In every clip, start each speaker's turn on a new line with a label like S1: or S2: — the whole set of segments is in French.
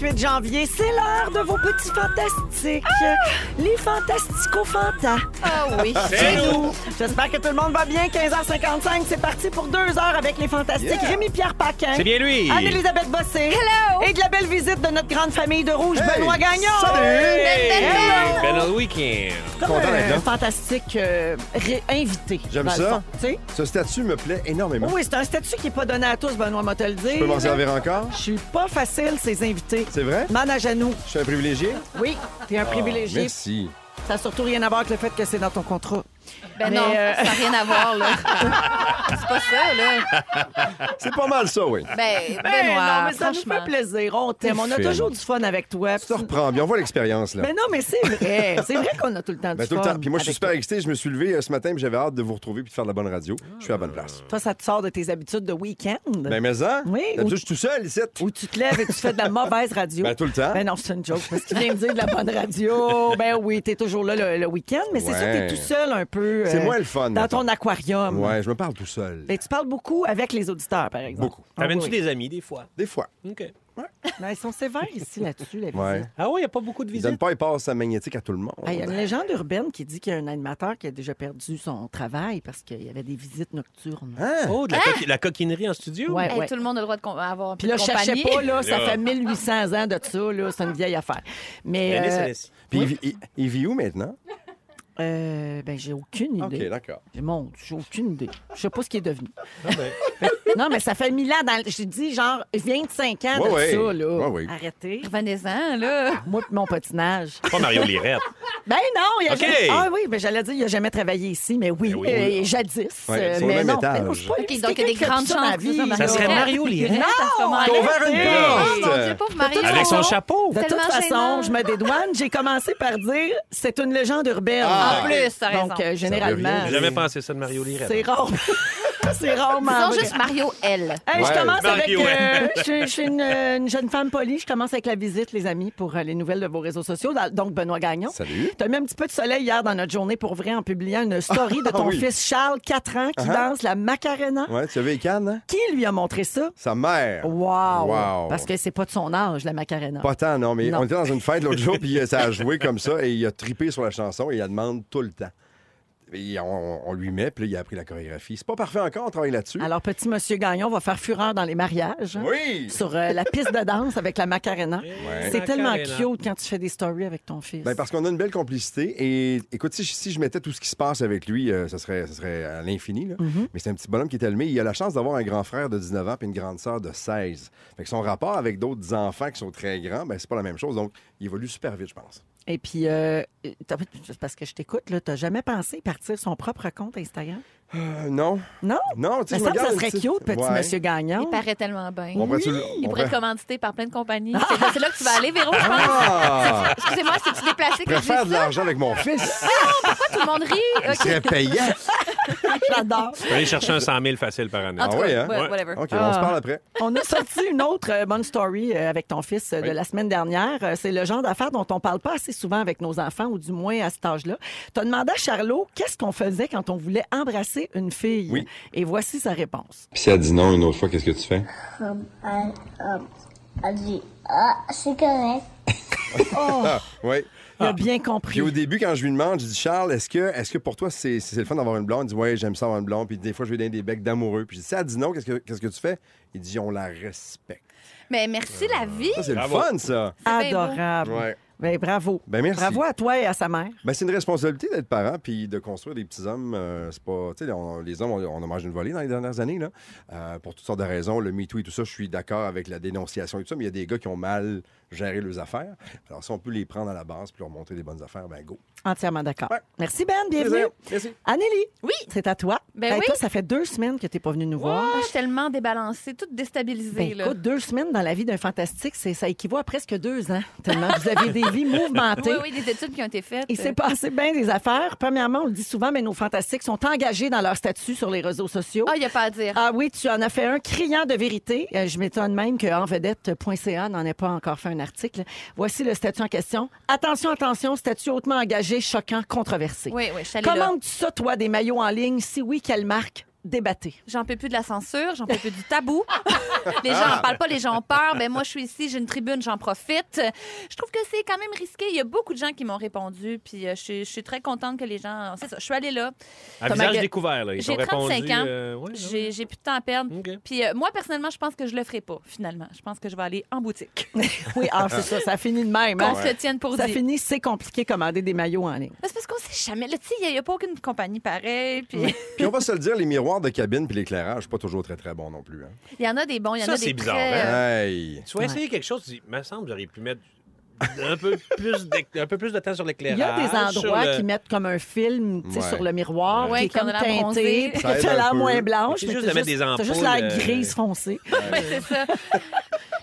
S1: de janvier, c'est l'heure de vos petits fantastiques. Les fantastico-fantas.
S2: Ah oui.
S1: C'est nous. J'espère que tout le monde va bien. 15h55, c'est parti pour deux heures avec les fantastiques. Rémi-Pierre Paquin.
S3: C'est bien lui.
S1: Ah, Anne-Elisabeth Bossé.
S2: Hello.
S1: Et de la belle visite de notre grande famille de rouge, Benoît Gagnon.
S4: Salut!
S2: Hey.
S3: Ben, le week-end.
S1: Comme
S4: Content d'être
S1: un
S4: là.
S1: fantastique euh, ré- invité.
S4: J'aime
S1: dans le
S4: ça.
S1: fond, tu sais.
S4: Ce statut me plaît énormément.
S1: Oui, c'est un statut qui n'est pas donné à tous, Benoît m'a te le
S4: Je peux m'en
S1: dire.
S4: servir encore.
S1: Je suis pas facile, ces invités.
S4: C'est vrai?
S1: Manage à nous.
S4: Je suis un privilégié?
S1: Oui, t'es un privilégié.
S4: Merci.
S1: Ça n'a surtout rien à voir avec le fait que c'est dans ton contrat.
S2: Ben
S1: Mais,
S2: non,
S1: euh,
S2: ça n'a rien à voir, là. c'est pas ça, là.
S4: C'est pas mal ça, oui.
S2: Ben, Benoît,
S1: Eh non, mais ça nous
S2: franchement.
S1: fait plaisir. On t'aime. On a
S4: Film.
S1: toujours du fun avec toi.
S4: Tu te reprends bien. On voit l'expérience, là.
S1: Mais Ben non, mais c'est vrai. C'est vrai qu'on a tout le temps
S4: Ben,
S1: du
S4: tout le
S1: fun
S4: temps. Puis moi, je suis
S1: avec
S4: super
S1: toi.
S4: excité. Je me suis levé euh, ce matin, puis j'avais hâte de vous retrouver puis de faire de la bonne radio. Je suis à la bonne place.
S1: Toi, ça te sort de tes habitudes de week-end.
S4: Ben, mais ça?
S1: Ah. Oui,
S4: D'habitude,
S1: ou-
S4: je suis tout seul ici.
S1: Où tu te lèves et tu fais de la mauvaise radio.
S4: Ben, tout le temps.
S1: Ben non, c'est une joke. Parce qu'il vient me dire de la bonne radio. Ben oui, t'es toujours là le, le week-end, mais c'est sûr que t'es
S4: Ouais.
S1: tout seul un peu. euh,
S4: C'est moi le fun,
S1: Dans
S4: mettons.
S1: ton aquarium.
S4: Ouais, je me parle tout seul.
S1: Mais tu parles beaucoup avec les auditeurs, par exemple.
S4: Beaucoup.
S1: Ah
S3: T'amènes-tu
S1: oui.
S3: des amis, des fois?
S4: Des fois.
S3: OK.
S1: Ben, ils sont sévères ici là-dessus, la visite.
S4: Ouais.
S3: Ah oui, il n'y a pas beaucoup de
S4: Il
S3: visites.
S4: donne pas, il passe sa magnétique à tout le monde.
S1: Ah, Il y a une légende urbaine qui dit qu'il y a un animateur qui a déjà perdu son travail parce qu'il y avait des visites nocturnes.
S4: Hein?
S3: Oh, de la, coqui- la coquinerie en studio?
S1: Ouais,
S2: Hey,
S1: ouais.
S2: Tout le monde a le droit de con- avoir un
S1: Puis
S2: peu
S1: là,
S2: de
S1: je cherchais
S2: compagnie.
S1: pas, là, ça
S3: Là.
S1: fait 1800 ans de ça, là, c'est une vieille affaire. Mais
S3: Allez,
S1: euh,
S3: Célestie.
S4: Puis il vit- il, il vit où maintenant?
S1: euh, ben, j'ai aucune
S4: OK,
S1: idée.
S4: d'accord.
S1: Mon Dieu, j'ai aucune idée. Je sais pas ce qui est devenu.
S3: Ah, ben,
S1: non, mais ça fait 1000 ans. Dans... le- J'ai dit, genre, 25 ans de
S4: Ouais, ouais.
S1: ça, là.
S4: Ouais, ouais.
S1: Arrêtez.
S2: Revenez-en, là.
S1: Moi pis mon patinage.
S3: pas Mario Lirette.
S1: Ben non, il a
S3: OK.
S1: jamais... Ah oui, ben j'allais dire, il a jamais travaillé ici, mais oui,
S4: Ben
S3: oui.
S1: euh, jadis.
S4: Ouais,
S1: euh,
S4: sur le
S1: mais
S4: même
S1: non,
S4: étage.
S1: mais non, je suis pas
S2: OK,
S1: c'est
S2: donc il y a
S1: quelqu'un
S2: des
S1: qui
S2: grandes
S1: fait ça dans la
S2: chances,
S1: vie,
S2: ça,
S1: là.
S3: Ça serait
S2: Arrête.
S3: Mario Lirette.
S4: T'as ouvert une
S2: Oh,
S4: porte!
S2: mon Dieu, pauvre Mario.
S3: Avec son chapeau.
S1: De toute
S2: Tellement
S1: façon,
S2: gênant.
S1: je me dédouane. J'ai commencé par dire c'est une légende urbaine.
S4: Ah.
S2: En plus, t'as raison.
S1: Donc, euh, généralement.
S3: J'ai jamais pensé ça de Mario
S1: C'est
S3: Lirette. hein.
S1: rare. c'est rarement.
S2: Disons
S1: vrai.
S2: juste Mario L.
S1: Hey, je
S4: Ouais.
S1: commence avec.
S3: Mario,
S1: euh, je, suis- je suis une, euh, une jeune femme polie. Je commence avec la visite, les amis, pour euh, les nouvelles de vos réseaux sociaux. Dans- Donc, Benoît Gagnon.
S4: Salut.
S1: Tu as mis un petit peu de soleil hier dans notre journée pour vrai en publiant une story de ton
S4: Ah, oui. Ah, hein?
S1: fils Charles, 4 ans, qui danse la Macarena.
S4: Ouais, tu avais les cannes, hein?
S1: Qui lui a montré ça?
S4: Sa mère.
S1: Wow!
S4: Wow.
S1: Parce que c'est pas de son âge, la Macarena.
S4: Pas tant, non, mais
S1: Non.
S4: on était dans une fête l'autre jour, puis euh, ça a joué comme ça, et il a tripé sur la chanson, et il la demande tout le temps. Et on, on lui met, puis là, il a appris la chorégraphie. C'est pas parfait encore, on travaille là-dessus.
S1: Alors, petit monsieur Gagnon va faire fureur dans les mariages. hein,
S4: Oui!
S1: Sur euh, la piste de danse avec la Macarena. C'est tellement
S3: Macarena.
S1: cute quand tu fais des stories avec ton fils.
S4: Ben, parce qu'on a une belle complicité, et écoute, si, je- si je mettais tout ce qui se passe avec lui, euh, ça, serait, ça serait à l'infini, là.
S1: Mhm.
S4: Mais c'est un petit bonhomme qui est allumé. Il a la chance d'avoir un grand frère de 19 ans, puis une grande sœur de 16. Fait que son rapport avec d'autres enfants qui sont très grands, ben, c'est pas la même chose, donc il évolue super vite, je pense.
S1: Et puis, euh, t'as- parce que je t'écoute, là, t'as jamais pensé partir son propre compte Instagram?
S4: Euh, non.
S1: Non?
S4: Non, tu
S1: Mais
S4: sais, je
S1: ça,
S4: me garde
S1: ça
S4: une
S1: serait
S4: petite-
S1: cute, petit
S4: Ouais.
S1: monsieur
S2: Il
S1: Gagnon.
S2: paraît tellement bien.
S4: On pourrait-tu-
S2: Il
S4: on
S2: pourrait être
S4: pourrait-
S2: commandité par plein de compagnies. C'est- C'est là que tu vas aller, Véro, je pense.
S4: Ah!
S2: Excusez-moi, c'est-tu déplacé que
S4: Je
S2: je dis ça?
S4: préfère de l'argent avec mon fils.
S2: Pourquoi tout le monde rit?
S4: Il
S2: OK.
S4: serait payant.
S1: J'adore.
S3: Je vais aller chercher un 100 000 facile par année.
S2: En tout
S4: Ah ouais,
S2: cas,
S4: hein?
S2: ouais, whatever.
S4: OK,
S1: Ah.
S4: on se parle après.
S1: On a sorti une autre euh, bonne story euh, avec ton fils euh, de
S4: Oui.
S1: la semaine dernière. Euh, C'est le genre d'affaires dont on parle pas assez souvent avec nos enfants, ou du moins à cet âge-là. T'as demandé à Charlot qu'est-ce qu'on faisait quand on voulait embrasser une fille.
S4: Oui.
S1: Et voici sa réponse.
S4: Puis si elle dit non une autre fois, qu'est-ce que tu fais?
S5: Elle, elle- elle dit Ah, c'est correct.
S4: Ah, oui.
S1: Il a bien compris.
S4: Puis au début, quand je lui demande, je dis Charles, est-ce que, est-ce que pour toi, c'est, c'est le fun d'avoir une blonde? Il dit Ouais, j'aime ça avoir une blonde. Puis des fois, je lui donne des becs d'amoureux. Puis je dis, si elle dit non, qu'est-ce que, qu'est-ce que tu fais? Il dit On la respecte.
S2: Mais merci la vie.
S4: Ça, c'est le
S3: Bravo.
S4: fun, ça.
S2: bien beau.
S1: Adorable.
S4: Ouais.
S1: Ben, bravo.
S4: Ben, merci.
S1: Bravo à toi et à sa mère.
S4: Ben, c'est une responsabilité d'être parent puis de construire des petits hommes. euh, c'est pas, tu sais, on- les hommes, on, on a mangé une volée dans les dernières années là, euh, pour toutes sortes de raisons. Le MeToo et tout ça, je suis d'accord avec la dénonciation et tout ça, mais il y a des gars qui ont mal géré leurs affaires. Alors si on peut les prendre à la base puis leur montrer des bonnes affaires, ben go.
S1: Entièrement d'accord.
S4: Ouais.
S1: Merci, Ben. Bienvenue.
S4: Plaisir. Merci.
S1: Anneli,
S2: Oui.
S1: c'est à toi.
S2: Ben
S1: Hey,
S2: oui.
S1: Toi, ça fait deux semaines que tu n'es pas venu nous voir.
S2: Oh, je suis tellement débalancée, toute
S1: Ben,
S2: déstabilisée. là.
S1: écoute, deux semaines dans la vie d'un fantastique, c'est, ça équivaut à presque deux ans. Tellement vous avez des vies mouvementées.
S2: Oui, oui, des études qui ont été faites.
S1: Il s'est passé bien des affaires. Premièrement, on le dit souvent, mais nos fantastiques sont engagés dans leur statut sur les réseaux sociaux.
S2: Ah, il n'y a pas à dire.
S1: Ah oui, tu en as fait un criant de vérité. Euh, je m'étonne même que envedette.ca n'en ait pas encore fait un article. Voici le statut en question. Attention, attention, statut hautement engagé, choquant, controversé.
S2: Oui, oui, je suis allée là.
S1: Commandes-tu ça, toi, des maillots en ligne? Si oui, quelle marque? débattez.
S2: J'en peux plus de la censure, j'en peux plus du tabou. les gens
S1: Ah.
S2: en parlent pas, les gens ont peur. Ben moi, je suis ici, j'ai une tribune, j'en profite. Je trouve que c'est quand même risqué. Il y a beaucoup de gens qui m'ont répondu, puis euh, je, suis- je suis très contente que les gens. C'est ça, je suis allée là.
S3: À
S2: Thomas
S3: visage
S2: Gue-
S3: découvert, là. Ils
S2: J'ai
S3: t'ont répondu,
S2: 35 ans.
S3: euh, ouais, ouais.
S2: J'ai j'ai plus de temps à perdre.
S3: OK.
S2: Puis euh, moi, personnellement, je pense que je le ferai pas, finalement. Je pense que je vais aller en boutique.
S1: Oui, ah, c'est ça, ça finit de même.
S2: Qu'on
S1: hein.
S2: se tienne pour
S1: Ça
S2: dit.
S1: finit, c'est compliqué commander des maillots en ligne.
S2: Mais C'est parce qu'on sait jamais. Là, tu sais, il n'y a, pas aucune compagnie pareille. Puis
S4: Puis on va se le dire, les miroirs de cabine puis l'éclairage, pas toujours très, très bon non plus. hein.
S2: il y en a des bons, il y en
S3: Ça,
S2: a des
S3: c'est bizarre, hein?
S2: très, euh,
S4: Hey!
S3: Tu vas essayer quelque chose, tu dis, me semble, j'aurais pu mettre un peu plus, d'éc- un peu plus de temps sur l'éclairage.
S1: Il y a des
S3: sur
S1: endroits
S3: le-
S1: qui mettent comme un film tu sais,
S4: Ouais.
S1: sur le miroir
S2: Ouais,
S1: qui est
S2: qu'on
S1: comme
S2: a l'air
S1: teinté,
S2: bronzé.
S1: puis
S4: Ça
S1: que
S4: aide
S1: t'as
S4: un
S1: l'air
S4: peu.
S1: moins blanche,
S3: C'est
S1: mais
S3: juste
S1: t'as
S3: de mettre
S1: juste,
S3: des
S1: t'as juste
S3: ampoules,
S1: l'air
S3: euh,
S1: grise foncée.
S2: ouais, c'est ça.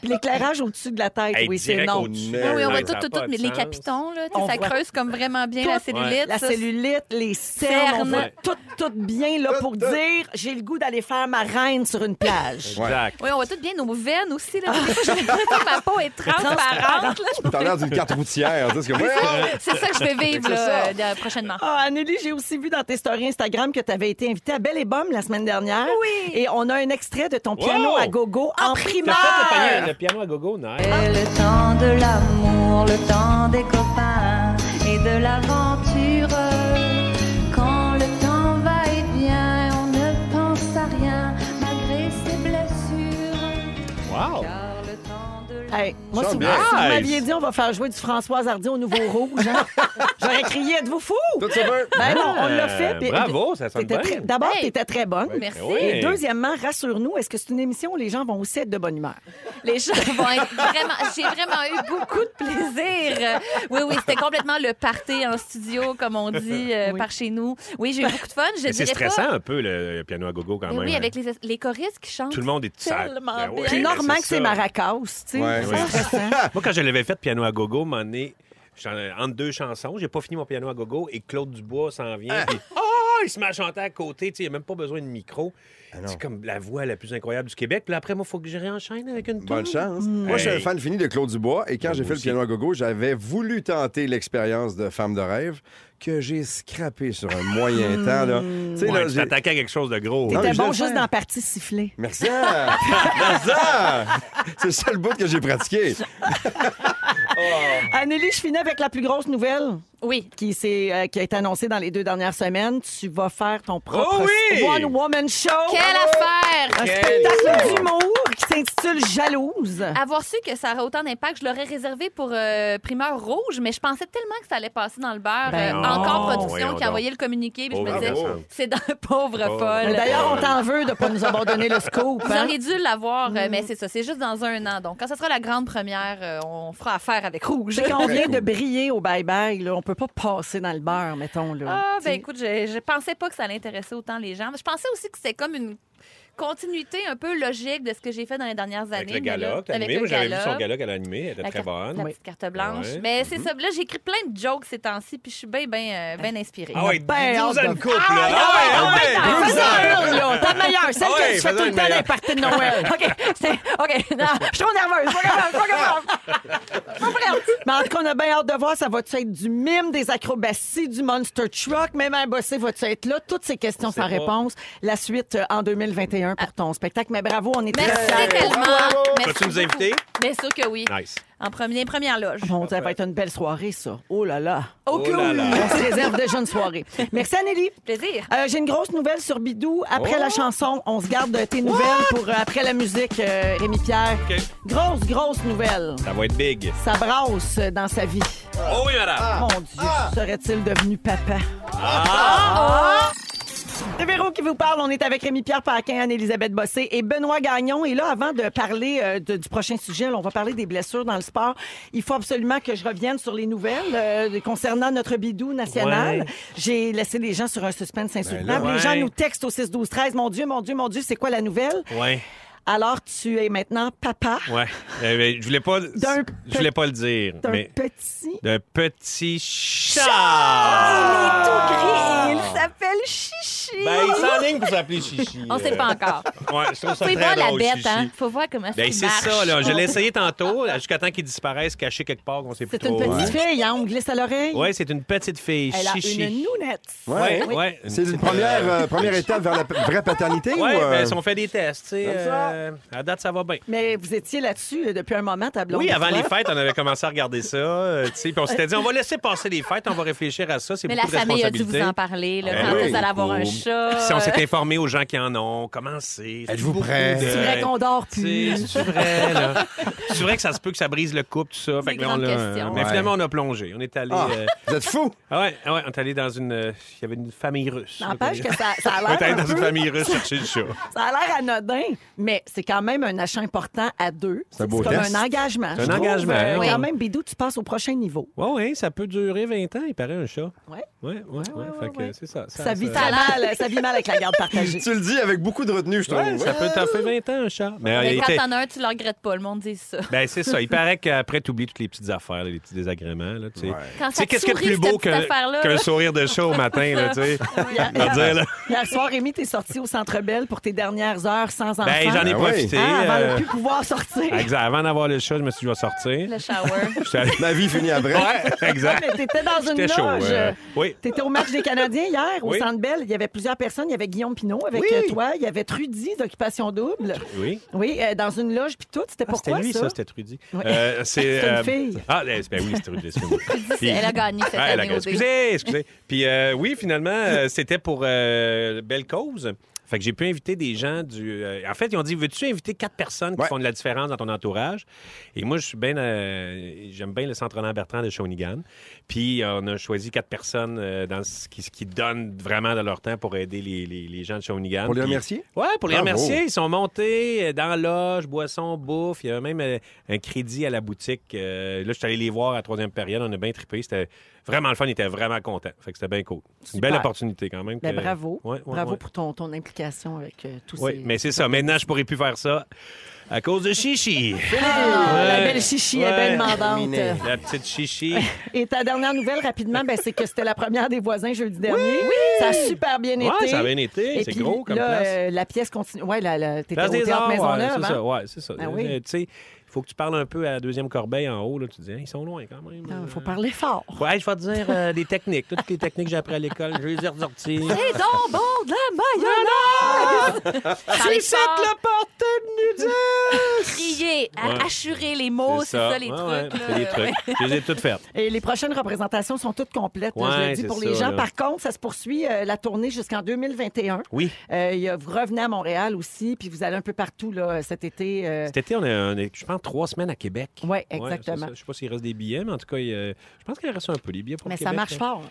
S1: Puis l'éclairage au-dessus de la tête,
S3: Hey,
S1: oui, c'est
S3: direct
S1: non.
S3: au-dessus.
S4: Oui,
S2: Ah oui, on
S4: Ouais,
S2: voit
S4: ça
S2: tout,
S3: a
S2: tout, tout.
S3: pas de
S2: Mais les
S3: sens.
S2: capitons, là, tu sais,
S1: On
S2: ça
S1: voit
S2: creuse comme vraiment bien
S1: Tout.
S2: la cellulite.
S1: La
S2: ça,
S1: cellulite, les cernes, on
S2: Cernes.
S1: voit
S3: Ouais.
S1: tout, tout bien là
S4: Tout,
S1: pour
S4: tout.
S1: dire j'ai le goût d'aller faire ma reine sur une plage.
S3: Exact.
S2: Oui, on voit tout bien nos veines aussi. Là. Des fois, je me dis, Putain, ma peau est transparente. là.
S4: T'as l'air d'une carte routière. tu sais, parce que-
S2: C'est ça que je vais vivre là, euh, prochainement.
S1: Ah, Anneli, j'ai aussi vu dans tes stories Instagram que tu avais été invitée à Belle et Bomme la semaine dernière.
S2: Oui.
S1: Et on a un extrait de ton piano
S3: Wow!
S1: à gogo en,
S3: T'as fait le,
S1: primaire.
S3: panier- le piano à gogo, non?
S6: Le temps de l'amour, le temps des copains et de l'aventure. Quand le temps va et vient, on ne pense à rien malgré ses blessures.
S3: Wow!
S6: Car le temps de l'amour.
S1: Hey, moi,
S4: Ça,
S1: si vous,
S4: bien.
S1: si vous
S3: Nice.
S1: m'aviez dit on va faire jouer du Françoise Hardy au Nouveau Rouge, hein, j'aurais crié êtes-vous fou?
S4: Tout ça veut.
S2: Ah
S1: Ben non, on l'a
S3: Euh,
S1: fait. puis-
S3: bravo, ça sonne
S1: t'étais
S3: bien. Ben
S1: très- D'abord,
S2: Hey.
S1: tu étais très bonne.
S2: Merci.
S3: Oui.
S1: Et deuxièmement, rassure-nous, est-ce que c'est une émission où les gens vont aussi être de bonne humeur?
S2: Les gens vont être vraiment. J'ai vraiment eu beaucoup de plaisir. Euh, Oui, oui, c'était complètement le party en studio, comme on dit euh,
S1: Oui.
S2: par chez nous. Oui, j'ai eu beaucoup de fun. Je
S3: Mais C'est
S2: dirais
S3: stressant
S2: Pas...
S3: un peu, le, le piano à gogo, quand
S2: Mais
S3: même. hein.
S2: oui, avec les, les choristes qui chantent.
S3: Tout le monde est sale.
S2: Tellement
S3: Ben
S2: bien.
S3: ouais,
S1: Puis
S3: ben
S1: normal
S3: c'est
S1: que c'est
S3: ça.
S1: maracas, tu sais.
S4: Ouais,
S1: c'est
S4: oui.
S1: stressant.
S3: Moi, quand je l'avais fait, piano à gogo, m'en est. Entre deux chansons, j'ai pas fini mon piano à gogo et Claude Dubois s'en vient. puis, Ah, il se met à chanter à côté. tu sais, Il n'y a même pas besoin de micro.
S4: Ah non.
S3: c'est comme la voix la plus incroyable du Québec. Puis après, moi, il faut que je réenchaîne avec une
S4: Bonne
S3: toune.
S4: chance. Moi, je suis un
S3: Hmm. Hey.
S4: fan fini de Claude Dubois et
S3: Ben,
S4: quand
S3: Moi
S4: j'ai fait le
S3: aussi.
S4: piano à gogo, j'avais voulu tenter l'expérience de femme de rêve que j'ai scrappé sur un moyen
S3: Hmm.
S4: temps. Là. Tu sais,
S3: Ouais,
S4: là,
S3: tu
S4: j'ai-
S3: t'attaquais à quelque chose de gros. hein.
S4: Non, mais
S1: T'étais
S4: je
S1: bon
S4: le
S1: juste
S4: fais.
S1: dans la partie sifflée.
S4: Merci! Merci! C'est le seul bout que j'ai pratiqué.
S1: Anneli, je finis avec la plus grosse nouvelle
S2: Oui.
S1: qui, s'est, euh, qui a été annoncée dans les deux dernières semaines. Tu vas faire ton propre
S3: Oh oui!
S1: One Woman Show.
S2: Quelle affaire!
S1: Un
S3: Quelle
S1: spectacle d'humour qui s'intitule Jalouse.
S2: Avoir su que ça aurait autant d'impact, je l'aurais réservé pour euh, primeur rouge, mais je pensais tellement que ça allait passer dans le beurre.
S1: Ben
S2: Euh,
S1: non.
S2: Encore production
S3: Voyons
S2: qui
S3: donc.
S2: a envoyé le communiqué, puis je me
S3: Pauvre
S2: disais,
S3: innocente.
S2: c'est dans pauvre
S3: Pauvre.
S2: folle.
S1: D'ailleurs, on t'en veut de ne pas nous avoir donné le scoop.
S2: Ah, Vous
S1: hein?
S2: auriez dû l'avoir, euh, mais c'est ça, c'est juste dans un an. Donc, quand ce sera la grande première, euh, on fera affaire avec Rouge.
S1: Tu sais, Quand on
S4: Très
S1: vient
S4: cool.
S1: de briller au bye-bye, là, on peut pas passer dans le beurre, mettons. Là.
S2: Ah,
S1: Tu
S2: ben
S1: sais.
S2: écoute, je, je pensais pas que ça allait intéresser autant les gens. Je pensais aussi que c'était comme une continuité un peu logique de ce que j'ai fait dans les dernières années.
S3: Avec le
S2: mais là,
S3: gala, que t'as
S2: avec
S3: animé.
S2: le
S3: Moi, j'avais vu
S2: gala,
S3: son gala qu'elle a animé. Elle était
S2: La
S3: très
S2: carte-
S3: bonne.
S2: La petite carte blanche.
S3: Ouais. Mm-hmm.
S2: Mais c'est ça. Là, j'ai écrit plein de jokes ces temps-ci, puis je suis bien, bien, ben inspirée.
S3: Ah ouais,
S1: Ben,
S3: dis-nous
S1: hâte
S3: une
S1: de-
S3: couple. là. Ah ouais, ah ouais,
S1: Fais-en
S3: Bruce.
S1: un, là. T'as le meilleur. Celle
S3: Ah ouais,
S1: que tu fais tout
S3: fais-en
S1: le
S3: une
S1: temps dans les
S3: meilleure.
S1: parties de Noël.
S2: OK, c'est... OK. Non, je suis trop nerveuse. Pas grave, pas grave.
S1: Mais en tout cas, on a bien hâte de voir, ça va-tu être du mime, des acrobaties, du monster truck, même un bossé, va-tu être là? Toutes ces questions sans
S3: pas.
S1: réponse. La suite euh, en 2021 pour ton spectacle. Mais bravo, on est
S2: Merci
S1: très fiers.
S2: tellement. Merci
S3: Vas-tu nous
S2: beaucoup.
S3: inviter?
S2: Bien sûr que oui.
S3: Nice.
S2: En premier, première loge.
S1: Bon, ça va être une belle soirée, ça. Oh là là.
S3: Oh
S1: cool.
S3: là là.
S1: On se réserve déjà une soirée. Merci, Anneli.
S2: Plaisir.
S1: Euh, J'ai une grosse nouvelle sur Bidou. Après
S3: Oh.
S1: la chanson, on se garde tes nouvelles pour euh, après la musique, euh, Rémi Pierre.
S3: OK.
S1: Grosse, grosse nouvelle.
S3: Ça va être big.
S1: Ça brasse euh, dans sa vie.
S3: Oh oui, madame.
S1: Mon Dieu, serait-il devenu papa? Le Véro qui vous parle, on est avec Rémi-Pierre Paquin, Anne-Élisabeth Bossé et Benoît Gagnon. Et là, avant de parler euh, de- du prochain sujet, là, on va parler des blessures dans le sport. Il faut absolument que je revienne sur les nouvelles euh, concernant notre bidou national.
S3: Ouais. Ben
S1: J'ai laissé les gens sur un suspense insoutenable.
S3: là,
S1: Les gens
S3: ouais.
S1: nous textent au 6-12-13. Mon Dieu, mon Dieu, mon Dieu, c'est quoi la nouvelle?
S3: Ouais.
S1: Alors, tu es maintenant papa
S3: Ouais. Euh, mais je voulais pas,
S1: D'un
S3: je voulais pas le dire,
S1: d'un
S3: mais
S1: petit...
S3: d'un petit chat.
S2: Il est tout gris et il s'appelle Chichi.
S3: Ben, il s'enligne pour s'appeler Chichi. euh.
S2: On sait pas encore.
S3: Ouais, je trouve ça
S2: Faut y
S3: très
S2: voir la
S3: drôle,
S2: bête,
S3: Chichi.
S2: hein. Faut voir comment
S3: Ben,
S2: il
S3: c'est
S2: marche.
S3: ça, là. Je l'ai essayé tantôt, là, jusqu'à temps qu'il disparaisse caché quelque part qu'on sait plus
S1: C'est une
S3: trop.
S1: petite
S3: ouais.
S1: fille, hein? On glisse à l'oreille.
S3: Ouais, c'est une petite fille.
S1: Elle a
S3: chichi.
S1: une nounette.
S3: Ouais,
S4: Ouais.
S3: ouais.
S4: C'est
S3: une
S4: une
S3: petite-
S4: première, euh, première étape vers la p- vraie paternité
S3: Ouais,
S4: ou, euh,
S3: mais si on fait des tests, tu sais.
S4: Comme ça.
S3: euh, à date, ça va bien.
S1: Mais vous étiez là-dessus euh, depuis un moment, ta blonde.
S3: Oui, avant
S1: toi.
S3: les fêtes, on avait commencé à regarder ça, euh, tu sais, puis on s'était dit, on va laisser passer les fêtes, on va réfléchir à ça, c'est
S2: Mais
S3: beaucoup
S2: la
S3: de
S2: famille a dû vous
S3: responsabilité.
S2: en parler. Là,
S3: Ben
S2: quand
S4: oui.
S2: vous allez avoir un
S3: Oh.
S2: chat. euh.
S3: Si on s'est informé aux gens qui en ont, comment c'est? C'est
S4: Êtes-vous
S3: beaucoup euh,
S4: prêts?
S3: de-
S1: C'est vrai qu'on dort plus.
S3: C'est c'est vrai, là. C'est vrai que ça se peut que ça brise le couple, tout ça. Fait que là, on
S2: grandes
S3: l'a-
S2: questions.
S3: Mais
S4: Ouais.
S3: finalement, on a plongé. On est allé.
S4: Ah,
S3: euh,
S4: vous êtes fous!
S3: ah ouais, ah ouais, on est allé dans une. euh, Il y avait une famille russe.
S1: N'empêche que ça, ça
S3: On
S1: a
S3: est
S1: l'air
S3: allé
S1: un
S3: dans une
S1: peu-
S3: famille russe chercher du chat.
S1: ça a l'air anodin, mais c'est quand même un achat important à deux.
S4: C'est un beau
S1: comme
S4: test.
S1: un engagement.
S3: C'est un
S1: je trouve.
S3: engagement,
S1: Euh,
S3: oui.
S1: Quand même, Bidou, tu passes au prochain niveau.
S3: Ouais, ouais, ça peut durer 20 ans, il paraît un chat.
S1: Ouais.
S3: Ouais, ouais, ouais. fait que
S1: ouais.
S3: c'est ça.
S1: Ça vit très mal, ça vit mal avec la garde partagée.
S4: Tu le dis avec beaucoup de retenue, je trouve.
S3: Ouais, ça peut taffer 20 ans, un chat. Mais,
S2: Mais
S3: il
S2: quand
S3: était-
S2: t'en as un, tu le regrettes pas. Le monde dit ça.
S3: Ben, c'est ça. Il paraît qu'après, tu oublies toutes les petites affaires, les petits désagréments. Là, tu sais.
S4: Ouais.
S2: Quand
S3: Tu sais,
S2: ça te
S3: qu'est-ce qu'il y a de
S2: sourit,
S3: plus beau
S2: cette petite
S3: que-
S2: affaire-là,
S3: qu'un
S2: là.
S3: sourire de chat au matin, là, tu sais? Leur dire, là,
S1: Hier soir, Rémi, t'es sorti au Centre Belle pour tes dernières heures sans enfant.
S3: Ben, j'en ai
S4: Ah ouais.
S3: profité.
S1: Hein, avant
S3: euh,
S1: de plus pouvoir sortir.
S3: exact. Avant d'avoir le chat, je me suis dit, je vais sortir.
S2: Le shower.
S3: Je suis allé-
S4: Ma vie finit après.
S3: Ouais, exact.
S1: Mais t'étais dans une
S3: C'était
S1: loge.
S3: chaud. euh, oui.
S1: T'étais au match des Canadiens hier, au
S3: Oui.
S1: Centre Bell. Il y avait plusieurs personnes. Il y avait Guillaume Pinot avec
S3: Oui.
S1: euh, toi. Il y avait Trudy d'Occupation Double.
S3: Oui.
S1: Oui, euh, dans une loge, puis tout. C'était
S3: Ah,
S1: pourquoi
S3: c'était lui, ça, c'était Trudy.
S1: Ouais.
S3: Euh, c'est
S1: C'est une
S3: euh,
S1: fille.
S3: Ah, ben ben oui, c'est Trudy. excuse-moi. Puis-
S2: Elle a gagné cette
S3: Ah, elle a-
S2: année au dé.
S3: Excusez, excusez. Puis euh, oui, finalement, euh, c'était pour euh, Belle Cause. Fait que j'ai pu inviter des gens du. euh, en fait, ils ont dit veux-tu inviter quatre personnes qui
S4: Ouais.
S3: font de la différence dans ton entourage Et moi, je suis bien. euh, J'aime bien le centre Roland Bertrand de Shawinigan. Puis euh, on a choisi quatre personnes euh, dans ce qui, ce qui donnent vraiment de leur temps pour aider les, les- les gens de Shawinigan.
S4: Pour les
S3: Puis-
S4: remercier?
S3: Ouais, pour les
S4: Bravo.
S3: remercier, ils sont montés euh, dans loge, boisson, bouffe. Il y avait même euh, un crédit à la boutique. Euh, là, je suis allé les voir à la troisième période. On a bien trippé. C'était vraiment le fun. Ils étaient vraiment contents. Fait que c'était bien cool. C'est une
S1: Super.
S3: belle opportunité quand même.
S1: Ben,
S3: que-
S1: bravo.
S3: Ouais, ouais,
S1: bravo
S3: ouais.
S1: pour ton, ton implication avec euh, tous
S3: Oui,
S1: ces...
S3: mais c'est ça. Maintenant, je pourrais plus faire ça à cause de Chichi.
S1: Ah, La
S3: Ouais.
S1: belle chichi est
S3: Ouais.
S1: bien demandante.
S4: Terminé.
S3: La petite Chichi.
S1: Et ta dernière nouvelle, rapidement, ben, c'est que c'était la première des voisins jeudi dernier. Ça a super bien
S3: Ouais,
S1: été.
S3: ça a bien été.
S1: Et
S3: C'est
S1: puis,
S3: gros comme
S1: là,
S3: place.
S1: euh, la pièce continue. Oui, la, la, t'étais
S3: Place
S1: au
S3: des
S1: Théâtre
S3: Arts, ouais,
S1: Maisonneuve.
S3: c'est
S1: hein?
S3: ça. Ouais, c'est ça.
S1: Ah oui.
S3: Euh, Tu sais, il faut que tu parles un peu à la deuxième corbeille en haut. Là, tu te dis, Hey, ils sont loin quand même.
S1: Ah,
S3: Euh,
S1: faut parler fort.
S3: Ouais, je vais te dire euh, des techniques. Toutes les techniques que j'ai apprises à l'école, je les ai
S1: Eh,
S3: ressorties.
S2: C'est donc bon de la mayonnaise! Parlez fort,
S3: portée de nudiste!
S2: crier, à-
S3: Ouais.
S2: assurer les
S1: Oh,
S2: mots, c'est ça, les trucs. là.
S3: C'est des trucs. Je les ai toutes faites.
S1: Et les prochaines représentations sont toutes complètes, hein, je
S3: Ouais,
S1: le dis
S3: c'est
S1: pour
S3: ça,
S1: les gens.
S3: là.
S1: Par contre, ça se poursuit euh, la tournée jusqu'en 2021.
S3: Oui.
S1: Euh, il y a- vous revenez à Montréal aussi, puis vous allez un peu partout là, cet été. euh,
S3: Cet été, on a, on a, je pense, trois semaines à Québec.
S1: Ouais,
S3: Ouais, c'est
S1: exactement.
S3: ça. je sais pas s'il reste des billets, mais en tout cas, il, euh, je pense qu'il reste un peu les billets pour
S1: Mais
S3: Québec,
S1: ça marche
S3: là.
S1: fort.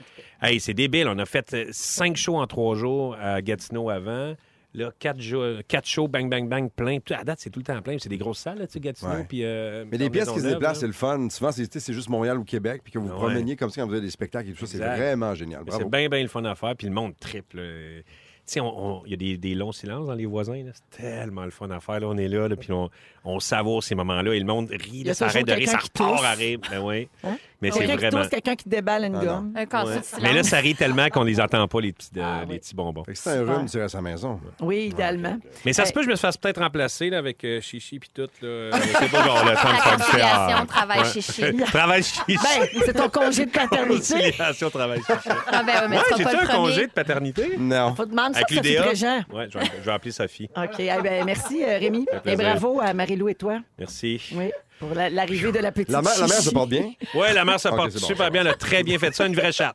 S3: Hey, c'est débile. On a fait euh, cinq shows en trois jours à Gatineau avant. Là, quatre, jo- quatre shows, bang, bang, bang, plein. Puis, À date, c'est tout le temps plein. C'est des grosses salles, là, tu sais, Gatineau.
S4: Ouais.
S3: Puis, euh,
S4: Mais les pièces qui se
S3: Maisonneuve,
S4: déplacent,
S3: là.
S4: c'est le fun. Souvent, c'est tu sais, c'est juste Montréal ou Québec, puis que vous
S3: Ouais.
S4: promeniez comme ça quand vous avez des spectacles et tout ça. C'est
S3: Exact.
S4: vraiment génial.
S3: Mais
S4: Bravo.
S3: C'est bien, bien le fun à faire. Puis le monde triple. euh, Tu sais, on- on- il y a des, des longs silences dans les voisins. là. C'est tellement le fun à faire. Là, on est là, là, puis on, on savoure ces moments-là. Et le monde rit,
S1: y a
S3: là, ça
S1: toujours
S3: arrête de rire, ça
S1: quelqu'un qui
S3: repart
S1: tousse.
S3: à rire. Ben oui.
S1: Hein?
S3: Mais c'est
S1: Quelqu'un qui
S3: vraiment...
S1: tousse, quelqu'un qui déballe une
S4: Ah, non.
S1: gomme.
S2: Un cancer
S3: Ouais.
S2: de silence.
S3: Mais là, ça rit tellement qu'on les entend pas, les petits, de-
S1: Ah,
S3: les
S1: oui.
S3: petits bonbons.
S4: Fait que c'est un
S1: Super.
S4: rhume, tu restes à la maison.
S1: Oui, idéalement.
S3: Mais ça se
S1: Hey.
S3: peut que je me fasse peut-être remplacer là, avec euh, Chichi puis tout. Là, Euh, c'est pas genre le temps de faire du
S2: Conciliation,
S3: théâtre.
S2: travail chichi.
S3: Travail Chichi.
S1: Ben, c'est ton congé de paternité.
S3: Conciliation, travail Chichi.
S2: Ah ben oui, mais
S3: Ouais,
S2: tu seras
S3: j'ai-tu
S2: pas
S3: un
S2: le premier.
S3: congé de paternité?
S4: Non.
S1: Faut demander ça,
S3: Avec
S1: ça c'est
S3: l'UDA?
S1: gens.
S3: Ouais, je vais- je vais appeler Sophie.
S1: OK. eh ben, merci, euh, Rémi. Et
S3: plaisir.
S1: bravo à Marie-Lou et toi
S3: Merci.
S1: oui, pour la- l'arrivée de la petite
S4: La, mère- la mère se
S1: Chichi.
S4: porte bien.
S3: Ouais, la mère se
S4: Ok,
S3: porte
S4: c'est bon,
S3: super
S4: c'est
S3: bien. Elle a très bien fait ça, une vraie chatte.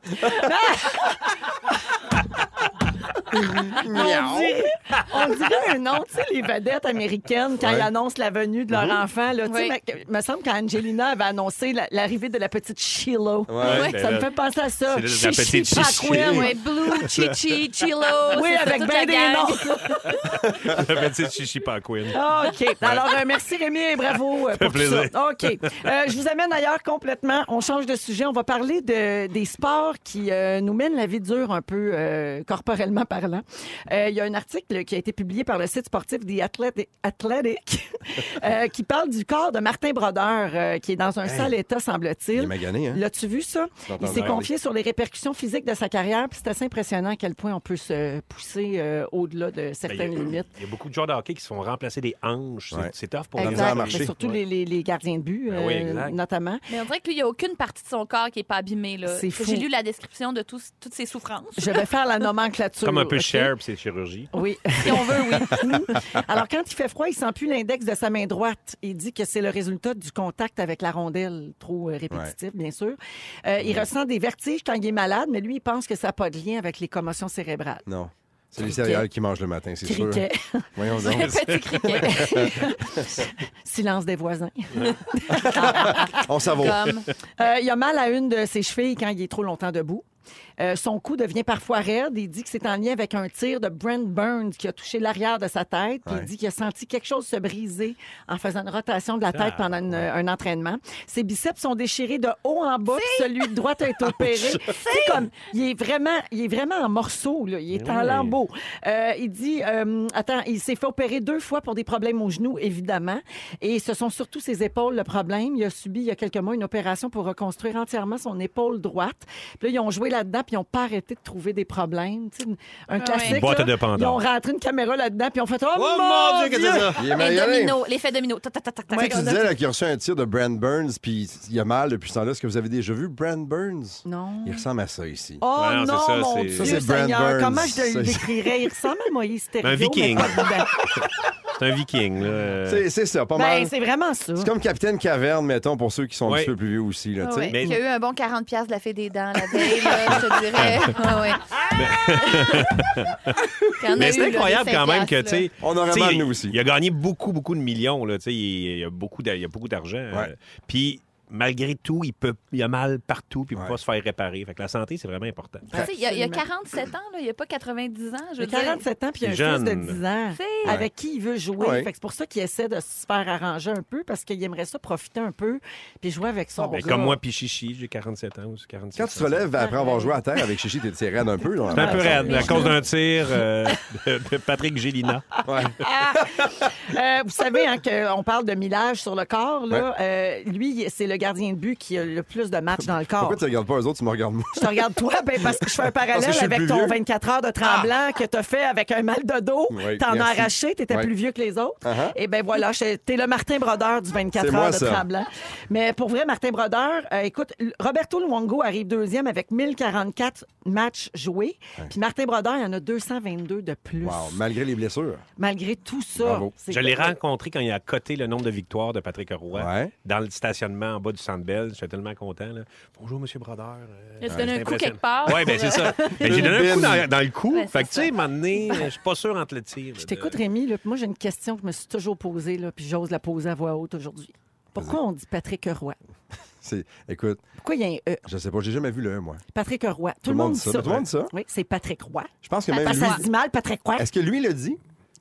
S1: On dirait, on dirait un nom, tu sais, les vedettes américaines, quand
S4: Ouais.
S1: ils annoncent la venue de leur
S3: Mm-hmm.
S1: enfant. Là, tu sais,
S2: Oui.
S1: mais- me semble qu'Angelina avait annoncé la- l'arrivée de la petite Shiloh.
S4: Ouais.
S1: Ça me fait penser à ça.
S3: ben C'est la
S1: Chichi
S3: petite Chichi.
S1: Paquin,
S2: Ouais, Blue, Chichi, Chilo.
S1: Oui,
S2: c'est ça,
S1: avec
S3: ben
S2: toute
S1: bien
S2: la
S1: des
S2: gang.
S1: noms.
S3: Ça fait dire chichi pas queen.
S1: OK. Alors, euh, merci Rémi et bravo euh,
S3: fait
S1: pour
S3: plaisir.
S1: tout ça. OK. Euh, je vous amène ailleurs complètement. On change de sujet. On va parler de, des sports qui euh, nous mènent la vie dure un peu euh, corporellement parlant. Euh, Il y a un article qui a été publié par le site sportif The Athletic, Athletic, euh, qui parle du corps de Martin Brodeur euh, qui est dans un sale état,
S4: Il est
S1: semble-t-il.
S4: magané, hein?
S1: L'as-tu vu ça?
S4: Je l'entends
S1: Il s'est
S4: parler.
S1: confié sur les répercussions physiques de sa carrière, puis c'est assez impressionnant à quel point on peut se pousser euh, au-delà de
S3: Ben,
S1: certaines
S3: il, y a,
S1: limites.
S3: il y a beaucoup de joueurs de hockey qui se font remplacer des hanches. C'est-
S4: Ouais.
S3: C'est tough pour les
S4: Exact. misère à
S3: hanches.
S4: marcher.
S1: Mais surtout
S3: Ouais.
S1: les, les- les gardiens de but,
S3: Ben oui,
S1: euh,
S3: exact.
S1: notamment.
S2: Mais on dirait qu'il n'y a aucune partie de son corps qui n'est pas abîmée. là.
S1: C'est fou.
S2: J'ai lu la description de tous- toutes ses souffrances.
S1: Je vais faire la nomenclature.
S3: Comme un peu
S1: OK?
S3: cher, puis c'est chirurgie.
S1: Oui.
S2: Si on veut, oui.
S1: Alors, quand il fait froid, il sent plus l'index de sa main droite. Il dit que c'est le résultat du contact avec la rondelle, trop euh, répétitif, bien sûr. Euh, il ressent des vertiges quand il est malade, mais lui, il pense que ça n'a pas de lien avec les commotions cérébrales.
S4: Non. C'est les
S1: Criquet.
S4: céréales qui mangent le matin, c'est sûr.
S1: Criquet.
S4: Voyons donc.
S2: Petit criquet.
S1: Silence des voisins.
S4: On savoure.
S2: Comme.
S1: Euh, il a mal à une de ses chevilles quand il est trop longtemps debout. Euh, son cou devient parfois raide. Il dit que c'est en lien avec un tir de Brent Burns qui a touché l'arrière de sa tête. Puis
S4: Ouais.
S1: il dit qu'il a senti quelque chose se briser en faisant une rotation de la tête pendant une- un entraînement. Ses biceps sont déchirés de haut en bas, puis celui de droite est opéré. C'est comme il est vraiment, il est vraiment en morceaux. là. Il est en
S3: Oui.
S1: lambeaux. Euh, il dit, euh, attends, il s'est fait opérer deux fois pour des problèmes aux genoux, évidemment. Et ce sont surtout ses épaules le problème. Il a subi il y a quelques mois une opération pour reconstruire entièrement son épaule droite. Puis là, ils ont joué là-dedans, puis ils n'ont pas arrêté de trouver des problèmes. Tu sais, un classique.
S3: Une boîte
S1: là.
S3: de Pandore.
S1: Ils ont rentré une caméra là-dedans, puis ils ont fait Oh,
S7: Oh
S1: mon Dieu!
S7: qu'est-ce que c'est ça?
S4: Il est
S2: Les
S4: magané.
S2: dominos, l'effet domino. Tac, tac, tac, tac,
S4: Moi,
S2: tac.
S4: tu disais là, qu'il a reçu un tir de Brand Burns, puis il a mal depuis ce temps-là. Est-ce que vous avez déjà vu Brand Burns?
S1: Non.
S4: Il ressemble à ça ici.
S1: Oh
S3: Ouais, non,
S1: non,
S3: c'est ça,
S1: mon
S3: c'est-
S1: Dieu,
S3: Ça,
S4: c'est Brad
S1: Seigneur,
S4: Burns.
S1: comment je te
S4: Ça,
S1: le
S4: c'est-
S1: décrirais? Il ressemble à Moïse Thériault,
S3: Un viking.
S1: mais pas dedans.
S3: C'est un viking. Là. Euh,
S4: C'est c'est ça, pas
S1: Ben,
S4: mal.
S1: c'est vraiment ça.
S4: C'est comme Capitaine Caverne, mettons, pour ceux qui sont un
S3: Ouais.
S4: petit peu plus vieux aussi.
S1: Ah
S4: Là, tu sais.
S2: Ouais,
S3: Mais-
S2: Qui a eu un bon 40$ piastres de la fée des dents la veille, là, je te dirais. Ouais, ouais. Qu'il y en a
S3: Mais
S2: eu,
S3: c'est
S2: là,
S3: incroyable
S2: des
S3: quand même que, tu
S2: 5$, là.
S3: sais.
S4: On aurait
S3: tu sais,
S4: mal,
S3: il-
S4: nous aussi.
S3: Il a gagné beaucoup, beaucoup de millions, là. Tu sais, il y a beaucoup d'a- il y a beaucoup d'argent. euh, Puis. Malgré tout, il, peut, il a mal partout puis il ne
S4: Ouais.
S3: peut pas se faire réparer. Fait que la santé, c'est vraiment important.
S2: Tu sais, Il y, a- il y a 47 ans, là, il n'y a pas 90 ans. Je
S1: J'ai
S2: veux dire.
S1: 47 ans, puis il y a un
S3: Jeune.
S1: fils de 10 ans
S2: C'est-
S1: avec qui il veut jouer.
S4: Ouais.
S1: Fait que c'est pour ça qu'il essaie de se faire arranger un peu parce qu'il aimerait ça profiter un peu puis jouer avec son
S3: Ben,
S1: gars.
S3: comme moi, puis Chichi, j'ai 47 ans ou 46
S4: Quand tu te relèves après avoir joué à terre avec Chichi, t'es t'es raide un peu. là.
S3: C'est un peu raide, à cause d'un tir euh, de, de Patrick Gélina.
S4: Ouais.
S1: Ah. Euh, vous savez hein, qu'on parle de millage sur le corps. Là. Euh, lui, c'est le gardien de but qui a le plus de matchs dans le corps.
S4: Pourquoi tu regardes pas eux autres, tu me regardes moi?
S1: Je te regarde toi, ben parce que je fais un
S4: Parce que
S1: parallèle
S4: je suis le
S1: avec
S4: plus
S1: ton
S4: vieux. Ah!
S1: 24 heures de tremblant que t'as fait avec un mal de dos.
S4: Oui,
S1: T'en as
S4: merci.
S1: arraché, t'étais
S4: Oui.
S1: plus vieux que les autres.
S4: Uh-huh.
S1: Et ben voilà, je- t'es le Martin Brodeur du 24
S4: C'est
S1: heures
S4: moi,
S1: de
S4: ça.
S1: tremblant. Mais pour vrai, Martin Brodeur, euh, écoute, L- Roberto Luongo arrive deuxième avec 1044 matchs joués. Puis Martin Brodeur, il y en a 222 de plus.
S4: Wow, malgré les blessures.
S1: Malgré tout ça.
S4: Bravo.
S1: c'est-
S3: Je l'ai rencontré quand il a coté le nombre de victoires de Patrick Roy
S4: Ouais.
S3: dans le stationnement en bas du Centre Bell. J'étais tellement content. là. Bonjour, Monsieur Brodeur. Euh,
S2: Il a donné un coup quelque part.
S3: Oui, ben c'est ça. Ben, j'ai donné un coup dans, dans le cou.
S2: Ouais, c'est
S3: fait que tu
S2: ça.
S3: sais, m'en euh, je suis pas sûr entre le tir.
S1: Je t'écoute, Rémi. là, puis moi, j'ai une question que je me suis toujours posée, là, puis j'ose la poser à voix haute aujourd'hui. Pourquoi on dit Patrick Roy?
S4: C'est- Écoute,
S1: Pourquoi il y a un E?
S4: je sais pas, j'ai jamais vu le E, moi.
S1: Patrick Roy. Tout, le monde dit ça.
S4: Tout le monde dit ça.
S1: Oui, c'est Patrick Roy.
S4: Je pense que même
S1: Ah, Ça,
S4: lui.
S1: se dit mal, Patrick Roy.
S4: Est-ce que lui le dit?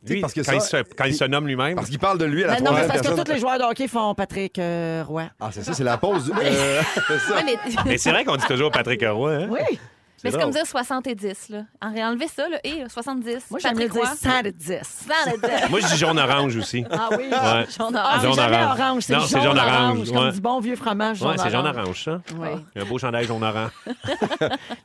S4: Tu sais,
S3: Lui,
S4: parce que
S3: quand,
S4: ça-
S3: il se, quand il se nomme lui-même,
S4: Parce qu'il parle de lui à la
S1: Mais Euh, Ben non, mais
S4: troisième
S1: parce que
S4: personne.
S1: tous les joueurs de hockey font Patrick euh, Roy.
S4: Ah, c'est ça, c'est la pause. Euh, c'est ça.
S2: Ouais, mais
S3: mais c'est vrai qu'on dit toujours Patrick Roy. Hein?
S1: Oui.
S2: mais c'est
S3: drôle.
S2: comme dire 70. Là. En réenlever ça, là, et 70.
S1: Moi, j'aimerais
S2: Patrick Roy.
S1: dire
S2: Ah,
S1: 110.
S2: 110.
S3: Moi, je dis jaune-orange aussi.
S1: Ah oui.
S3: Ouais.
S2: J'en ai
S1: Ah,
S2: hâte.
S1: c'est
S3: Jaune
S1: jamais
S3: orange.
S1: orange, c'est
S3: Non,
S1: jaune,
S3: c'est jaune
S1: orange,
S3: orange,
S1: comme
S3: ouais.
S1: du bon vieux fromage jaune
S3: Ouais,
S1: orange.
S3: c'est jaune-orange, ça.
S1: Oui.
S3: Il y a Un beau chandail jaune-orange.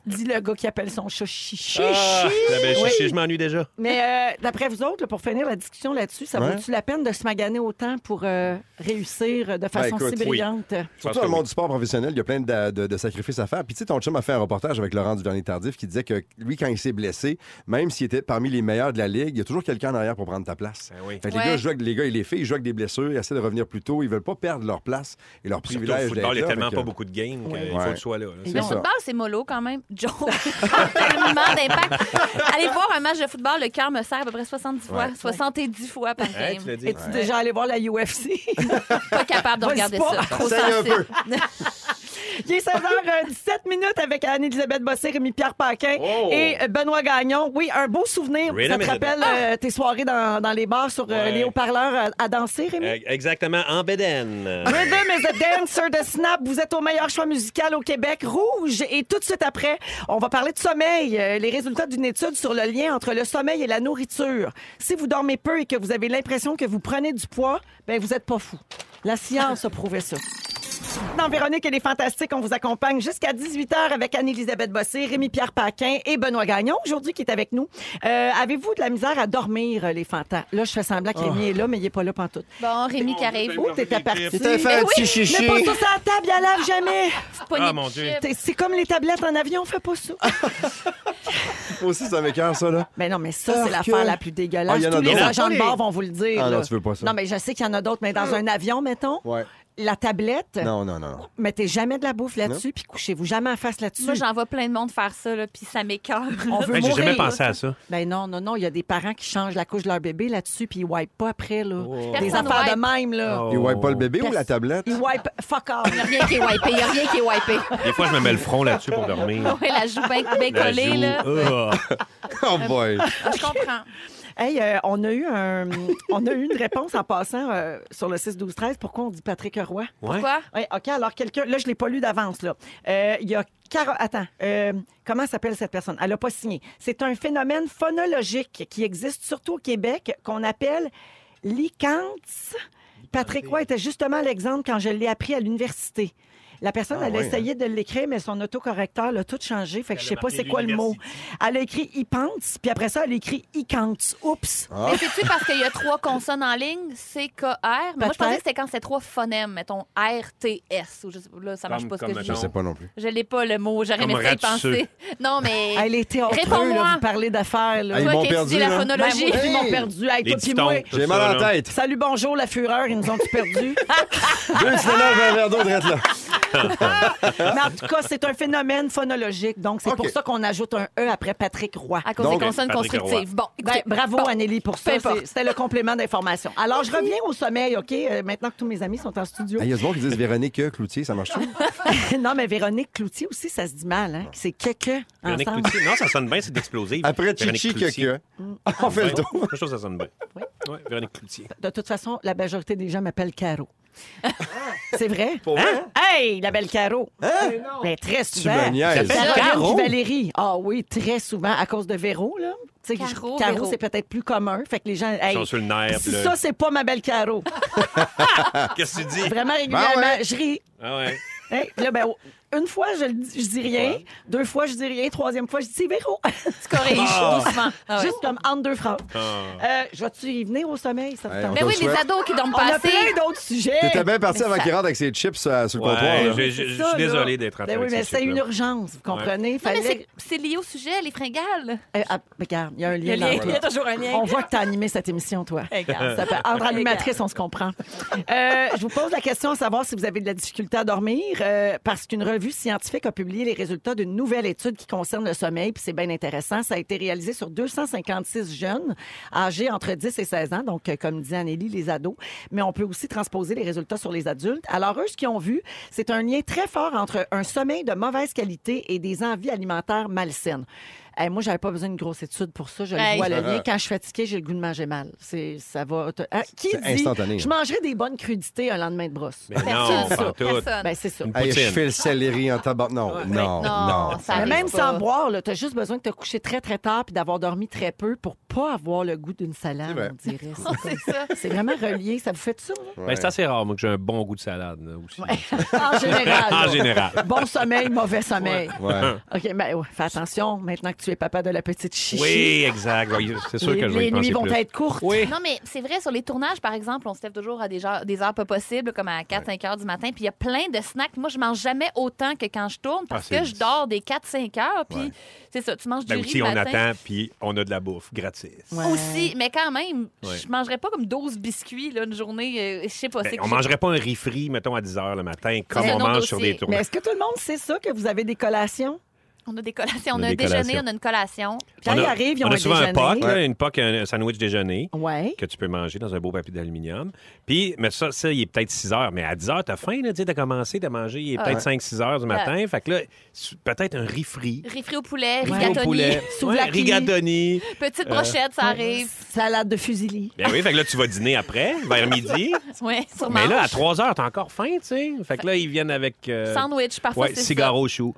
S1: Dis le gars qui appelle son chat chichi.
S3: Ah, la belle
S1: Oui.
S3: chichi, je m'ennuie déjà.
S1: Mais euh, d'après vous autres, là, pour finir la discussion là-dessus, ça
S4: Ouais.
S1: vaut-tu la peine de se maganer autant pour euh, réussir de façon
S4: écoute,
S1: si
S4: oui.
S1: brillante?
S4: Surtout dans le monde du sport professionnel, il y a plein de, de- de sacrifices à faire. Puis tu sais, ton chum a fait un reportage avec Laurent Duvernay-Tardif qui disait que lui, quand il s'est blessé, même s'il était parmi les meilleurs de la ligue, il y a toujours quelqu'un en arrière pour prendre ta place.
S3: Ben oui.
S4: Fait que
S2: Ouais.
S4: les, gars jouent avec, les gars et les filles ils jouent avec des blessures, ils essaient de revenir plus tôt, ils veulent pas perdre leur place et leur
S3: Surtout au
S4: privilège d'être
S3: football, il y a
S4: là,
S3: tellement
S4: fait que-
S3: pas beaucoup de games qu'il
S1: Ouais.
S3: faut que
S4: Ouais.
S3: tu sois là. là.
S1: Et
S3: C'est
S2: Le
S1: bien,
S4: ça.
S2: football, c'est mollo quand même. Joe, tellement d'impact. Allez voir un match de football, le cœur me sert à peu près 70 fois,
S4: Ouais.
S2: 70 fois par
S3: Hein,
S2: game.
S3: tu l'as dit.
S1: Es-tu déjà allé voir la UFC?
S2: pas capable de
S1: Vas-y
S2: regarder
S1: pas.
S2: ça. Trop
S4: Essaye un
S2: sensible.
S1: Il est 16h17 minutes avec Anne-Elisabeth Bossé, Rémi-Pierre Paquin
S3: Oh!
S1: et euh, Benoît Gagnon. Oui, un beau souvenir.
S3: Wait
S1: ça
S3: a
S1: te
S3: minute.
S1: rappelle euh, tes soirées dans, dans les bars sur euh,
S3: Ouais.
S1: les haut-parleurs euh, à danser, Rémi?
S3: Euh, Exactement, en Bédène.
S1: Rhythm is a dancer de Snap. Vous êtes au meilleur choix musical au Québec. Rouge. Et tout de suite après, on va parler de sommeil. Euh, Les résultats d'une étude sur le lien entre le sommeil et la nourriture. Si vous dormez peu et que vous avez l'impression que vous prenez du poids, ben vous êtes pas fou. La science a prouvé ça. Dans Véronique et les Fantastiques, on vous accompagne jusqu'à 18h avec Anne-Élisabeth Bossé, Rémi-Pierre Paquin et Benoît Gagnon, aujourd'hui, qui est avec nous. Euh, Avez-vous de la misère à dormir, euh, les fantas? Là, je fais semblant que Rémi est là, mais il n'est pas là pantoute.
S2: Bon, Rémi qui arrive.
S1: Oh, t'étais parti.
S7: Il t'a fait un petit chichi.
S1: Mais pas ça sur la table, il lave jamais.
S3: Ah, mon Dieu.
S1: T'es- C'est comme les tablettes en avion, on fait pas ça.
S4: aussi, ça m'écœure, ça, là.
S1: Ah, Mais non, mais ça, c'est
S7: Ah,
S1: l'affaire
S7: que-
S1: la plus dégueulasse.
S4: Ah, il y en a
S1: Tous les
S4: d'autres.
S1: agents de
S7: Les-
S1: bord vont vous le dire.
S4: Ah non,
S1: là.
S4: tu veux pas ça.
S1: Non, mais je sais qu'il y en a d'autres, mais dans un avion, mettons,
S4: Ouais.
S1: la tablette,
S4: Non, Oh, non, non. non.
S1: mettez jamais de la bouffe là-dessus, puis couchez-vous jamais en face là-dessus.
S2: Moi, j'en vois plein de monde faire ça, là, puis ça m'écœure.
S1: On veut
S3: Hey, J'ai
S1: mourir.
S3: jamais pensé à ça.
S1: Ben non, non, non, il y a des parents qui changent la couche de leur bébé là-dessus, puis ils wipent pas après, là. Des
S2: Personne
S1: affaires
S2: wipe.
S1: de même, là.
S3: Oh.
S4: Il wipe pas le bébé ou la tablette?
S1: Ils wipent fuck off.
S2: Il n'y a rien qui est wipé. Il n'y a rien qui est wipé.
S3: Des fois, je me mets le front là-dessus pour dormir.
S2: Ouais, la joue bien bien
S3: La
S2: collée,
S3: joue.
S2: là.
S3: Ah.
S4: Oh boy!
S2: Ah, Je comprends.
S1: Hey, euh, on a eu un, on a eu une réponse en passant euh, sur le 6 12 13 pourquoi on dit Patrick Roy
S3: Ouais.
S2: Quoi?
S1: Oui, OK, alors quelqu'un là je l'ai pas lu d'avance là. Euh, il y a Caro- attends, euh, comment s'appelle cette personne Elle a pas signé. C'est un phénomène phonologique qui existe surtout au Québec qu'on appelle l'icance. Patrick Roy était justement l'exemple quand je l'ai appris à l'université. La personne,
S4: Ah
S1: elle
S4: ouais,
S1: a essayé de l'écrire, mais son autocorrecteur l'a tout changé. Fait que je sais pas c'est quoi le mot. Elle a écrit Ipance, puis après ça, elle a écrit Icance. Oups.
S4: Ah.
S2: Mais c'est-tu parce qu'il y a trois consonnes en ligne? C, K, R. Mais moi, je pensais
S1: Peut-être.
S2: que c'était quand c'est trois phonèmes. Mettons R, T, S. Ou je sais- là, ça marche
S3: Comme-
S2: pas ce que
S3: comme,
S2: je
S4: Je
S2: dis.
S3: mettons-
S4: sais pas non plus.
S2: Je l'ai pas le mot. J'aurais
S3: Comme
S2: aimé ça y
S3: ratisseux.
S2: penser. Non, mais.
S1: Elle était théâtreux,
S2: Réponds-moi.
S1: là, vous parlez d'affaires. là.
S4: Hey, ils
S2: Toi
S4: m'ont
S2: qui étudies
S4: perdu,
S2: la
S4: là.
S1: Ben, moi
S2: phonologie.
S1: aussi, ils m'ont perdu. Hey,
S3: Les
S1: toi puis moi.
S3: diphtongues.
S4: J'ai mal en
S3: Ça, là.
S4: tête.
S1: Salut, bonjour, la fureur, ils nous ont tous perdus.
S4: Deux Tylenol, un verre d'eau, drette là.
S1: Mais en tout cas, c'est un phénomène phonologique. Donc, c'est
S4: OK.
S1: pour ça qu'on ajoute un E après Patrick Roy.
S2: À cause
S4: Donc,
S2: des consonnes
S3: Patrick Roy.
S2: constructives. Bon,
S1: Ben,
S2: Ah, écoutez,
S1: bravo,
S2: bon.
S1: Anneli, pour ça.
S2: Peu importe.
S1: C'est- C'était le complément d'information. Alors, je reviens au sommeil, OK? euh, maintenant que tous mes amis sont en studio.
S4: Il y a souvent qui disent Véronique euh, Cloutier, ça marche tout.
S1: non, mais Véronique Cloutier aussi, ça se dit mal. Hein? C'est que
S3: Véronique
S1: ensemble.
S3: Cloutier. Non, ça sonne bien, c'est d'explosif.
S4: Après
S3: Véronique
S4: Chichi, que
S3: Cloutier. Mm.
S4: que. On fait le tour.
S3: Ouais, Je trouve que ça sonne bien. Ouais, Véronique Cloutier.
S1: De toute façon, la majorité des gens m'appellent Caro. c'est vrai?
S4: Ah. Pour vrai? Hein?
S1: Hein? Hey, la belle Caro! Ben, très souvent.
S4: me niaises.
S1: Caroline
S3: Caro?
S1: puis Valérie. Ah oui, très souvent, à cause de Véro, là. Tu sais,
S2: Caro,
S1: Caro,
S2: Véro.
S1: c'est peut-être plus commun. Fait que les gens.
S3: Ils
S1: hey,
S3: sont sur le nerf.
S1: si
S3: puis là,
S1: ça, c'est pas ma belle Caro.
S3: Qu'est-ce que tu dis?
S1: Vraiment régulièrement,
S4: Ben ouais.
S1: je ris.
S3: Ah ouais.
S1: Hein? Puis là, ben, une fois, je, le dis- je dis rien. Deux fois, je dis rien. Troisième fois, je dis c'est Véro.
S2: Tu corriges doucement. Ah ouais.
S1: Juste comme entre deux phrases.
S3: Ah.
S1: Euh, je vais-tu y venir au sommeil? Ça vous
S4: Ouais,
S1: tente?
S4: on
S2: Mais Ben oui,
S4: te
S2: les
S4: souhaite.
S2: ados qui dorment
S1: On
S2: pas
S1: a
S2: assez.
S1: plein d'autres sujets.
S4: T'étais bien parti
S2: Mais
S4: avant
S2: ça-
S4: qu'il rentre avec ses chips euh, sur le comptoir. là.
S3: Ouais, je- je je
S1: C'est ça,
S3: suis désolé
S1: là.
S3: d'être en
S1: Ben
S3: train
S1: oui, mais c'est une urgence, vous comprenez?
S2: Non, mais
S1: Fallait...
S2: c'est- c'est lié au sujet, les fringales.
S1: Eh, ah, regarde, il y a un lien. dans tout.
S2: toujours un lien.
S1: On voit que tu as animé cette émission, toi. Ça fait- entre animatrices, on se comprend. Euh, je vous pose la question à savoir si vous avez de la difficulté à dormir, euh, parce qu'une revue scientifique a publié les résultats d'une nouvelle étude qui concerne le sommeil, puis c'est bien intéressant. Ça a été réalisé sur 256 jeunes âgés entre 10 et 16 ans, donc euh, comme dit Anélie, les ados, mais on peut aussi transposer les résultats sur les adultes. Alors, eux, ce qu'ils ont vu, c'est un lien très fort entre un sommeil de mauvaise qualité et des envies alimentaires malsaines. Eh, moi, j'avais pas besoin d'une grosse étude pour ça. Je le
S2: Hey.
S1: vois le lien. Quand je suis fatiguée, j'ai le goût de manger mal. C'est, ça va. te- Hein, qui
S4: C'est
S1: dit
S4: instantané,
S1: Je
S4: là.
S1: mangerai des bonnes crudités un lendemain de brosse.
S3: Mais non,
S2: Personne.
S3: pas en tout.
S2: Personne.
S1: Ben, c'est ça.
S3: Une
S4: Hey, je
S3: poutine.
S4: fais le céleri en tabac. Non, non,
S2: Non,
S4: non.
S2: ça
S1: Mais
S2: arrive
S1: même
S2: pas.
S1: sans boire, tu as juste besoin de te coucher très, très tard puis d'avoir dormi très peu pour pas avoir le goût d'une
S4: C'est
S1: salade,
S4: vrai.
S1: on dirait. C'est
S2: Non,
S1: comme-
S2: c'est ça.
S1: C'est vraiment relié. Ça vous fait de ça, là?
S3: Ben, c'est assez rare, moi, que j'ai un bon goût de salade là, aussi.
S1: En général.
S3: en
S1: là.
S3: général.
S1: Bon sommeil, mauvais sommeil.
S4: Ouais.
S1: OK, mais ouais, fais attention maintenant que tu es papa de la petite chichi.
S3: Oui, exact. Oui, C'est sûr
S1: les
S3: que je vais
S1: les
S3: y
S1: nuits
S3: penser
S1: vont
S3: plus.
S1: être courtes.
S3: Oui.
S2: Non, mais c'est vrai, sur les tournages, par exemple, on se lève toujours à des heures, des heures pas possibles, comme à 4-5 heures du matin, puis il y a plein de snacks. Moi, je mange jamais autant que quand je tourne parce
S3: Ah, c'est-
S2: que je dors des 4-5 heures, puis c'est ça, tu manges
S3: Ben
S2: du riz
S3: aussi,
S2: le
S3: on
S2: matin.
S3: attend, puis on a de la bouffe gratis.
S1: Ouais.
S2: Aussi, mais quand même,
S3: Ouais.
S2: je mangerais pas comme 12 biscuits là, une journée, euh, je sais pas.
S3: Ben,
S2: c'est que
S3: on
S2: j'ai-
S3: mangerait pas un riz frit, mettons, à 10 h le matin, comme
S2: C'est un
S3: on
S2: autre
S3: mange sur
S2: dossier.
S3: des
S1: Mais
S3: tournages.
S1: est-ce que tout le monde sait ça, que vous avez des collations?
S2: On a des collations.
S3: On
S2: On
S3: a
S2: a un
S3: des
S2: déjeuner,
S3: collations.
S2: on a une collation.
S1: Quand
S3: on
S1: ils
S3: a,
S1: arrivent, ils
S3: on
S1: ont
S3: a
S1: un
S3: souvent un
S1: déjeuner.
S3: pote, là, une poque, un, un sandwich déjeuner
S1: Ouais.
S3: que tu peux manger dans un beau papier d'aluminium. Puis, mais ça, ça, il est peut-être 6 heures. Mais à 10 heures, t'as faim, là, tu sais, t'as commencé, t'as mangé,
S2: Ah,
S3: il est peut-être 5-6 heures du matin. Fait que là, su- peut-être un riz frit.
S2: Riz frit au poulet,
S3: riz au
S2: rigatoni,
S3: poulet. Euh.
S1: souvlaki.
S3: rigatoni.
S2: petite brochette, ça arrive.
S1: Salade de fusilli.
S3: Ben oui, fait que là, tu vas dîner après, vers midi.
S2: Oui, sûrement.
S3: Mais là, à 3 heures, t'as encore faim, tu sais. Fait que là, ils viennent avec. euh,
S2: Sandwich, parfois,
S3: Ouais,
S2: c'est
S3: cigare au chou.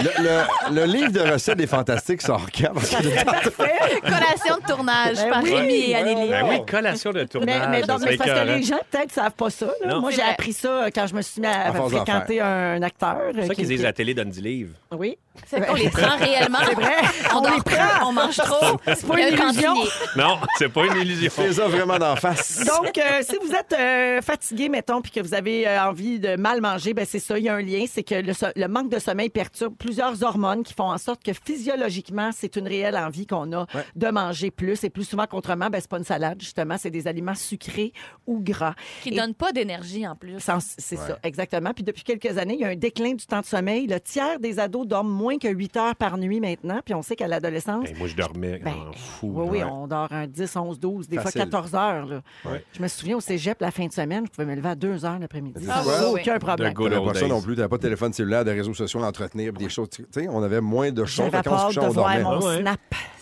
S4: Le, le- le livre de recettes des fantastiques sort quand? Parce que-
S2: ça. Collation de tournage
S1: Ben
S2: par
S1: oui.
S2: Rémi et Anneli.
S3: Ben oui, collation de tournage.
S1: Mais, mais
S3: ça
S1: donc,
S3: serait
S1: mais parce que
S3: écœurant.
S1: les gens, peut-être, ne savent pas ça. là.
S3: Non.
S1: Moi,
S2: C'est
S1: j'ai
S2: vrai.
S1: appris ça euh, quand je me suis mis à,
S4: À force d'en
S1: fréquenter un acteur. euh,
S3: C'est pour ça
S1: qui-
S3: qu'ils disent
S1: qui-
S3: la télé donne du livre.
S1: Oui.
S2: C'est qu'on les prend réellement. C'est vrai. On,
S1: On les
S2: dort trop,
S1: prend.
S2: on mange trop. C'est
S1: pas une illusion.
S3: Non, c'est pas une illusion.
S4: Tu les as vraiment d'en face.
S1: Donc, euh, si vous êtes euh, fatigué, mettons, puis que vous avez euh, envie de mal manger, ben c'est ça. Il y a un lien, c'est que le, so- le manque de sommeil perturbe plusieurs hormones qui font en sorte que physiologiquement, c'est une réelle envie qu'on a de manger plus et plus souvent qu'autrement. Ben c'est pas une salade justement, c'est des aliments sucrés ou gras.
S2: Qui
S1: Et-
S2: donne pas d'énergie en plus.
S1: Sans- C'est ça, exactement. Puis depuis quelques années, il y a un déclin du temps de sommeil. Le tiers des ados dorment moins que 8 heures par nuit maintenant. Puis on sait qu'à l'adolescence,
S3: Ben, moi, je
S4: Eh,
S3: dormais
S1: Ben,
S3: en fou.
S1: oui, oui,
S3: Ouais.
S1: on dort un 10, 11, 12, des
S4: Facile.
S1: fois 14 heures. là.
S4: Ouais.
S1: Je me souviens au cégep, la fin de semaine, je pouvais me lever à 2 heures l'après-midi.
S4: Ah,
S1: Sans
S2: oui.
S1: Aucun
S3: The
S1: problème.
S3: good
S4: T'avais
S3: old
S4: pas ça
S3: days.
S4: non plus, t'avais pas de téléphone cellulaire, de réseaux sociaux, d'entretenir, des choses. Tu sais, on avait moins de choses.
S1: J'avais
S4: Fait qu'on se
S1: peur
S4: couchait,
S1: de
S4: on
S1: voir
S4: dormait.
S1: mon
S3: Ouais.
S1: snap.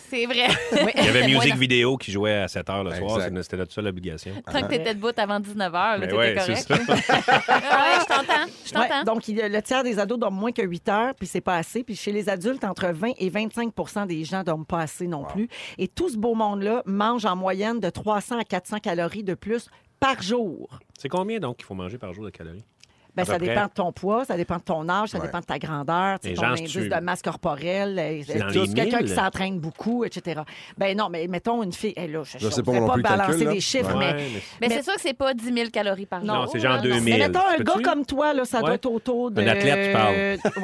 S2: C'est vrai.
S3: Il y avait musique vidéo qui jouait à 7 h le
S4: Ben,
S3: soir.
S4: exact.
S3: c'est- C'était notre seule obligation.
S2: Tant que t'étais debout avant 19h,
S3: Mais
S2: t'étais
S3: Ben ouais, c'est
S2: correct. Ah
S3: ça.
S2: Ouais, je t'entends. Je
S1: Ouais,
S2: t'entends.
S1: donc, il y a- le tiers des ados dorment moins que 8 heures, puis c'est pas assez. Puis chez les adultes, entre 20 et 25 des gens dorment pas assez non plus. Et tout ce beau monde-là mange en moyenne de 300 à 400 calories de plus par jour.
S3: C'est combien, donc, qu'il faut manger par jour de calories?
S1: Ben,
S3: À peu
S1: ça
S3: près.
S1: dépend de ton poids, ça dépend de ton âge, ça
S4: Ouais.
S1: dépend de ta grandeur, tu sais,
S3: Les
S1: ton
S3: gens se
S1: indice
S3: tuent.
S1: de masse corporelle, euh,
S3: C'est dans
S1: tout,
S3: les
S1: quelqu'un
S3: mille.
S1: qui s'entraîne beaucoup, etc. Ben non, mais mettons une fille, eh, là, je
S4: Je
S1: ne
S4: sais
S1: sais
S4: pas
S1: pas,
S4: non plus le
S1: balancer
S4: calcul, là.
S1: des chiffres,
S4: Ouais.
S1: mais,
S2: Mais,
S1: Mais-
S2: c'est sûr que c'est pas 10 000 calories par jour.
S3: Non, c'est genre
S2: hein,
S3: 2000.
S1: mais mettons un
S3: euh, Peux-tu?
S1: gars comme toi, là, ça doit être autour de...
S3: Un athlète, tu parles.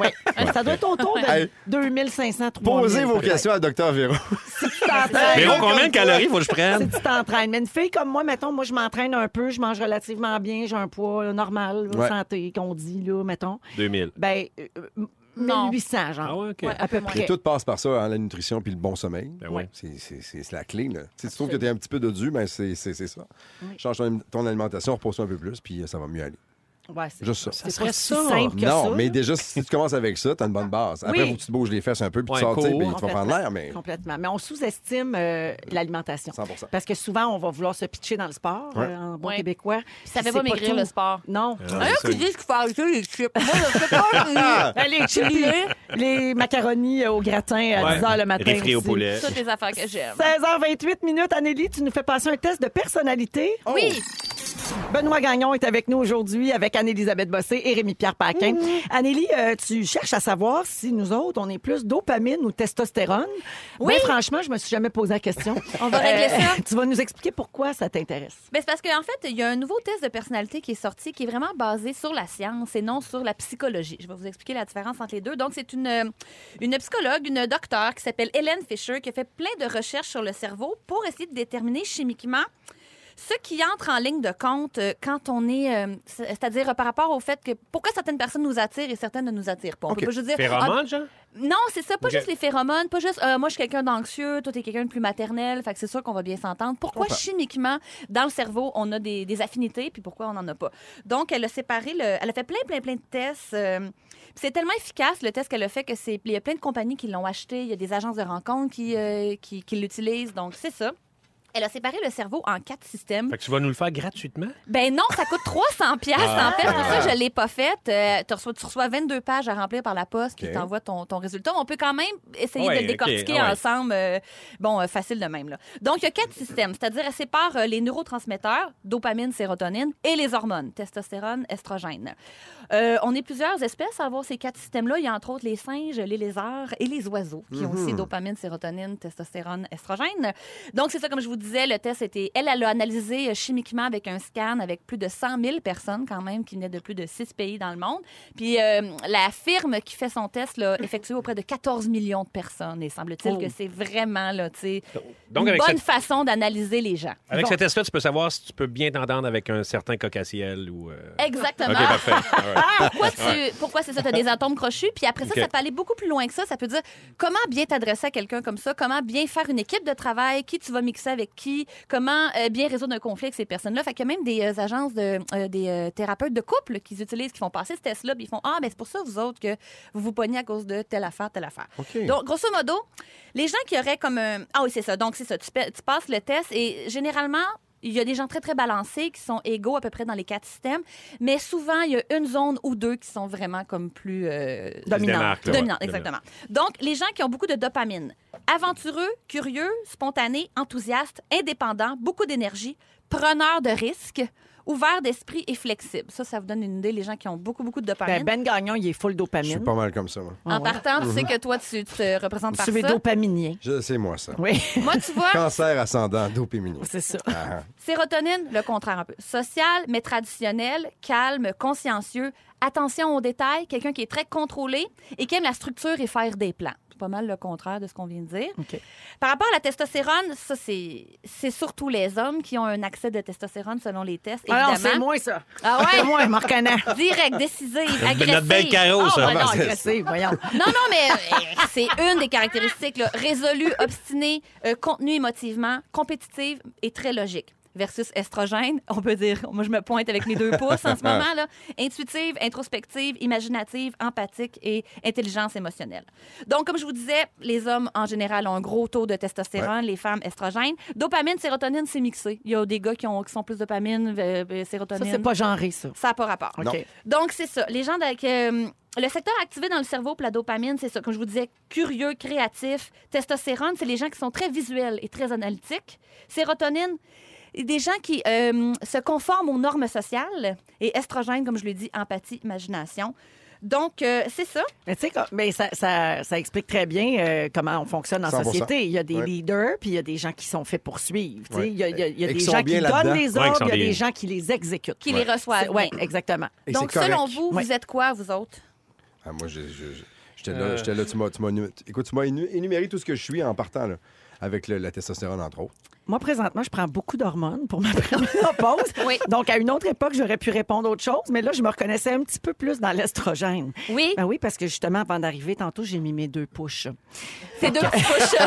S1: Ouais. Ça doit être autour
S4: Hey.
S1: de 2500, 3000.
S4: Posez vos
S1: peut-être.
S4: questions à Docteur Véro.
S1: Si tu t'entraînes-
S3: Mais oh, combien de calories faut que je
S1: si
S3: prenne?
S1: tu t'entraînes. Mais une fille comme moi, mettons, moi, je m'entraîne un peu, je mange relativement bien, j'ai un poids là, normal, là,
S4: Ouais.
S1: santé, qu'on dit, là, mettons.
S3: 2000.
S1: Ben, euh, euh,
S2: Non.
S1: 1800, genre.
S3: Ah ouais, OK.
S1: à peu près.
S4: Et tout passe par ça, hein, la nutrition puis le bon sommeil.
S3: Ben oui.
S4: C'est- C'est c'est- c'est la clé. Là. Si tu trouves que tu es un petit peu dodu, ben c'est c'est- c'est ça. Change ton, ton alimentation, repose un peu plus, puis euh, ça va mieux aller.
S1: Ouais, c'est-
S4: Juste ça.
S1: C'est
S3: serait
S1: pas
S3: ça.
S1: si simple que
S4: non,
S1: ça.
S4: mais déjà, si tu commences avec ça, t'as une bonne base. Après,
S1: Oui.
S4: faut que tu te bouges les fesses un peu, puis
S3: Ouais,
S4: tu sors, tu sais,
S3: cool.
S4: puis tu vas prendre l'air, mais Mm.
S1: Complètement. Mais on sous-estime euh, l'alimentation.
S4: 100
S1: Parce que souvent, on va vouloir se pitcher dans le sport,
S4: Ouais.
S1: euh, en bon
S2: Ouais.
S1: québécois.
S2: Ça
S1: Puis
S2: fait
S1: c'est
S2: pas maigrir
S1: tout.
S2: le sport.
S1: Non.
S3: Ah, c'est ça.
S2: qu'il faut arrêter les chips. Moi, je fais pas
S1: Ben, les chilis, les macaronis euh, au gratin à
S3: Ouais.
S1: 10 h le matin.
S3: Riz frit au
S1: aussi.
S3: poulet.
S2: toutes les affaires que j'aime.
S1: 16h28 minutes, Anneli, tu nous fais passer un test de personnalité.
S2: Oui,
S1: Benoît Gagnon est avec nous aujourd'hui avec Anne-Élisabeth Bossé et Rémi-Pierre Paquin. Annélie, euh, tu cherches à savoir si nous autres, on est plus dopamine ou testostérone.
S2: Oui.
S1: Ben, franchement, je me suis jamais posé la question.
S2: on va régler ça.
S1: Euh, Tu vas nous expliquer pourquoi ça t'intéresse.
S2: Ben, c'est parce qu'en fait, il y a un nouveau test de personnalité qui est sorti qui est vraiment basé sur la science et non sur la psychologie. Je vais vous expliquer la différence entre les deux. Donc, c'est une, euh, une psychologue, une docteure qui s'appelle Hélène Fisher qui a fait plein de recherches sur le cerveau pour essayer de déterminer chimiquement ce qui entre en ligne de compte euh, quand on est, euh, c'est- c'est-à-dire euh, par rapport au fait que pourquoi certaines personnes nous attirent et certaines ne nous attirent pas. On peut pas juste dire, ah,
S3: Phéromones, genre?
S2: non, c'est ça, pas
S3: Ok.
S2: juste les phéromones, pas juste euh, moi je suis quelqu'un d'anxieux, toi t'es quelqu'un de plus maternel, fait que c'est sûr qu'on va bien s'entendre. Pourquoi chimiquement dans le cerveau on a des, des affinités puis pourquoi on n'en a pas Donc elle a séparé, le- elle a fait plein plein plein de tests. euh, puis c'est tellement efficace le test qu'elle a fait que c'est il y a plein de compagnies qui l'ont acheté, il y a des agences de rencontres qui euh, qui, qui l'utilisent, donc c'est ça. Elle a séparé le cerveau en quatre systèmes.
S3: Fait que tu vas nous le faire gratuitement?
S2: Ben non, ça coûte 300 pièces en fait. C'est pour
S3: Ah.
S2: ça que je l'ai pas faite. Euh, tu, reçois, tu reçois 22 pages à remplir par la poste qui
S4: OK.
S2: t'envoie ton, ton résultat. On peut quand même essayer
S3: Ouais,
S2: de le décortiquer
S3: OK, ah ouais.
S2: ensemble. euh, bon, euh, facile de même. Là. Donc, il y a quatre systèmes. C'est-à-dire, elle sépare euh, les neurotransmetteurs, dopamine, sérotonine, et les hormones, testostérone, estrogène. Euh, on est plusieurs espèces à avoir ces quatre systèmes-là. Il y a entre autres les singes, les
S3: Mhm.
S2: lézards et les oiseaux qui ont aussi dopamine, sérotonine, testostérone, estrogène. Donc, c'est ça, comme je vous disait, le test était. Elle, elle l'a analysé euh, chimiquement avec un scan avec plus de 100 000 personnes, quand même, qui venaient de plus de six pays dans le monde. Puis euh, la firme qui fait son test l'a effectué auprès de 14 millions de personnes. Et semble-t-il
S1: Oh.
S2: que c'est vraiment, là, tu sais,
S3: Donc,
S2: une
S3: avec,
S2: bonne
S3: cette-
S2: façon d'analyser les gens.
S3: avec
S1: Bon.
S3: ce test-là, tu peux savoir si tu peux bien t'entendre avec un certain cocassiel ou. euh,
S1: Eh,
S2: Exactement.
S3: OK, parfait. All right.
S2: Ah, pourquoi tu- pourquoi c'est ça, tu as des atomes crochus. Puis après ça,
S3: OK.
S2: ça peut aller beaucoup plus loin que ça. Ça peut dire comment bien t'adresser à quelqu'un comme ça, comment bien faire une équipe de travail, qui tu vas mixer avec qui, comment euh, bien résoudre un conflit avec ces personnes-là. Fait qu'il y a même des euh, agences, de, euh, des euh, thérapeutes de couple qui utilisent, qui font passer ce test-là, puis ils font Ah, mais c'est pour ça, vous autres, que vous vous pognez à cause de telle affaire, telle affaire.
S4: OK.
S2: Donc, grosso modo, les gens qui auraient comme un... Ah oui, c'est ça. Donc, c'est ça. Tu, pa- tu passes le test et généralement, il y a des gens très, très balancés qui sont égaux à peu près dans les quatre systèmes. Mais souvent, il y a une zone ou deux qui sont vraiment comme plus... euh,
S1: Dominante.
S3: démarque, là, ouais.
S2: Dominantes, exactement. Donc, les gens qui ont beaucoup de dopamine. Aventureux, curieux, spontanés, enthousiastes, indépendants, beaucoup d'énergie, preneurs de risques, ouverts d'esprit et flexibles. Ça, ça vous donne une idée, les gens qui ont beaucoup, beaucoup de dopamine.
S1: Ben, Ben Gagnon, il est full
S4: Je
S1: dopamine.
S4: suis pas mal comme ça, moi.
S2: en
S1: Ouais. Mhm.
S2: partant, tu sais que toi, tu, tu te représentes Ah, par
S1: Tu es
S2: ça.
S1: dopaminien.
S4: Je- C'est moi, ça.
S1: Oui,
S2: Moi, tu vois,
S4: Cancer ascendant, dopéminie.
S1: c'est ça.
S4: Ah, ah.
S2: Sérotonine, le contraire un peu. Social, mais traditionnel, calme, consciencieux, attention aux détails, quelqu'un qui est très contrôlé et qui aime la structure et faire des plans. C'est pas mal le contraire de ce qu'on vient de dire.
S1: OK.
S2: Par rapport à la testostérone, ça, c'est c'est surtout les hommes qui ont un accès de testostérone selon les tests,
S1: Ah
S2: évidemment.
S1: non, c'est moins ça.
S2: Ah ouais?
S1: C'est moins, Marc Anna.
S2: Direct, décisif, agressif.
S3: Ben, Notre belle carreau,
S1: Ah,
S3: ça.
S1: ben non, agressive, voyons.
S2: Non, non, mais euh, c'est une des caractéristiques. Là. Résolue, obstinée, euh, contenue émotivement, compétitive et très logique. Versus estrogène, on peut dire, moi je me pointe avec mes deux pouces en ce moment, là. intuitive, introspective, imaginative, empathique et intelligence émotionnelle. Donc, comme je vous disais, les hommes en général ont un gros taux de testostérone, les femmes estrogène. Dopamine, sérotonine, c'est mixé. Il y a des gars qui, ont, qui sont plus dopamine, euh, euh,
S1: Ça,
S2: sérotonine.
S1: c'est pas genré, ça.
S2: Ça n'a pas rapport.
S1: OK.
S4: Non.
S2: Donc, c'est ça. Les gens avec. euh, le secteur activé dans le cerveau pour la dopamine, c'est ça. Comme je vous disais, curieux, créatif. Testostérone, c'est les gens qui sont très visuels et très analytiques. Sérotonine, des gens qui euh, se conforment aux normes sociales. Et estrogène, comme je l'ai dit, empathie, imagination. Donc, euh, c'est ça.
S1: Mais tu sais, comme- mais ça, ça, ça explique très bien euh, comment on fonctionne en
S4: 100%.
S1: société. Il y a des
S4: Ouais.
S1: leaders, puis il y a des gens qui sont faits poursuivre. tu sais.
S4: Ouais.
S1: Il y a, il y a- il y a
S4: Et
S1: des
S4: qui sont
S1: gens qui
S4: bien
S1: donnent
S4: là-dedans.
S1: les
S3: Ouais, qui
S1: ordres,
S3: sont
S1: il y a
S3: des-
S1: des gens qui les exécutent.
S2: Qui les reçoivent.
S1: Oui,
S2: bien.
S1: exactement.
S4: Et
S2: Donc,
S4: c'est correct.
S2: selon vous,
S1: Ouais.
S2: vous êtes quoi, vous autres?
S4: Ah, moi, j'ai- j'ai- j'étais
S3: Euh.
S4: là, j'étais là, tu m'as, tu m'as énu- écoute, tu m'as énu- énuméré tout ce que je suis en partant, là, avec le- la testostérone, entre autres.
S1: Moi, présentement, je prends beaucoup d'hormones pour ma pause.
S2: Oui.
S1: Donc, à une autre époque, j'aurais pu répondre autre chose, mais là, je me reconnaissais un petit peu plus dans l'estrogène.
S2: Oui,
S1: Ben oui, parce que justement, avant d'arriver, tantôt, j'ai mis mes deux pushes.
S2: c'est deux petits couches euh,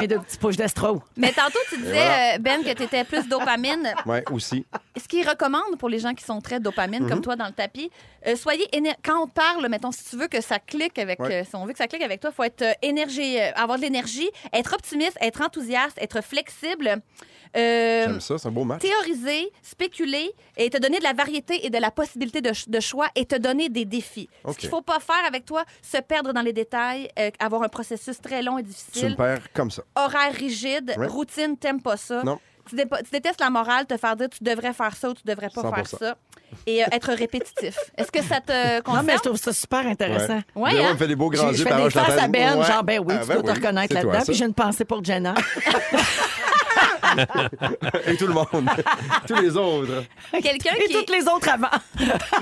S1: mes deux petits pushes d'estro.
S2: Mais tantôt, tu disais,
S4: voilà.
S2: euh, Ben, que tu étais plus dopamine.
S4: Ouais, aussi.
S2: ce qu'ils recommandent pour les gens qui sont très dopamine,
S4: Mhm.
S2: comme toi dans le tapis, euh, soyez éner- quand on parle, mettons, si tu veux que ça clique avec,
S4: Ouais.
S2: euh, si on veut que ça clique avec toi, faut être euh, énergie, euh, avoir de l'énergie, être optimiste, être enthousiaste, être flexible, euh,
S4: J'aime ça, c'est un beau match.
S2: théoriser, spéculer et te donner de la variété et de la possibilité de, ch- de choix et te donner des défis. Ce
S4: OK.
S2: qu'il faut pas faire avec toi, se perdre dans les détails, euh, avoir un processus très long et
S4: Tu me
S2: difficile,
S4: perds comme ça.
S2: horaire rigide,
S4: Ouais.
S2: routine, t'aimes pas ça.
S4: Non.
S2: Tu, dépa- tu détestes la morale, te faire dire tu devrais faire ça ou tu devrais pas faire
S4: 100%.
S2: ça. Et euh, être répétitif. Est-ce que ça te
S1: Non,
S2: concerne?
S1: mais je trouve ça super intéressant.
S2: Ouais,
S4: Véro
S2: hein?
S4: me fait des beaux grands
S1: J'ai-
S4: yeux,
S1: Je fais
S4: par
S1: des
S4: la
S1: faces
S4: tête.
S1: à Ben,
S4: Ouais.
S1: genre, ben oui,
S4: Ah,
S1: tu
S4: ben
S1: dois te
S4: oui,
S1: reconnaître
S4: c'est toi,
S1: là-dedans.
S4: ça.
S1: Puis j'ai une pensée pour Jenna.
S4: Et tout le monde. Tous les autres.
S2: Quelqu'un
S1: Et
S2: qui.
S1: toutes les autres avant.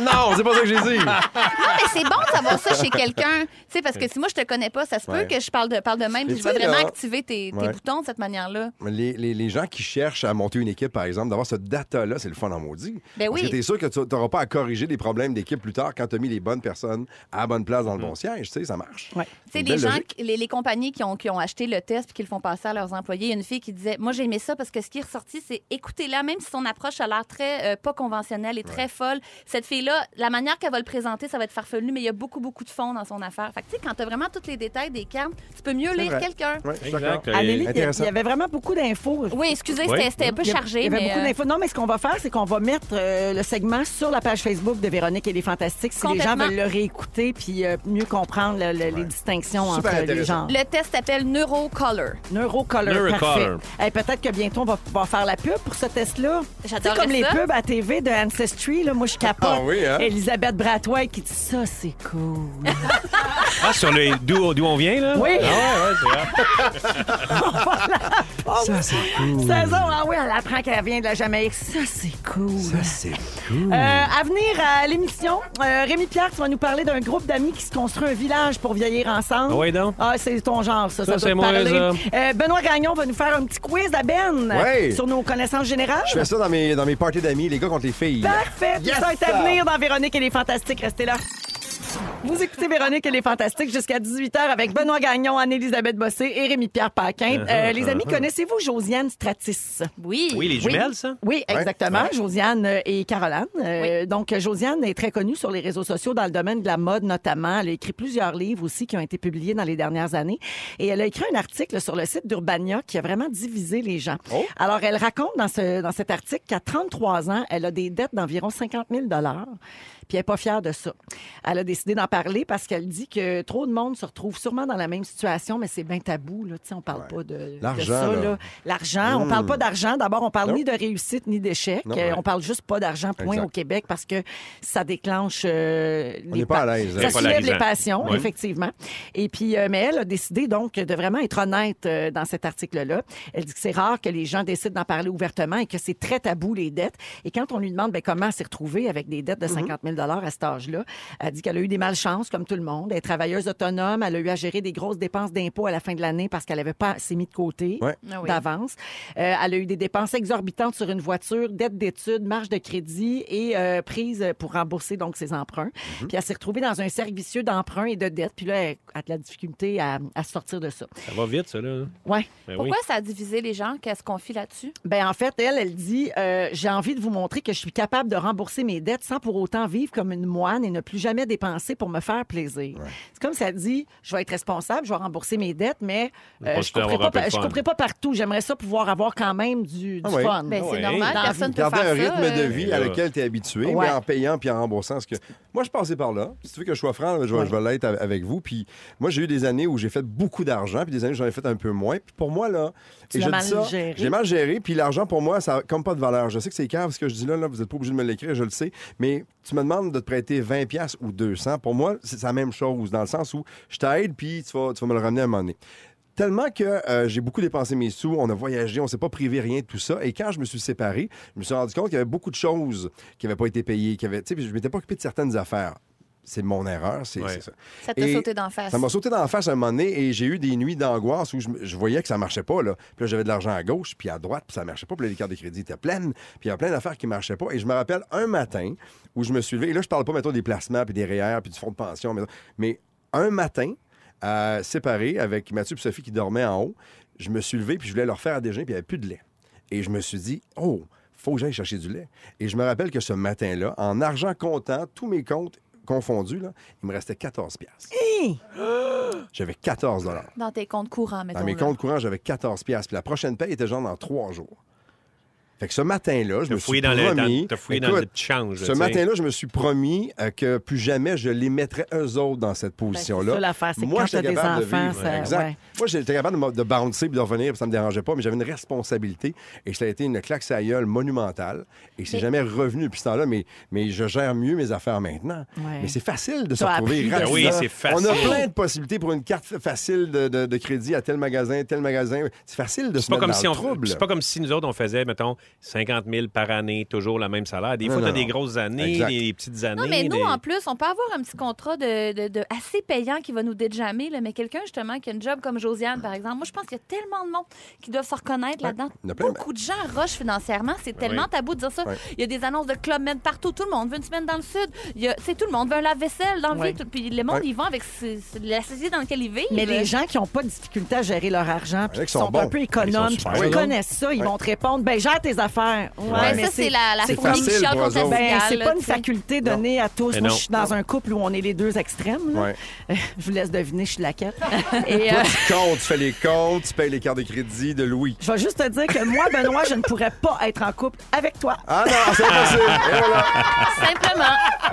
S4: Non, c'est pas ça que j'ai dit.
S2: Non, Ah, mais c'est bon de savoir ça chez quelqu'un. Tu sais, parce que si moi, je te connais pas, ça se peut
S4: Ouais.
S2: que je parle de, parle de même
S4: Mais
S2: puis je vais
S4: tu sais,
S2: vraiment
S4: là-
S2: activer tes, tes
S4: Ouais.
S2: boutons de cette manière-là.
S4: Les, les- les gens qui cherchent à monter une équipe, par exemple, d'avoir ce data-là, c'est le fun en maudit.
S2: Ben
S4: Parce
S2: oui.
S4: que t'es sûr que tu n'auras pas à corriger des problèmes d'équipe plus tard quand tu as mis les bonnes personnes à la bonne place dans le bon siège. Tu sais, ça marche.
S1: Ouais.
S2: Tu sais,
S4: Une
S2: les
S4: belle
S2: gens,
S4: logique.
S2: qui- les, les compagnies qui ont, qui ont acheté le test puis qui le font passer à leurs employés, il y a une fille qui disait Moi, j'ai aimé ça parce que ce qui est ressorti, c'est écoutez-la, même si son approche a l'air très euh, pas conventionnelle et très folle, cette fille-là, la manière qu'elle va le présenter, ça va être farfelu, mais il y a beaucoup, beaucoup de fond dans son affaire. Fait que, tu sais, quand tu as vraiment tous les détails des cartes, tu peux mieux lire
S4: vrai.
S2: quelqu'un.
S4: Ouais, je suis d'accord.
S3: Exact.
S1: Amélie, il y a- il
S4: Ben, Intéressant.
S1: y avait vraiment beaucoup d'infos.
S2: Oui, excusez,
S3: Oui.
S2: c'était- c'était un peu
S1: Il y a-
S2: chargé.
S1: Il y avait
S2: mais,
S1: beaucoup
S2: euh,
S1: d'infos. Non, mais ce qu'on va faire, c'est qu'on va mettre euh, le segment sur la page Facebook de Véronique et les Fantastiques si les gens
S2: Complètement.
S1: veulent le réécouter puis euh, mieux comprendre le- le- les distinctions
S4: Super
S1: entre les
S4: intéressant.
S1: gens.
S2: Le test s'appelle Neurocolor.
S1: Neurocolor, parfait.
S3: Neurocolor.
S1: Hey, Peut-être que bientôt, on va, va faire la pub pour ce test-là.
S2: J'adorerais
S1: C'est comme les
S2: ça.
S1: pubs à TV de Ancestry. Là, moi, je capote.
S4: Ah oui, hein?
S1: Elisabeth Brathwaite qui dit « Ça, c'est cool.
S3: Ah, sur le... D'où d'où on vient, là?
S1: Oui.
S3: Ah, ouais, ouais, c'est vrai.
S1: pause.
S4: Ça, c'est cool.
S1: Saison, ah oui, elle apprend qu'elle vient de la Jamaïque. Ça, c'est cool.
S4: Ça, c'est cool.
S1: Euh, à venir à l'émission, euh, Rémi Pierre, tu vas nous parler d'un groupe d'amis qui se construit un village pour vieillir ensemble.
S3: Ah oui, donc.
S1: Ah, c'est ton genre, ça. Ça,
S3: Ça,
S1: doit
S3: c'est
S1: te
S3: moi,
S1: parler.
S3: ça.
S1: Euh, Benoît Gagnon va nous faire un petit quiz à Ben
S4: Ouais.
S1: sur nos connaissances générales.
S4: Je fais ça dans mes, dans mes parties d'amis, les gars contre les filles.
S1: Parfait. Tout
S4: Yes!
S1: ça est à venir dans Véronique et les Fantastiques. Restez là. Vous écoutez Véronique et les Fantastiques jusqu'à 18h avec Benoît Gagnon, Anne-Elisabeth Bossé et Rémi-Pierre
S3: Uh-huh,
S1: Paquin. Euh, les amis, connaissez-vous Josiane Stratis?
S2: Oui.
S3: Oui, les jumelles, ça?
S1: Oui, exactement. Josiane et Caroline. Euh, Donc, Josiane est très connue sur les réseaux sociaux dans le domaine de la mode, notamment. Elle a écrit plusieurs livres aussi qui ont été publiés dans les dernières années. Et elle a écrit un article sur le site d'Urbania qui a vraiment divisé les gens.
S4: Oh.
S1: Alors, elle raconte dans, ce, dans cet article qu'à 33 ans, elle a des dettes d'environ 50 000 puis elle n'est pas fière de ça. Elle a décidé d'en parler parce qu'elle dit que trop de monde se retrouve sûrement dans la même situation, mais c'est bien tabou. Là. Tu sais, On ne parle pas de, de
S4: L'argent,
S1: ça.
S4: là.
S1: là. L'argent, on parle pas d'argent. D'abord, on parle
S4: Non.
S1: ni de réussite ni d'échec.
S4: Hmm. Non,
S1: Euh,
S4: ouais.
S1: On parle juste pas d'argent, point,
S4: Exact.
S1: au Québec, parce que ça déclenche euh,
S4: On
S1: les
S4: n'est pas
S1: pa-
S4: à l'aise,
S1: Ça
S4: hein.
S1: soulève les
S3: Polarisant.
S1: passions,
S3: Ouais.
S1: effectivement. Et puis, euh, mais elle a décidé donc de vraiment être honnête euh, dans cet article-là. Elle dit que c'est rare que les gens décident d'en parler ouvertement et que c'est très tabou, les dettes. Et quand on lui demande ben, comment elle s'est retrouvée avec des dettes de 50 000 à cet âge-là, elle dit qu'elle a eu des malchances, comme tout le monde. Elle est travailleuse autonome, elle a eu à gérer des grosses dépenses d'impôts à la fin de l'année parce qu'elle n'avait pas assez mis de côté
S4: Ouais.
S2: Ah oui.
S1: d'avance. Euh, elle a eu des dépenses exorbitantes sur une voiture, dette d'études, marge de crédit et euh, prise pour rembourser donc ses emprunts.
S3: Mhm.
S1: Puis elle s'est retrouvée dans un cercle vicieux d'emprunts et de dettes. Puis là, elle a de la difficulté à, à se sortir de ça.
S3: Ça va vite, ça, là.
S1: Ouais.
S3: Ben oui.
S2: Pourquoi ça a divisé les gens? Qu'est-ce qu'on fit là-dessus?
S1: Ben en fait, elle, elle dit euh, j'ai envie de vous montrer que je suis capable de rembourser mes dettes sans pour autant vivre comme une moine et ne plus jamais dépenser pour me faire plaisir. C'est comme ça dit je vais être responsable, je vais rembourser mes dettes, mais euh,
S3: Faut
S1: je
S3: juste avoir
S1: couperai pas,
S3: un peu de
S1: par- je
S3: fun.
S1: couperai pas partout. J'aimerait ça pouvoir avoir quand même du, du
S4: Ah oui.
S1: fun.
S2: Ben,
S3: Ouais.
S2: c'est normal,
S3: Dans-
S2: personne ne peut faire
S4: Garder
S2: ça.
S4: un rythme de
S2: euh,
S4: vie
S3: Et
S4: à
S3: là.
S4: lequel tu es habitué,
S1: Ouais.
S4: mais en payant puis en remboursant. Parce que moi, je passais par là. Si tu veux que je sois franc, je vais, je vais l'être a- avec vous. Puis moi, j'ai eu des années où j'ai fait beaucoup d'argent, puis des années où j'en ai fait un peu moins. Puis pour moi, là,
S1: Tu
S4: je
S1: l'as
S4: dis
S1: mal
S4: ça,
S1: géré.
S4: j'ai mal géré. Puis l'argent, pour moi, ça a comme pas de valeur. Je sais que c'est cave ce que je dis là, là vous n'êtes pas obligé de me l'écrire, je le sais. Mais tu me demandes de te prêter 20$ piastres ou 200$. Pour moi, c'est c'est la même chose, dans le sens où je t'aide, puis tu vas, tu vas me le ramener à un moment donné. Tellement que euh, j'ai beaucoup dépensé mes sous, on a voyagé, on s'est pas privé rien de tout ça. Et quand je me suis séparé, je me suis rendu compte qu'il y avait beaucoup de choses qui n'avaient pas été payées, qui avaient, tu sais, puis je m'étais pas occupé de certaines affaires. C'est mon erreur, c'est
S3: Ouais.
S4: c'est ça.
S2: Ça t'a
S4: Et
S2: sauté d'en face.
S4: Ça m'a sauté d'en face un moment donné et j'ai eu des nuits d'angoisse où je, me- je voyais que ça marchait pas. Là. Puis là, j'avais de l'argent à gauche, puis à droite, puis ça marchait pas. Puis là, les cartes de crédit étaient pleines, puis il y a plein d'affaires qui marchaient pas. Et je me rappelle un matin où je me suis levé, et là, je parle pas, mettons, des placements, puis des REER, puis du fonds de pension, mais, mais un matin, euh, séparé avec Mathieu et Sophie qui dormaient en haut, je me suis levé, puis je voulais leur faire à déjeuner, puis il n'y avait plus de lait. Et je me suis dit, oh, faut que j'aille chercher du lait. Et je me rappelle que ce matin-là, en argent comptant, tous mes comptes confondus, là, il me restait 14 piastres. J'avais 14 dollars.
S2: Dans tes comptes courants, mettons.
S4: Dans mes
S2: là.
S4: comptes courants, j'avais 14 piastres. Puis la prochaine paye était genre dans trois jours. Fait que ce matin-là, je
S3: T'as
S4: me
S3: fouillé
S4: suis
S3: dans le-
S4: promis...
S3: dans- t'as fouillé dans
S4: Écoute,
S3: le petit change,
S4: Ce
S3: tu sais.
S4: matin-là, je me suis promis euh, que plus jamais je les mettrais eux autres dans cette
S1: Ben, c'est
S4: position-là.
S1: ça l'affaire, c'est
S4: Moi,
S1: quand
S4: j'étais
S1: t'as des
S4: capable de
S1: enfants,
S4: vivre.
S1: ça-
S4: Exact.
S1: ouais.
S4: Moi, j'étais capable de, me- de bouncer puis de revenir, puis ça me dérangeait pas, mais j'avais une responsabilité et ça a été une claque à la gueule monumentale et c'est jamais revenu depuis ce temps-là, mais, mais je gère mieux mes affaires maintenant.
S1: Ouais.
S4: Mais c'est facile de se
S1: T'as appris.
S4: retrouver
S1: Ben
S4: rapidement.
S3: oui, c'est facile.
S4: On a plein de possibilités pour une carte facile de, de- de crédit à tel magasin, tel magasin. C'est facile de se
S3: C'est pas,
S4: mettre
S3: comme
S4: dans
S3: si
S4: le
S3: on,
S4: trouble.
S3: c'est pas comme si nous autres, on faisait, mettons, 50 000 par année, toujours le même salaire. Des
S4: Non,
S3: fois,
S4: non,
S3: t'as des
S4: non.
S3: grosses années,
S4: Exact.
S3: des, petites années.
S2: Non, mais nous,
S3: des-
S2: en plus, on peut avoir un petit contrat de, de- de assez payant qui va nous déjammer, là, mais quelqu'un, justement, qui a une job comme Josiane, par exemple. Moi, je pense qu'il y a tellement de monde qui doivent se reconnaître là-dedans.
S4: il y en a plein.
S2: Beaucoup de gens rushent financièrement. C'est tellement
S3: oui.
S2: tabou de dire ça.
S4: Ouais.
S2: Il y a des annonces de Club Med partout. Tout le monde veut une semaine dans le Sud. Il y a- C'est tout le monde veut un lave-vaisselle dans le
S1: Ouais.
S2: vide. Tout- Puis le monde,
S4: Ouais.
S2: ils vont avec ce- ce- la société dans laquelle ils vivent.
S1: Mais les gens qui n'ont pas de difficulté à gérer leur argent, puis qui
S4: Ouais, qui
S1: sont,
S4: sont bons.
S1: un peu économes,
S3: Ils
S1: puis
S3: sont
S1: qui
S4: super
S1: connaissent ça, ils
S4: Ouais.
S1: vont te répondre ben gère tes affaires. Ouais,
S2: Ouais, ça, c'est la, la
S1: c'est
S2: fourmi
S4: facile
S2: chiante
S4: pour eux
S2: au
S4: autres.
S1: Ben,
S2: Tabascan,
S1: c'est
S2: là,
S1: pas une
S2: tu sais.
S1: faculté donnée à tous.
S3: Mais
S1: Moi,
S3: non.
S1: je suis dans un couple où on est les deux extrêmes. là.
S4: Ouais.
S1: Euh, Je vous laisse deviner, je suis laquelle. Et euh,
S4: Toi, tu comptes, tu fais les comptes, tu payes les cartes de crédit de Louis.
S1: je vais juste te dire que moi, Benoît, je ne pourrais pas être en couple avec toi.
S4: Ah non, c'est impossible! Et voilà.
S2: Simplement.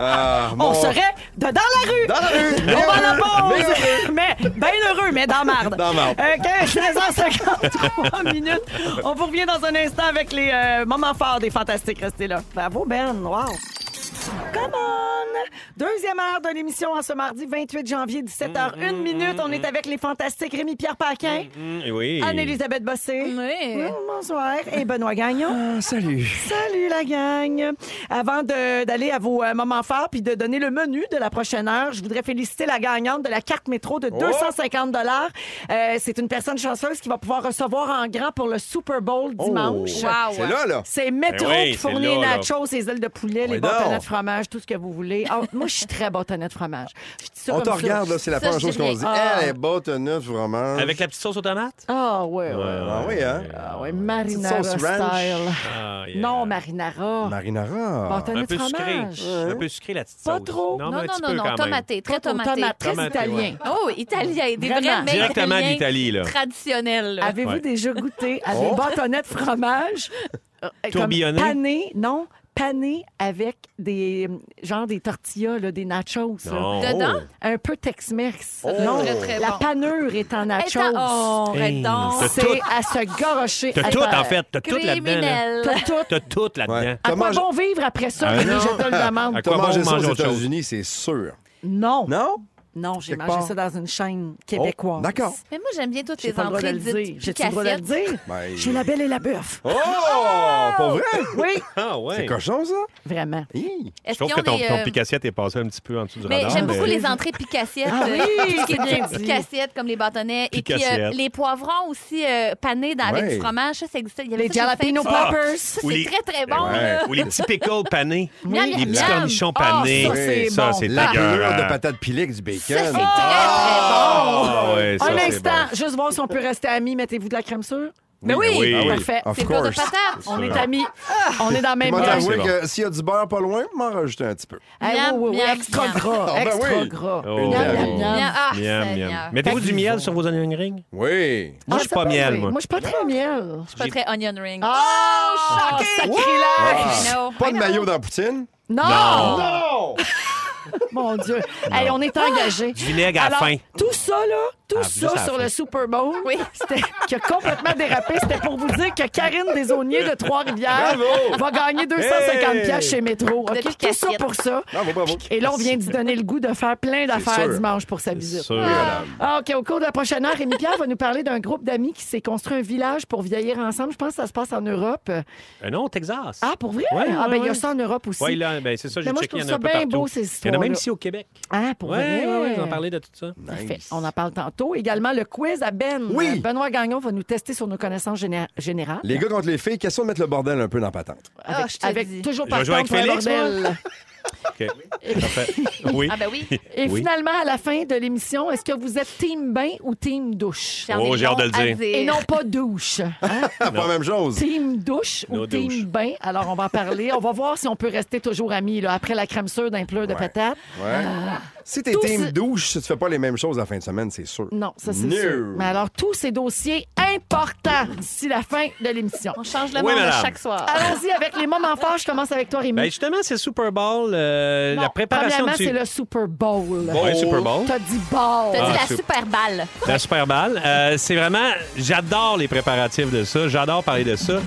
S4: Ah, mon-
S1: On serait de dans la rue.
S4: Dans la rue!
S1: On va à la
S4: Mais-
S1: pause! Mais bien heureux, mais dans marde.
S4: Dans marde.
S1: Euh, 15, 16h53 minutes. On vous revient dans un instant avec les euh, moments forts des Fantastiques. Restez là. Bravo, Ben. Wow. Come on! Deuxième heure de l'émission en ce mardi 28 janvier, 17h01 minute. On est avec les fantastiques Rémi-Pierre Paquin,
S3: Mm, oui.
S1: Anne-Elisabeth Bossé.
S2: Oui.
S1: Oui, Bonsoir. Et Benoît Gagnon.
S4: salut.
S1: Salut la gang! Avant de- d'aller à vos euh, moments forts puis de donner le menu de la prochaine heure, je voudrais féliciter la gagnante de la carte métro de 250 dollars. Euh, C'est une personne chanceuse qui va pouvoir recevoir en grand pour le Super Bowl dimanche.
S2: Wow.
S4: C'est là, là.
S1: Ah C'est Métro
S3: Ben oui,
S1: qui fournit
S3: c'est
S1: les
S3: là, là.
S1: nachos, les ailes de poulet, les
S4: Oui,
S1: bâtonnets
S4: donc.
S1: de fromage, tout ce que vous voulez. Ah, moi, je suis très bâtonnet de fromage. Je dis ça
S4: On
S1: comme
S4: te
S1: ça.
S4: regarde, là, c'est la
S2: Ça,
S4: première
S2: je
S4: chose
S2: dirais-
S4: qu'on se dit. Eh,
S1: Ah.
S4: Elle est bâtonneuse, vraiment.
S3: Avec la petite sauce aux tomates?
S1: Ah, ouais, ouais.
S4: Ah oui, hein?
S1: Ah, ouais, marinara
S4: Petite
S1: style.
S4: sauce ranch.
S3: Ah, yeah.
S1: Non, marinara.
S4: Marinara.
S1: Bâtonnet
S3: Un
S1: de
S3: peu sucré.
S1: fromage.
S3: Un peu sucré, la petite
S1: Pas
S3: sauce.
S1: trop.
S3: Non,
S2: Non,
S3: mais
S2: non,
S3: un petit
S2: non,
S3: peu
S2: non,
S3: quand même.
S1: Euh,
S2: tomaté, très tomaté.
S1: très
S3: Tomaté,
S1: italien.
S2: Oh, italien, des
S1: Vraiment.
S2: vrais mecs
S3: Directement
S2: italiens
S3: d'Italie, là.
S2: Traditionnels.
S1: Avez-vous
S3: Ouais.
S1: déjà goûté à des bâtonnets de fromage euh, comme
S3: Tourbillonnés?
S1: panés, non, panés avec des euh, genre des tortillas là, des nachos là.
S3: Non. Oh.
S2: Dedans?
S1: Un peu Tex-Mex.
S4: Oh.
S1: Non,
S2: Très, très
S1: la
S2: bon.
S1: panure est en nachos.
S2: Oh, arrête
S3: Hey.
S2: donc.
S3: T'as
S1: C'est
S3: tout.
S1: à se gorocher.
S3: T'as
S1: À-
S3: tout, en fait. T'as tout là-dedans. là.
S2: Criminel.
S1: T'as tout.
S3: T'as tout là-dedans.
S1: À
S4: T'as
S1: quoi
S4: mangé-
S1: bon vivre après ça,
S3: Ah,
S1: Rémi,
S3: non.
S1: je te le demande.
S3: À
S4: T'as
S3: quoi bon
S4: mangé ça
S3: manger
S4: aux
S3: autre chose?
S4: États-Unis, c'est sûr.
S1: Non.
S4: Non?
S1: Non, j'ai
S4: Quelque
S1: mangé
S4: part.
S1: ça dans une chaîne
S4: Oh,
S1: québécoise.
S4: D'accord.
S2: Mais moi, j'aime bien toutes
S1: J'ai
S2: les
S1: pas le droit de
S2: entrées
S1: le dire.
S2: dites
S1: J'ai-tu le droit de le
S2: Picassiettes.
S1: dire?
S4: Ben,
S1: J'ai la belle et la bœuf.
S4: Oh! Pas vrai?
S1: Oui,
S3: Ah, ouais.
S4: C'est cochon, ça?
S1: vraiment.
S4: Hi.
S3: Je
S2: Est-ce
S3: trouve
S2: qu'ils
S3: que
S2: ont
S3: ton,
S2: des,
S3: ton
S2: euh,
S3: picassiette est passé un petit peu en dessous du
S2: Mais
S3: radar.
S2: j'aime
S3: mais-
S2: beaucoup les entrées picassiettes.
S1: Ah oui,
S2: euh, tout ce qui
S1: c'est
S2: est
S1: bien
S2: dit
S1: dit.
S2: picassiettes, comme les bâtonnets. Et puis euh,
S3: Picassiettes.
S2: les poivrons aussi euh, panés dans- avec
S4: Ouais.
S2: du fromage. Ça, ça existait. Il y avait
S1: Les
S2: ça chez
S1: jalapeno
S2: Saint-
S1: poppers.
S2: Ça,
S3: Ou
S2: c'est
S3: les-
S2: très, très bon.
S4: Ouais.
S2: là.
S3: Ou les petits pickles panés.
S2: Miam,
S3: Les
S2: miam,
S3: petits
S2: miam.
S3: cornichons
S2: Ah,
S3: panés.
S1: ça, c'est
S3: ça,
S1: bon.
S3: c'est
S4: La
S3: dégueulasse.
S4: purée de patates pilées avec du bacon.
S2: Ça, c'est très, très bon.
S3: Ah, ouais, ça,
S1: Un
S3: c'est
S1: instant, juste voir si on peut rester amis. Mettez-vous de la crème sûre. Mais
S3: Oui, oui. Ah oui.
S1: parfait.
S4: Of
S2: C'est beurre de
S4: course.
S2: patate.
S1: On
S3: Ça.
S1: est amis. On est dans le même
S4: Moi,
S1: bain.
S3: c'est
S4: t'avouer
S3: bon.
S4: que s'il y a du beurre pas loin, m'en rajouter un petit peu.
S1: Ah, oui, oui, oui,
S2: Miam, miam,
S1: extra
S2: miam.
S1: gras,
S4: Ah, ben
S1: extra
S4: oui.
S1: gras.
S3: Oh.
S1: Miam, miam,
S3: Oh.
S1: miam.
S2: Miam, ah,
S3: Miam,
S2: Seigneur.
S3: miam. Mettez-vous du miel sur vos onion rings?
S4: Oui.
S1: Ah,
S3: Moi, je suis pas miel, moi.
S1: Moi, je suis pas très miel.
S2: Je suis pas très onion ring.
S1: Oh, choqué! Sacrilège!
S2: I
S4: Ah.
S2: know,
S4: Pas
S2: I
S4: de
S2: know.
S4: maillot dans la poutine.
S1: Non!
S4: Non!
S1: Mon Dieu. Hey, on est engagés.
S3: Du vinaigre à la
S1: Alors,
S3: fin.
S1: Tout ça, là, tout
S3: Ah, juste
S1: ça
S3: à la
S1: sur
S3: fin.
S1: le Super Bowl, c'était- qui a complètement dérapé, c'était pour vous dire que Karine Desaulniers de Trois-Rivières va gagner 250
S3: Hey!
S1: piastres chez Métro.
S2: De
S1: OK? Tout ça
S2: Picassiette.
S1: pour ça.
S4: Bravo, bravo.
S1: Et là, on vient d'y donner le goût de faire plein d'affaires
S4: sûr.
S1: dimanche pour sa visite.
S3: Sûr.
S1: Ah, OK, au cours de la prochaine heure, Rémi Pierre va nous parler d'un groupe d'amis qui s'est construit un village pour vieillir ensemble. Je pense que ça se passe en Europe.
S3: Euh, non, Texas.
S1: Ah, pour vrai?
S3: Ouais,
S1: ah,
S3: ouais,
S1: ben, il y a
S3: ouais.
S1: ça en Europe aussi.
S3: Oui, là, ben, c'est ça, j'ai
S1: Mais moi, je
S3: checké. Il y
S1: trouve
S3: en a
S1: ça
S3: un peu
S1: bien
S3: partout.
S1: beau, ces
S3: Il y en a
S1: histoires-là.
S3: même ici au Québec.
S1: Ah, pour
S3: Oui,
S1: vrai?
S3: ouais, ouais, vous en parlez de tout ça.
S1: Parfait. On en parle tantôt. Également, le quiz à Ben.
S4: Oui.
S1: Benoît Gagnon va nous tester sur nos connaissances géné- générales.
S4: Les gars contre les filles, question de mettre le bordel un peu dans la patente.
S2: Ah, je te
S1: Avec
S2: dis.
S1: toujours
S3: Je
S1: pas
S3: vais jouer avec Félix, OK. Parfait. Oui.
S2: Ah ben oui.
S1: Et
S3: Oui.
S1: finalement, à la fin de l'émission, est-ce que vous êtes team bain ou team douche?
S2: J'en
S3: Oh,
S2: ai
S3: j'ai hâte de le
S2: bon à
S3: dire.
S1: Et non pas douche. hein?
S4: Ah, pas la même chose.
S1: team douche ou
S3: No
S1: team
S3: douche.
S1: bain. Alors, on va en parler. on va voir si on peut rester toujours amis là, après la crème sûre d'un pleur de patates.
S4: Ouais. Si t'es
S1: Ah. Tout
S4: team
S1: ce-
S4: douche, tu fais pas les mêmes choses la fin de semaine, c'est sûr.
S1: Non, ça c'est
S4: No.
S1: sûr. Mais alors, tous ces dossiers importants d'ici la fin de l'émission.
S2: On change le
S3: Oui,
S2: monde à
S3: madame. Ah,
S2: chaque soir.
S1: Allons-y avec les moments forts. Je commence avec toi, Rémi.
S3: Ben, justement, c'est Super Bowl. euh,
S1: Non,
S3: la préparation
S1: premièrement,
S3: du
S1: c'est le Super Bowl.
S3: Ouais, Super Bowl.
S1: T'as dit ball.
S2: T'as dit
S3: Ah,
S2: la
S3: c'est-
S2: super balle.
S3: La super balle. Euh, c'est vraiment, j'adore les préparatifs de ça. J'adore parler de ça.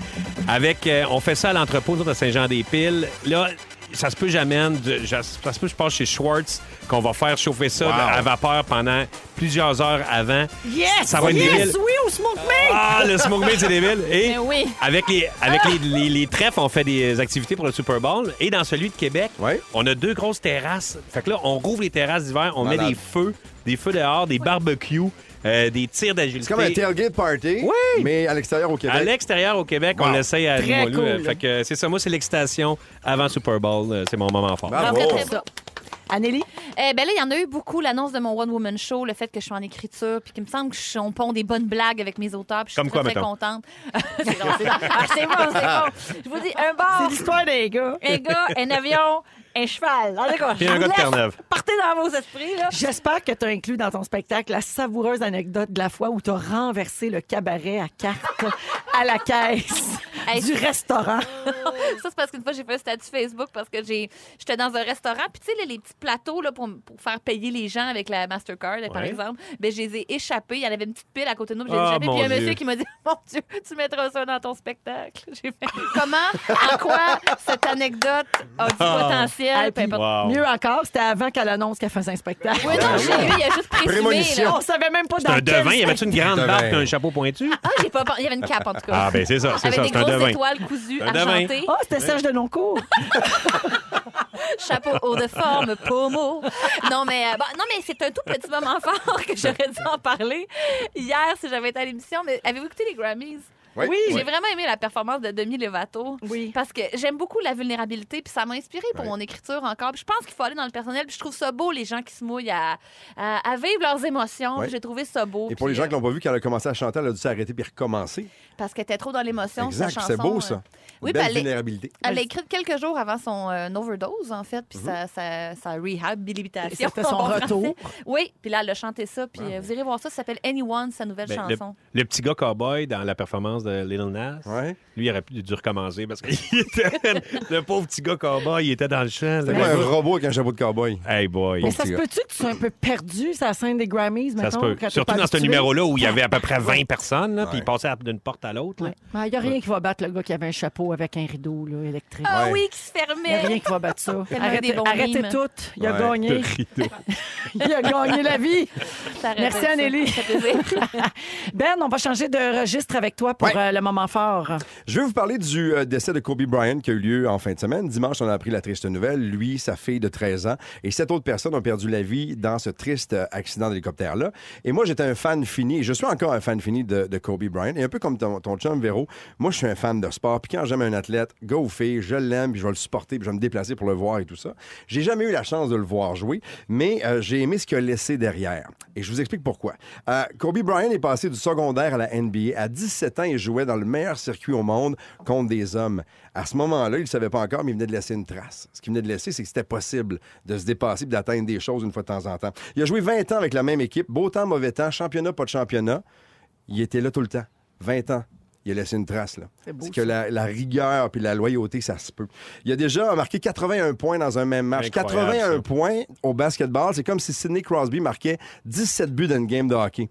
S3: Avec, euh, on fait ça à l'entrepôt nous, à Saint-Jean-des-Piles. Là, ça se peut j'amène, de- j'a- ça se peut je passe chez Schwartz qu'on va faire chauffer ça à vapeur pendant plusieurs heures avant.
S1: Yes!
S3: Ça va être
S1: yes,
S3: débile.
S1: oui, au smoke meat!
S3: Ah, le smoke meat, c'est débile. Et
S1: Ben
S2: Mais oui.
S3: avec, les, avec les, les- les trèfles, on fait des activités pour le Super Bowl. Et dans celui de Québec,
S4: Ouais.
S3: on a deux grosses terrasses. Fait que là, on rouvre les terrasses d'hiver, on met
S4: Malade.
S3: des feux, des feux dehors, des barbecues, euh, des tirs d'agilité.
S4: C'est comme un tailgate party,
S3: Oui.
S4: mais à l'extérieur au
S3: À
S4: Québec.
S3: l'extérieur au Québec, on
S4: Wow.
S3: l'essaye à
S1: Très
S3: Limoilou.
S1: cool.
S3: Euh, Fait que euh, c'est ça, moi, c'est l'excitation avant Super Bowl. Euh, C'est mon moment fort.
S4: Bravo.
S2: Très, très beau.
S1: Anneli?
S2: Eh ben là, il y en a eu beaucoup, l'annonce de mon One Woman Show, le fait que je suis en écriture, puis qu'il me semble que je on pond des bonnes blagues avec mes auteurs, puis je suis
S3: Comme
S2: très,
S3: quoi,
S2: très
S3: mettons?
S2: contente. c'est drôle, c'est drôle. Ah, c'est bon, c'est bon. Je vous dis, un bar,
S1: l'histoire des gars.
S2: un gars, un avion, un cheval. En tout cas,
S3: Puis
S2: je
S3: un
S2: vous
S3: gars de
S2: laisse.
S3: Terre-Neuve.
S2: Partez dans vos esprits, là.
S1: J'espère que tu as inclus dans ton spectacle la savoureuse anecdote de la fois où tu as renversé le cabaret à carte à la caisse
S2: Hey.
S1: du
S2: Euh,
S1: restaurant.
S2: Ça, c'est parce qu'une fois, j'ai fait un statut Facebook parce que j'ai j'étais dans un restaurant. Puis, tu sais, là, les petits plateaux là, pour, pour faire payer les gens avec la Mastercard, là, par
S3: Ouais.
S2: exemple, ben, je les ai échappés. Il y en avait une petite pile à côté de nous. puis Je les ai
S3: Ah,
S2: échappés. Puis, il y a un
S3: mon Dieu.
S2: monsieur qui m'a dit Mon Dieu, tu mettras ça dans ton spectacle. J'ai fait Comment, en quoi cette anecdote a du
S1: Ah,
S2: officiel, peu
S1: puis,
S2: importe.
S3: Wow.
S1: Mieux encore, c'était avant qu'elle annonce qu'elle faisait un spectacle.
S2: Oui,
S3: Ben
S2: non, j'ai vu, il a juste présumé.
S4: Prémonition.
S2: là.
S1: On savait même pas dans
S3: un
S1: quel
S3: devin. Y avait-tu une grande
S4: Devin.
S3: barbe et un chapeau pointu?
S2: Ah, j'ai pas pensé. Il y avait une cape, en tout cas.
S3: Ah, ben c'est ça, c'est
S2: Avec
S3: ça,
S2: des
S3: c'est un
S2: grosses
S3: devin.
S2: étoiles cousues,
S3: C'est un devin.
S2: enchantées,
S1: Ah, c'était Serge de Noncourt.
S2: chapeau haut de forme, pommeau. Non, mais, euh, bon, non, mais c'est un tout petit moment fort que j'aurais dû en parler hier si j'avais été à l'émission. Mais avez-vous écouté les Grammys?
S4: Ouais.
S1: Oui.
S2: J'ai vraiment aimé la performance de Demi Levato.
S1: Oui.
S2: Parce que j'aime beaucoup la vulnérabilité, puis ça m'a inspiré pour
S4: Ouais.
S2: mon écriture encore. Puis je pense qu'il faut aller dans le personnel, puis je trouve ça beau, les gens qui se mouillent à, à- à vivre leurs émotions.
S4: Ouais.
S2: Puis J'ai trouvé ça beau.
S4: Et pour les
S2: Puis,
S4: gens qui
S2: euh,
S4: l'ont pas vu, quand elle a commencé à chanter, elle a dû s'arrêter puis recommencer.
S2: Parce qu'elle était trop dans l'émotion,
S4: Exact,
S2: cette chanson.
S4: c'est beau,
S2: euh.
S4: ça.
S1: ben,
S4: Belle
S2: Oui, puis elle est-
S4: vulnérabilité.
S2: Elle l'a écrite quelques jours avant son euh, overdose, en fait, puis
S3: Mhm.
S2: sa, sa, sa rehabilitation.
S1: C'était son
S2: en bon
S1: retour.
S2: français. Oui, puis là, elle a chanté ça, puis euh, vous irez voir ça, ça s'appelle Anyone, sa nouvelle
S3: Ben, le,
S2: chanson.
S3: le petit gars cowboy dans la performance de Little Nas,
S4: Ouais.
S3: lui, il aurait pu- dû recommencer parce que le pauvre petit gars cowboy, il était dans le champ.
S1: Ben,
S4: C'était
S3: là.
S4: quoi, un robot avec un chapeau de cowboy?
S3: Hey boy.
S1: Mais ça se peut-tu que tu sois un peu perdu sur la scène des Grammys,
S3: Ça se
S1: mettons,
S3: peut.
S1: quand t'es
S3: Surtout
S1: pas
S3: dans ce
S1: habitué?
S3: numéro-là où il y avait à peu près 20 personnes, là, puis
S4: Ouais.
S3: ils passaient à- d'une porte à l'autre. là.
S1: Ouais. Mais Il n'y a rien qui va battre le gars qui avait un chapeau avec un rideau là, électrique.
S2: Ah
S4: Ouais.
S2: oui, qui se
S1: Il n'y a
S2: fermait.
S1: rien qui va battre ça.
S2: Tellement des
S1: Arrêtez,
S2: bons
S1: arrêtez
S2: mimes.
S1: tout. Il a
S4: Ouais.
S3: Le
S1: gagné.
S3: rideau.
S1: Il a gagné la vie.
S2: Ça aurait
S1: Merci,
S2: été ça.
S1: Anneli.
S2: Ça fait plaisir.
S1: Ben, on va changer de registre avec toi pour
S4: Ouais.
S1: euh, le moment fort.
S4: Je vais vous parler du euh, décès de Kobe Bryant qui a eu lieu en fin de semaine. Dimanche, on a appris la triste nouvelle. Lui, sa fille de 13 ans et sept autres personnes ont perdu la vie dans ce triste euh, accident d'hélicoptère-là. Et moi, j'étais un fan fini, et je suis encore un fan fini de, de Kobe Bryant. Et un peu comme ton, ton chum Véro, moi, je suis un fan de sport. Puis quand j'aime un athlète, go fille, je l'aime, puis je vais le supporter, puis je vais me déplacer pour le voir et tout ça. J'ai jamais eu la chance de le voir jouer, mais euh, j'ai aimé ce qu'il a laissé derrière. Et je vous explique pourquoi. Euh, Kobe Bryant est passé du secondaire à la NBA. À 17 ans, il jouait dans le meilleur circuit au monde contre des hommes. À ce moment-là, il ne savait pas encore, mais il venait de laisser une trace. Ce qu'il venait de laisser, c'est que c'était possible de se dépasser et d'atteindre des choses une fois de temps en temps. Il a joué 20 ans avec la même équipe, beau temps, mauvais temps, championnat, pas de championnat. Il était là tout le temps. 20 ans. Il a laissé une trace. Là.
S1: C'est beau,
S4: que la, la rigueur puis la loyauté, ça se peut. Il a déjà marqué 81 points dans un même match.
S3: Incroyable,
S4: 81
S3: ça.
S4: points au basketball, c'est comme si Sidney Crosby marquait 17 buts dans une game de hockey.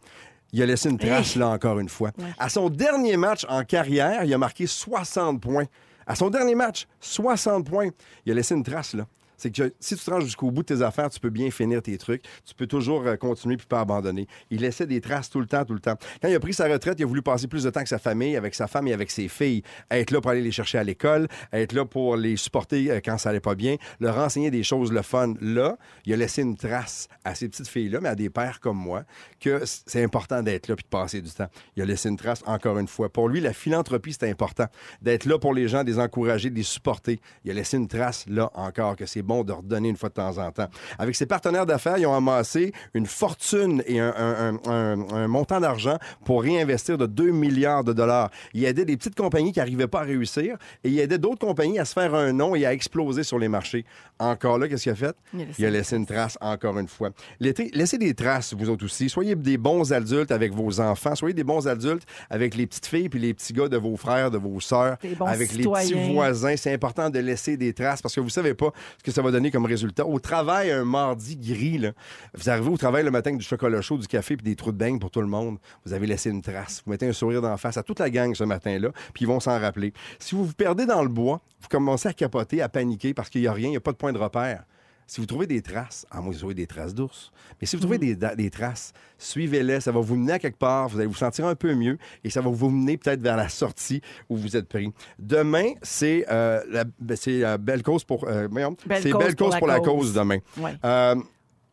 S4: Il a laissé une trace, là, encore une fois. À son dernier match en carrière, il a marqué 60 points. À son dernier match, 60 points. Il a laissé une trace, là. C'est que si tu te rends jusqu'au bout de tes affaires, tu peux bien finir tes trucs. Tu peux toujours euh, continuer puis pas abandonner. Il laissait des traces tout le temps, tout le temps. Quand il a pris sa retraite, il a voulu passer plus de temps que sa famille, avec sa femme et avec ses filles. Être là pour aller les chercher à l'école, être là pour les supporter euh, quand ça allait pas bien, leur enseigner des choses, le fun. Là, il a laissé une trace à ces petites filles-là, mais à des pères comme moi, que c- c'est important d'être là puis de passer du temps. Il a laissé une trace encore une fois. Pour lui, la philanthropie, c'est important. D'être là pour les gens, de les encourager, de les supporter. Il a laissé une trace là encore, que c'est bon de redonner une fois de temps en temps. Avec ses partenaires d'affaires, ils ont amassé une fortune et un, un- un- un- un montant d'argent pour réinvestir de 2 milliards de dollars. Il aidait des petites compagnies qui n'arrivaient pas à réussir et il aidait d'autres compagnies à se faire un nom et à exploser sur les marchés. Encore là, qu'est-ce qu'il a fait?
S1: Il a laissé
S4: Il a laissé une trace encore une fois. L'été, laissez des traces, vous autres aussi. Soyez des bons adultes avec vos enfants. Soyez des bons adultes avec les petites filles puis les petits gars de vos frères, de vos sœurs,
S1: Des bons
S4: avec les
S1: citoyens.
S4: petits voisins. C'est important de laisser des traces parce que vous savez pas ce que ça va donner comme résultat. Au travail, un mardi gris, là, vous arrivez au travail le matin avec du chocolat chaud, du café puis des trous de beigne pour tout le monde. Vous avez laissé une trace. Vous mettez un sourire d'en face à toute la gang ce matin-là puis ils vont s'en rappeler. Si vous vous perdez dans le bois, vous commencez à capoter, à paniquer parce qu'il n'y a rien, il n'y a pas de point de repère. Si vous trouvez des traces, à moins que vous trouvez des traces d'ours, mais si vous
S1: Mm.
S4: trouvez des, da- des traces, suivez-les, ça va vous mener à quelque part, vous allez vous sentir un peu mieux et ça va vous mener peut-être vers la sortie où vous êtes pris. Demain, c'est euh, la, ben, c'est la belle cause pour, euh, voyons,
S1: Belle
S4: c'est
S1: cause
S4: belle
S1: pour
S4: cause
S1: la
S4: pour la
S1: cause.
S4: cause demain.
S1: Ouais.
S4: Euh,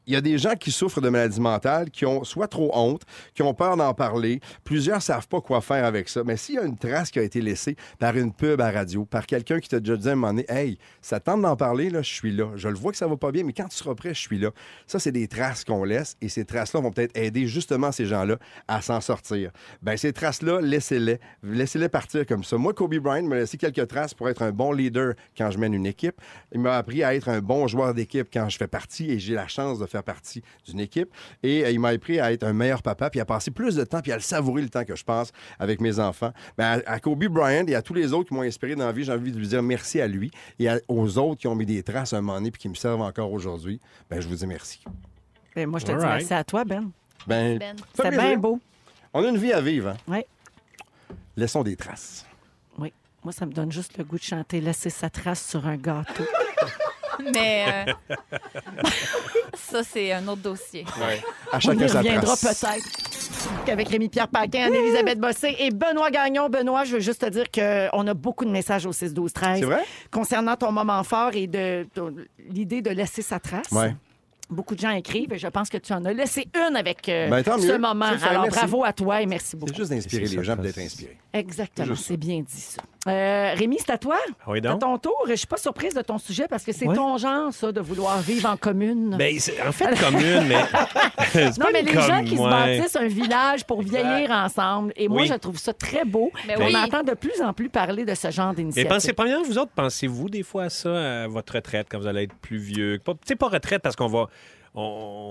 S4: il y a des gens qui souffrent de maladies mentales, qui ont soit trop honte, qui ont peur d'en parler. Plusieurs savent pas quoi faire avec ça. Mais s'il y a une trace qui a été laissée par une pub à radio, par quelqu'un qui t'a déjà dit à un moment donné, hey, ça tente d'en parler, là, je suis là. Je le vois que ça va pas bien, mais quand tu seras prêt, je suis là. Ça, c'est des traces qu'on laisse et ces traces-là vont peut-être aider justement ces gens-là à s'en sortir. Ben, ces traces-là, laissez-les. Laissez-les partir comme ça. Moi, Kobe Bryant m'a laissé quelques traces pour être un bon leader quand je mène une équipe. Il m'a appris à être un bon joueur d'équipe quand je fais partie et j'ai la chance de faire partie d'une équipe. Et euh, il m'a appris à être un meilleur papa, puis à passer plus de temps, puis à le savourer le temps que je passe avec mes enfants. Ben, à, à Kobe Bryant et à tous les autres qui m'ont inspiré dans la vie, j'ai envie de lui dire merci à lui et à- aux autres qui ont mis des traces à un moment donné puis qui me servent encore aujourd'hui. Ben, je vous dis merci.
S1: Ben, moi, je te dis
S3: Alright.
S1: merci à toi, Ben.
S4: Ben,
S2: Ben,
S4: ça
S1: C'était
S4: fait
S1: bien
S4: plaisir.
S1: beau.
S4: On a une vie à vivre. hein.
S1: Ouais.
S4: Laissons des traces.
S1: Oui. Moi, ça me donne juste le goût de chanter Laisser sa trace sur un gâteau.
S2: Mais euh, ça, c'est un autre dossier.
S4: À
S1: On y
S4: chacun sa
S1: reviendra
S4: trace.
S1: peut-être. Avec Rémi-Pierre Paquin, Anne-Élisabeth Bossé et Benoît Gagnon. Benoît, je veux juste te dire qu'on a beaucoup de messages au 6-12-13.
S4: C'est vrai?
S1: Concernant ton moment fort et de, de- l'idée de laisser sa trace.
S4: Ouais.
S1: Beaucoup de gens écrivent et je pense que tu en as laissé une avec euh,
S4: Ben, tant
S1: ce
S4: mieux.
S1: moment.
S4: C'est fin,
S1: Alors,
S4: merci.
S1: bravo à toi et merci beaucoup.
S4: C'est juste d'inspirer
S3: Laisser sa
S4: les gens,
S3: trace.
S4: d'être inspiré.
S1: Exactement,
S4: C'est juste
S1: c'est bien dit ça. Euh, Rémi, c'est à toi.
S3: Ah oui,
S1: C'est à
S3: donc.
S1: ton tour. Je suis pas surprise de ton sujet parce que c'est
S3: Ouais.
S1: ton genre, ça, de vouloir vivre en commune.
S3: Ben, c'est- en fait, commune, mais.
S1: non, mais les gens qui se
S3: battent
S1: bâtissent un village pour vieillir ensemble. Et moi,
S3: Oui.
S1: je trouve ça très beau.
S2: Mais
S1: On
S2: oui.
S1: entend de plus en plus parler de ce genre
S3: Mais
S1: d'initiative.
S3: pensez, premièrement, vous autres, pensez-vous des fois à ça, à votre retraite, quand vous allez être plus vieux? Pas- Tu sais, pas retraite parce qu'on va. On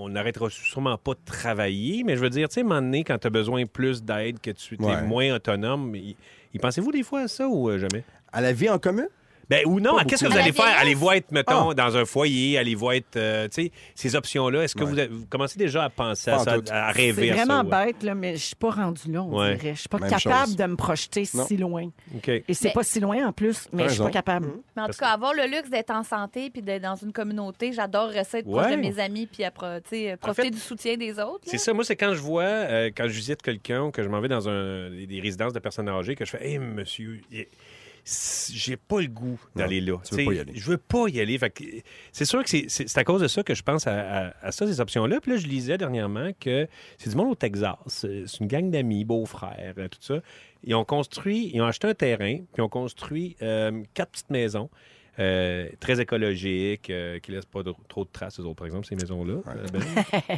S3: on n'arrêtera sûrement pas de travailler, mais je veux dire, tu sais, à un moment donné, quand tu as besoin plus d'aide, que tu es
S4: Ouais.
S3: moins autonome, y, y pensez-vous des fois à ça ou euh, jamais?
S4: À la vie en commun?
S3: Ben, ou non, qu'est-ce que
S2: beaucoup.
S3: vous
S2: À la
S3: allez faire?
S2: vieillesse?
S3: Allez-vous être,
S1: Ah.
S3: mettons, dans un foyer, allez-vous être, euh, tu sais, ces options-là, est-ce que vous, avez- vous commencez déjà à penser à
S4: Pas en
S3: ça,
S4: tout.
S3: à
S1: c'est
S3: rêver à ça?
S1: vraiment
S3: ouais?
S1: bête, là, mais je suis pas rendue là, on
S3: Ouais.
S1: dirait. Je suis pas
S4: Même
S1: capable
S4: chose.
S1: de me projeter
S4: Non.
S1: si loin.
S3: OK.
S1: Et c'est
S2: Mais-
S1: pas si loin en plus, mais je suis pas
S4: raison. Mm-hmm.
S1: capable.
S2: Mais en tout cas, avoir le luxe d'être en santé puis d'être dans une communauté, j'adorerais ça, être proche
S3: Ouais.
S2: de mes amis puis après, tu sais, profiter
S3: fait,
S2: du soutien des autres. là.
S3: C'est ça, moi, c'est quand je vois, euh, quand je visite quelqu'un, ou que je m'en vais dans un, des des résidences de personnes âgées, que je fais, hé, monsieur, il- c'est- j'ai pas le goût d'aller là.
S4: tu veux
S3: T'sais,
S4: pas y aller.
S3: Je veux pas y aller. Fait que, c'est sûr que c'est- c'est c'est à cause de ça que je pense à, à- à ça, ces options-là. Puis là, je lisais dernièrement que c'est du monde au Texas. C'est c'est une gang d'amis, beaux-frères, euh, tout ça. Ils ont construit, ils ont acheté un terrain, puis ils ont construit euh, quatre petites maisons. euh, très écologiques, euh, qui laissent pas de- trop de traces, eux autres, par exemple, ces maisons-là. euh, Ben,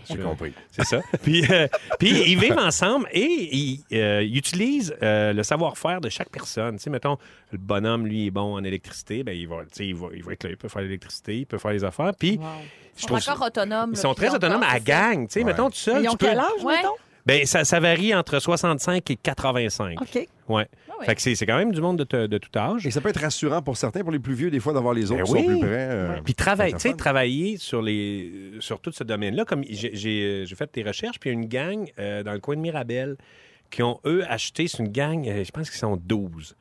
S4: J'ai
S3: Je-
S4: compris.
S3: c'est ça. puis, euh, puis ils vivent ensemble et ils, euh, ils utilisent euh, le savoir-faire de chaque personne. Tu sais, mettons, le bonhomme, lui, est bon en électricité, ben, il, va, tu sais, il, va, il va être là, il peut faire l'électricité, il peut faire les affaires. Puis,
S2: Ils
S3: je
S2: sont
S3: trouve ça-
S2: encore autonomes.
S3: ils sont
S2: là,
S3: très
S2: puis
S3: autonomes
S2: encore,
S3: à
S2: c'est ça.
S3: gang. Tu sais,
S4: Ouais.
S3: mettons, tout seul,
S1: Ils
S3: tu
S1: ont
S3: peux-
S1: quel âge,
S2: Ouais.
S1: mettons?
S3: ben, ça, ça varie entre 65 et 85.
S1: OK.
S3: Ouais.
S2: Ah oui.
S3: Fait que c'est c'est quand même du monde de, te- de tout âge.
S4: Et ça peut être rassurant pour certains, pour les plus vieux, des fois, d'avoir les autres
S3: Ben
S4: qui sont
S3: oui.
S4: plus près. euh,
S3: Puis travaille,
S4: c'est
S3: tu sais,
S4: fun.
S3: travailler sur, les, sur tout ce domaine-là, comme j'ai- euh, j'ai j'ai fait des recherches, puis il y a une gang euh, dans le coin de Mirabel qui ont, eux, acheté, c'est une gang, euh, je pense qu'ils sont 12.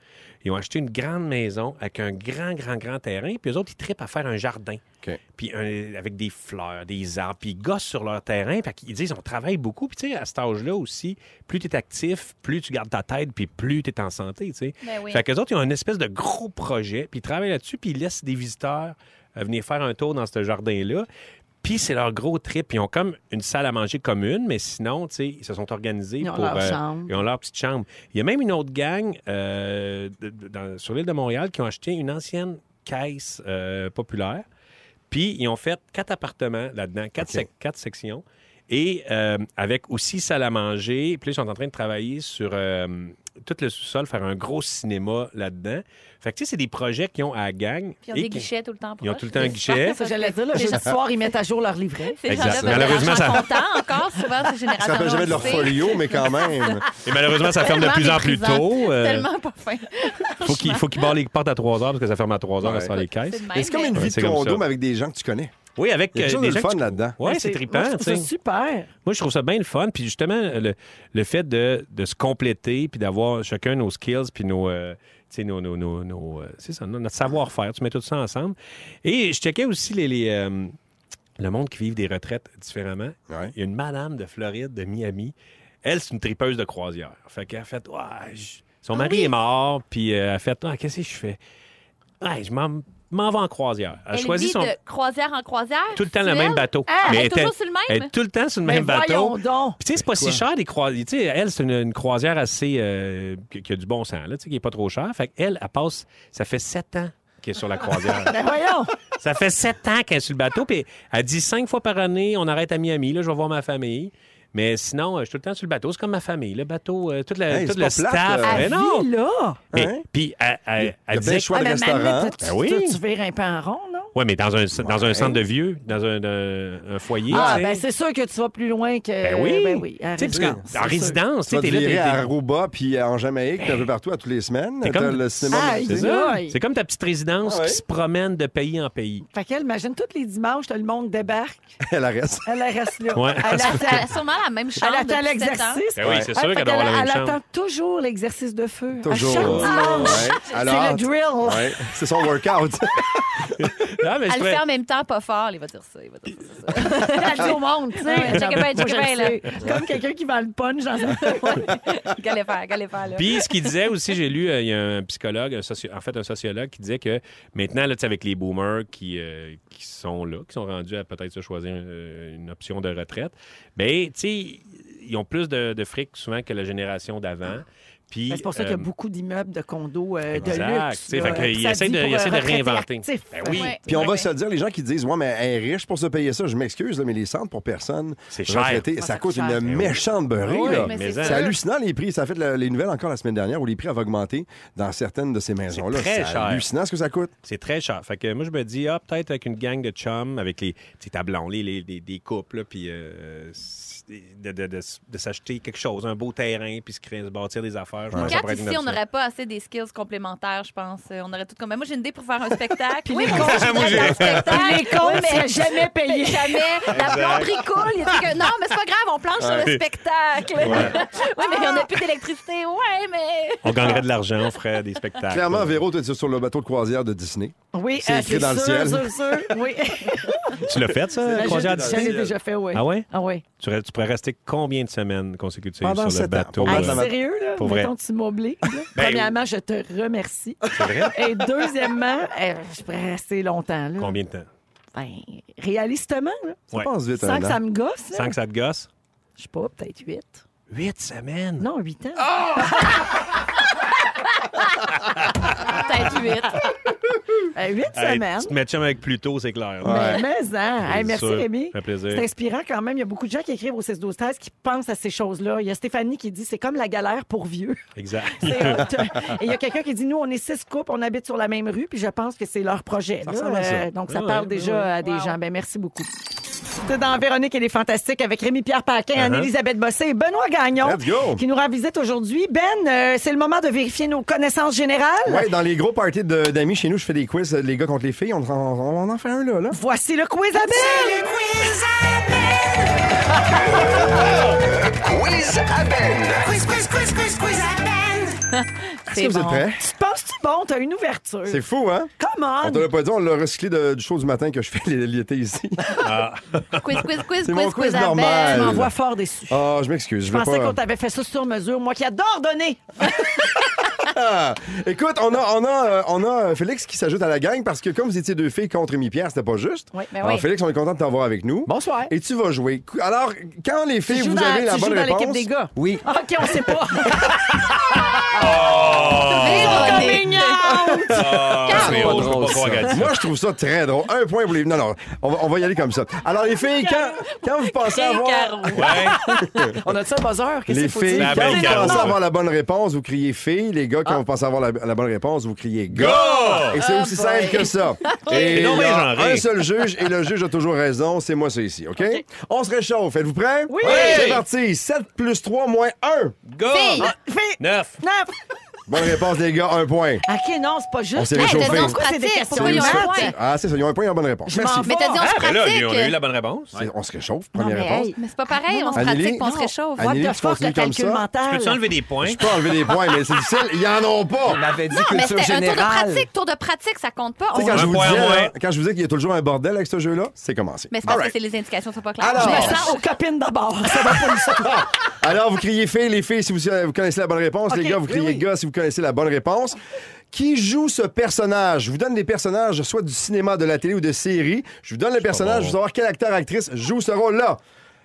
S3: Ils ont acheté une grande maison avec un grand, grand, grand terrain, puis eux autres, ils trippent à faire un jardin.
S4: OK.
S3: Puis un- avec des fleurs, des arbres, puis ils gossent sur leur terrain, puis ils disent, on travaille beaucoup. Puis tu sais, à cet âge-là aussi, plus tu es actif, plus tu gardes ta tête, puis plus tu es en santé, tu sais.
S2: Ben oui.
S3: Fait qu'eux autres, ils ont une espèce de gros projet, puis ils travaillent là-dessus, puis ils laissent des visiteurs euh, venir faire un tour dans ce jardin-là. Puis c'est leur gros trip. Ils ont comme une salle à manger commune, mais sinon, tu sais, ils se sont organisés
S1: Ils ont
S3: pour. euh,
S1: leur chambre.
S3: Ils ont leur petite chambre. Il y a même une autre gang euh, de- de- dans- sur l'île de Montréal qui ont acheté une ancienne caisse euh, populaire. Puis ils ont fait quatre appartements là-dedans, quatre,
S4: OK.
S3: sec- quatre sections. Et euh, avec aussi salle à manger. Puis là, ils sont en train de travailler sur euh, tout le sous-sol, faire un gros cinéma là-dedans. Fait que tu sais, c'est des projets qui ont à la gang.
S2: Puis ils ont des
S3: et qui-
S2: guichets tout le temps.
S3: Ils ont
S2: proches.
S3: tout le temps un guichet.
S1: Ça, j'allais dire, le jeudi soir, ils mettent à jour leur livret.
S2: Ces
S3: Exact.
S2: gens-là veulent de
S3: Malheureusement,
S2: l'argent
S3: ça-
S2: comptant encore, souvent, c'est
S4: Ils
S2: génération.
S4: s'appellent jamais de leur
S2: avancée.
S4: folio, mais quand même.
S3: Et malheureusement, ça ferme de
S2: Tellement
S3: plus en plus
S2: méprisant.
S3: tôt. Euh,
S2: Tellement pas fin.
S3: faut qu'il faut qu'ils barrent les portes à 3 heures parce que ça ferme à 3 heures à
S4: Ouais.
S3: sort les caisses.
S2: C'est de même,
S4: Mais c'est comme une
S2: mais-
S3: Ouais,
S4: vie de
S3: c'est comme
S4: condo,
S3: ça.
S4: mais avec des gens que tu connais.
S3: Oui, avec
S4: Il y a
S3: euh,
S4: toujours
S3: des
S4: du
S3: gens
S4: fun
S3: qui-
S4: là-dedans.
S3: Ouais, c'est trippant.
S1: moi, je trouve ça
S3: tu sais.
S1: super.
S3: Moi, je trouve ça bien le fun. Puis justement, le, le fait de, de se compléter, puis d'avoir chacun nos skills, puis nos. euh, tu sais, nos, nos, nos- nos, euh, c'est ça, notre savoir-faire. Tu mets tout ça ensemble. Et je checkais aussi les, les, euh, le monde qui vit des retraites différemment.
S4: Ouais.
S3: Il y a une madame de Floride, de Miami. Elle, c'est une tripeuse de croisière. Fait qu'elle a fait. Ouais, je- Son mari est mort, puis euh, elle a fait. Ah, qu'est-ce que je fais? Ouais, je m'en m'en vais en croisière. Elle,
S2: Elle
S3: choisit
S2: vit
S3: son.
S2: de croisière en croisière.
S3: Tout le temps le
S2: Suel.
S3: même bateau.
S2: Ah, elle est
S3: était-
S2: toujours sur le même?
S3: Elle est tout le temps sur le
S1: Mais
S3: même bateau.
S1: voyons donc.
S3: Puis, tu sais, c'est pas si cher des croisières. Tu sais, elle, c'est une, une croisière assez. euh, qui qui a du bon sens, là, tu sais, qui est pas trop chère. Fait qu'elle, elle passe. Ça fait sept ans qu'elle est sur la croisière.
S1: Ben voyons.
S3: ça fait sept ans qu'elle est sur le bateau. Puis, elle dit cinq fois par année, on arrête à Miami, là, je vais voir ma famille. Mais sinon, euh, je suis tout le temps sur le bateau. C'est comme ma famille. Le bateau, euh, toute la,
S4: Hey,
S3: tout
S4: c'est
S3: le
S4: pas
S3: staff.
S4: plate, euh.
S3: Mais
S1: Elle
S3: Ben non!
S1: vit là.
S3: Mais-
S4: Hein?
S3: Puis, elle, elle- elle
S4: Il y a plein
S3: disait.
S4: de choix de
S1: Ah, mais Manon,
S4: restaurants.
S1: t'as-
S3: Ben oui.
S1: Tu, tu vires un peu en rond, non?
S3: Ouais, mais dans un, dans un centre de vieux, dans un, un- un foyer.
S1: Ah,
S3: tu sais.
S1: ben c'est sûr que tu vas plus loin que.
S3: Ben oui.
S1: Ben oui. à
S3: Tu sais, parce que
S1: résidence, c'est
S3: en
S1: sûr.
S3: résidence, tu
S4: Tu
S3: sais,
S4: vas te
S3: t'es là,
S4: virer
S3: t'es-
S4: à
S3: t'es-
S4: Aruba, puis en Jamaïque, puis un peu partout, à toutes les semaines.
S3: T'es
S4: T'as
S3: comme-
S4: le cinéma.
S1: Ah,
S3: C'est
S4: modélisé.
S3: ça.
S1: Aïe.
S3: C'est comme ta petite résidence
S4: Ah ouais.
S3: qui se promène de pays en pays.
S1: Fait qu'elle, imagine, tous les dimanches, le monde débarque.
S4: Elle reste.
S1: Elle elle reste là.
S3: Ouais.
S1: Elle
S2: Elle a
S1: attend,
S2: sûrement la même chambre.
S1: elle attend
S2: depuis sept ans.
S1: l'exercice.
S3: Ben oui, c'est
S1: Ah,
S3: sûr
S1: fait
S3: qu'elle doit avoir la
S1: elle-
S3: même
S1: elle
S3: chambre.
S1: attend toujours l'exercice de feu. À
S4: Toujours.
S1: chaque dimanche.
S4: Ouais.
S1: C'est le
S4: Alors,
S1: drill.
S4: ouais, c'est son workout.
S3: Ah, mais
S2: À
S3: je
S2: le
S3: ferais-
S2: faire en même temps, pas fort, il va dire ça. Il va dire ça. c'est ça.
S7: Elle dit au monde, tu sais. Check it out, check it out, là.
S1: Comme quelqu'un qui vend le punch dans un
S2: Qu'allez faire, qu'allez faire, là.
S3: Puis ce qu'il disait aussi, j'ai lu, euh, il y a un psychologue, un socio- en fait un sociologue, qui disait que maintenant, là, tu sais, avec les boomers qui, euh, qui sont là, qui sont rendus à peut-être se choisir euh, une option de retraite, bien, tu sais, ils ont plus de, de fric souvent que la génération d'avant. Puis,
S1: Ben, c'est pour ça qu'il y a
S3: euh,
S1: beaucoup d'immeubles, de condos, euh, de
S3: Exact.
S1: luxe.
S3: T'sais,
S1: là.
S3: fait que
S1: Puis
S3: il
S1: ça
S3: essaie
S1: dit
S3: de-
S1: pour
S3: il essaie de
S1: un retraité
S3: réinventer.
S1: actif.
S3: Ben oui.
S2: Ouais.
S4: Puis on va se le dire, les gens qui disent, ouais, mais elle est riche pour se payer ça, je m'excuse, là, mais les centres pour personnes,
S3: C'est cher. Eh
S4: retraités,
S1: Ah,
S4: ça,
S1: ça coûte
S4: coûte une
S1: cher.
S4: méchante beurrée.
S2: Oui,
S4: là.
S2: mais
S3: mais
S2: c'est
S3: en-
S4: C'est hallucinant les prix. Ça a fait la- les nouvelles encore la semaine dernière où les prix avaient augmenté dans certaines de ces maisons-là.
S3: très
S4: C'est
S3: cher.
S4: hallucinant ce que ça coûte.
S3: C'est très cher. Fait que moi, je me dis, ah, peut-être avec une gang de chums, avec les petits tablons, les, les, les- des couples, là, puis euh, s- de, de- de s- de s'acheter quelque chose, un beau terrain, puis se, créer, se bâtir des affaires. Je pense que ça
S2: Quatre,
S3: pourrait être une
S2: ici, on
S3: option.
S2: n'aurait pas assez des skills complémentaires, je pense. Euh, On aurait tout comme. Moi, j'ai une idée pour faire un spectacle. oui,
S1: les
S2: mon
S1: cons,
S2: gars, je voudrais
S3: moi, j'ai-
S2: faire un spectacle.
S1: Ah, Les cons,
S2: Oui,
S1: c'est jamais payé.
S2: Jamais. La plomberie coule. Il y a des trucs que- Non, mais c'est pas grave, on planche sur le spectacle. oui, mais on n'a plus d'électricité. Ouais, mais.
S3: On gagnerait de l'argent, on ferait des spectacles.
S4: Clairement, Véro, tu sur le bateau de croisière de Disney.
S1: Oui,
S4: C'est
S1: euh,
S4: écrit dans le
S1: sûr,
S4: ciel.
S1: sûr, sûr. Oui.
S3: Tu l'as fait, ça,
S1: Là, je-
S3: croisière
S1: je l'ai déjà fait, oui.
S3: Ah ouais?
S1: Ah oui.
S3: Tu, restes- tu pourrais rester combien de semaines consécutives
S4: Pendant
S3: sur le
S4: sept ans,
S3: bateau?
S4: pas
S1: Hey,
S4: mal de
S3: euh,
S4: la-
S1: sérieux, là?
S3: Pour vrai.
S1: Mettons, tu m'obliges. là.
S3: Ben
S1: Premièrement, je te remercie.
S3: C'est vrai?
S1: Et deuxièmement, euh, je pourrais rester longtemps. Là.
S3: Combien de temps?
S1: Ben, réalistement, là,
S4: Ça
S3: Ouais.
S4: passe vite, hein,
S1: sans
S4: un
S1: que
S4: an.
S1: ça me gosse, là,
S3: Sans que ça te gosse?
S1: je sais pas, peut-être huit.
S3: Huit semaines?
S1: Non, huit ans.
S3: Ah!
S2: Peut-être huit.
S1: Euh, huit
S3: Hey,
S1: semaines.
S3: Tu te mets chum avec plus tôt, c'est clair.
S4: Ouais.
S1: Mais, mais, hein. Hey,
S3: C'est
S1: merci
S3: sûr.
S1: Rémi.
S3: Un plaisir.
S1: C'est inspirant quand même. Il y a beaucoup de gens qui écrivent au 16 12 13 qui pensent à ces choses-là. Il y a Stéphanie qui dit c'est comme la galère pour vieux.
S3: Exact.
S1: C'est hot. Et il y a quelqu'un qui dit nous on est six couples, on habite sur la même rue, puis je pense que c'est leur projet. là.
S4: ressemble à ça.
S1: Euh, donc ça
S3: Ouais,
S1: parle
S3: ouais,
S1: déjà
S3: ouais,
S1: à des
S2: Wow.
S1: gens. Ben merci beaucoup. C'est dans Véronique et les Fantastiques avec Rémi Pierre Paquin,
S3: Uh-huh.
S1: Anne-Elisabeth Bossé et Benoît Gagnon
S4: Let's go!
S1: qui nous rend visite aujourd'hui. Ben, euh, c'est le moment de vérifier nos connaissances générales.
S4: Ouais, dans les gros parties de- d'amis chez nous, je fais des quiz, euh, les gars contre les filles. On, en- on en fait un, là. là.
S1: Voici le quiz à Ben.
S8: Quiz à Ben.
S4: Est-ce que vous êtes prêts?
S1: Tu te penses-tu bon? T'as une ouverture.
S4: C'est fou, hein?
S1: Come
S4: On
S1: on!
S4: te l'a pas dit, on l'a recyclé de- du show du matin que je fais l- l'été ici.
S2: Quiz, quiz, quiz,
S4: C'est mon
S2: quiz,
S4: quiz
S2: quiz, à
S4: normal.
S1: Je
S2: Ben.
S1: m'envoie fort déçu.
S4: Ah, je m'excuse. Je
S1: Je
S4: veux
S1: pensais
S4: pas.
S1: qu'on t'avait fait ça sur mesure, moi qui adore donner.
S4: Ah! Écoute, on a, on a, euh, on a euh, Félix qui s'ajoute à la gang parce que comme vous étiez deux filles contre Amy Pierre, c'était pas juste.
S1: Oui, ben
S4: Alors,
S1: oui.
S4: Félix, on est content de t'avoir avec nous.
S1: Bonsoir.
S4: Et tu vas jouer. Cou- Alors, quand les filles,
S1: joues
S4: vous
S1: dans-
S4: avez la
S1: tu
S4: bonne
S1: joues dans
S4: réponse.
S1: l'équipe des gars.
S4: Oui.
S1: OK, on sait pas.
S3: Oh!
S2: Oh, Véronique.
S3: Ah, c'est
S4: Pas
S3: haut, je peux
S4: drôle,
S3: pas croire
S4: ça.
S3: qu'elle dit ça.
S4: Moi, je trouve ça très drôle. Un point pour les. Non, non, on va, on va y aller comme ça. Alors, les filles, quand, quand vous pensez
S2: Hey,
S4: avoir.
S2: Caro.
S3: Ouais.
S1: On a-tu un buzzer? Qu'est-ce
S4: Les
S1: qu'il faut
S4: filles,
S1: dire?
S3: La
S4: quand
S3: belle
S4: vous
S3: Ben, Caro.
S4: pensez avoir la bonne réponse, vous criez filles. Les
S1: Ah.
S4: gars, quand vous pensez avoir la, la bonne réponse, vous criez gars. Et c'est aussi
S1: Ah,
S4: simple que ça. Et
S3: Et non,
S4: il y
S3: mais
S4: a
S3: j'en ris.
S4: un seul juge, et le juge a toujours raison. C'est moi, c'est ici, OK? On se réchauffe. Êtes-vous prêts?
S1: Oui.
S4: C'est parti. 7 plus 3 moins 1.
S3: Go!
S2: Fille.
S1: Filles.
S3: Neuf.
S1: Neuf.
S4: Bonne réponse, les gars, un point.
S1: OK, non, c'est pas juste.
S4: On s'est
S1: Hey,
S4: réchauffé.
S1: t'as dit, Pourquoi c'est
S2: C'est
S1: des
S2: pratique,
S1: questions
S2: pourquoi
S1: de
S2: ils ont un
S1: maths?
S2: point?
S4: Ah, c'est ça. Ils ont un point et une bonne réponse.
S1: Je
S4: Merci.
S1: m'en
S2: Mais t'as dit, on
S1: vais.
S2: se
S3: Ah, ben là,
S2: pratique.
S3: on a eu la bonne réponse.
S4: C'est- On se réchauffe.
S1: Non,
S4: Première
S1: mais
S4: réponse.
S1: hey,
S2: Mais c'est pas pareil, on se
S4: Anneli,
S2: pratique, puis on se
S4: non.
S2: réchauffe.
S1: What
S4: Anneli,
S1: the
S4: tu
S1: fuck, le
S4: continues comme
S1: calcul
S4: ça?
S1: mental.
S3: Peux-tu enlever des points?
S4: Je peux enlever des points, mais c'est difficile. Ils en ont pas.
S7: On avait dit
S2: Non, mais
S7: culture
S2: c'était un tour de
S7: générale.
S2: pratique. Tour de pratique, ça compte pas.
S4: Tu sais, quand,
S3: Un
S4: je vous
S3: point,
S4: disais,
S3: un
S4: là,
S3: point.
S4: quand je vous dis qu'il y a toujours un bordel avec ce jeu-là, c'est commencé.
S2: Mais c'est parce que
S4: Alright.
S2: c'est les indications sont pas claires.
S4: Alors-
S1: Je me
S2: Mais-
S1: sens aux copines d'abord. Ça va pas nous
S4: Alors, vous criez filles, les filles, si vous, vous connaissez la bonne réponse.
S1: Ok,
S4: Les gars, vous
S1: oui,
S4: criez
S1: oui.
S4: gars, si vous connaissez la bonne réponse. Qui joue ce personnage? Je vous donne des personnages, soit du cinéma, de la télé ou de série. Je vous donne le personnage, je veux savoir quel acteur, actrice joue ce rôle-là.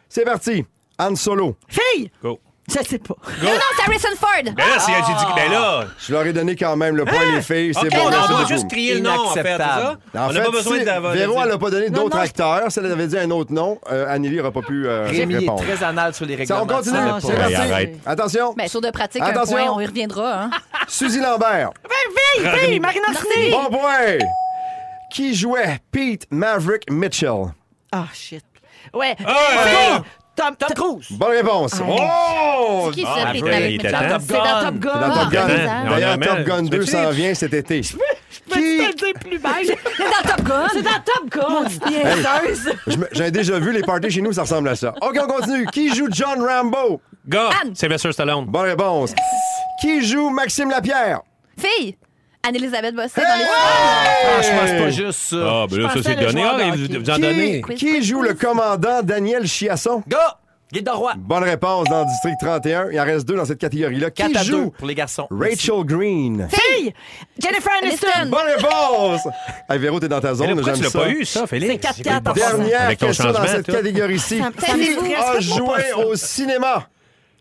S4: C'est parti. Han Solo.
S1: Fille!
S3: Go.
S1: Je sais pas.
S2: Non, non, c'est Harrison Ford.
S3: Ben là, c'est- j'ai dit, ben là,
S4: Je leur ai donné quand même le point,
S2: Hein?
S4: les filles. C'est
S3: OK,
S4: bon,
S3: on
S4: merci
S3: doit
S4: beaucoup.
S3: juste crier le nom, en fait, c'est ça?
S7: Inacceptable.
S4: En
S3: on
S4: fait,
S3: n'a pas besoin
S4: si
S3: d'avoir...
S4: Véro, elle n'a pas donné
S1: Non,
S4: d'autres
S1: non, je-
S4: acteurs. Si elle avait dit un autre nom, euh, Anneli n'aurait pas pu euh,
S7: Rémi est
S4: répondre.
S7: très anal sur les
S4: Ça, on
S7: règlements.
S4: continue.
S1: Ah,
S4: C'est
S3: Hey,
S4: parti.
S3: arrête.
S4: Attention.
S2: Ben, tour de pratique,
S4: Attention.
S2: un point, on y reviendra. Hein.
S4: Suzy Lambert.
S1: Fille, fille, Marina Orsini.
S4: Bon point. Qui jouait Pete Maverick Mitchell?
S1: Ah, shit. Ouais.
S3: Ah,
S1: Fille, Tom, Tom Cruise.
S4: Bonne réponse. Oh!
S2: C'est qui ça,
S3: Ah,
S2: Pete
S3: ben,
S2: Maverick
S3: il était Ah,
S2: Mitchell?
S7: temps.
S1: C'est dans Top
S7: Gun.
S1: Gun.
S4: Dans Top Gun.
S2: bizarre.
S4: D'ailleurs,
S3: On a-
S4: Top Gun 2
S3: Peux-tu-
S4: s'en vient cet été.
S1: Ah, Peux-tu
S4: Qui-
S1: te le dire plus belle?
S2: C'est dans Top Gun.
S1: C'est dans Top Gun. Niaiseuse.
S4: Je me- J'ai déjà vu les parties chez nous, ça ressemble à ça. OK, on continue. Qui joue John Rambo?
S3: Go!
S2: Anne.
S3: Sylvester Stallone.
S4: Bonne réponse. Qui joue Maxime Lapierre?
S2: Fille. Anne-Elisabeth Bossé dans les
S7: Franchement, c'est pas juste ça.
S4: Oh.
S3: Ah, ben
S1: Je
S3: là, ça,
S1: pensais
S3: c'est
S1: à le
S3: donné.
S1: joueur
S3: Ah,
S1: de
S3: vous,
S1: hockey.
S3: vous en donnez.
S2: Quiz,
S4: Qui
S2: quiz,
S4: joue
S2: quiz.
S4: le commandant Daniel Chiasson?
S7: Go! Guide de Roy.
S4: Bonne réponse dans District 31. Il en reste deux dans cette catégorie-là.
S7: 4
S4: Qui
S7: à 2
S4: joue?
S7: pour les garçons.
S4: Rachel Green.
S1: Fille! Jennifer Aniston!
S2: Aniston.
S4: Bonne réponse! Hey, Véro, t'es dans ta
S3: Mais
S4: zone.
S3: là, pourquoi
S4: j'aime
S3: tu l'as
S4: ça.
S3: pas eu, ça, Félix?
S1: C'est 4-4 en passant.
S4: Dernière
S3: Avec ton
S4: question dans
S3: changement,
S4: cette
S3: toi.
S4: catégorie-ci.
S1: Ça- ça me
S4: Qui
S1: stresse,
S4: a
S1: faites-moi pas
S4: joué
S1: ça.
S4: au cinéma?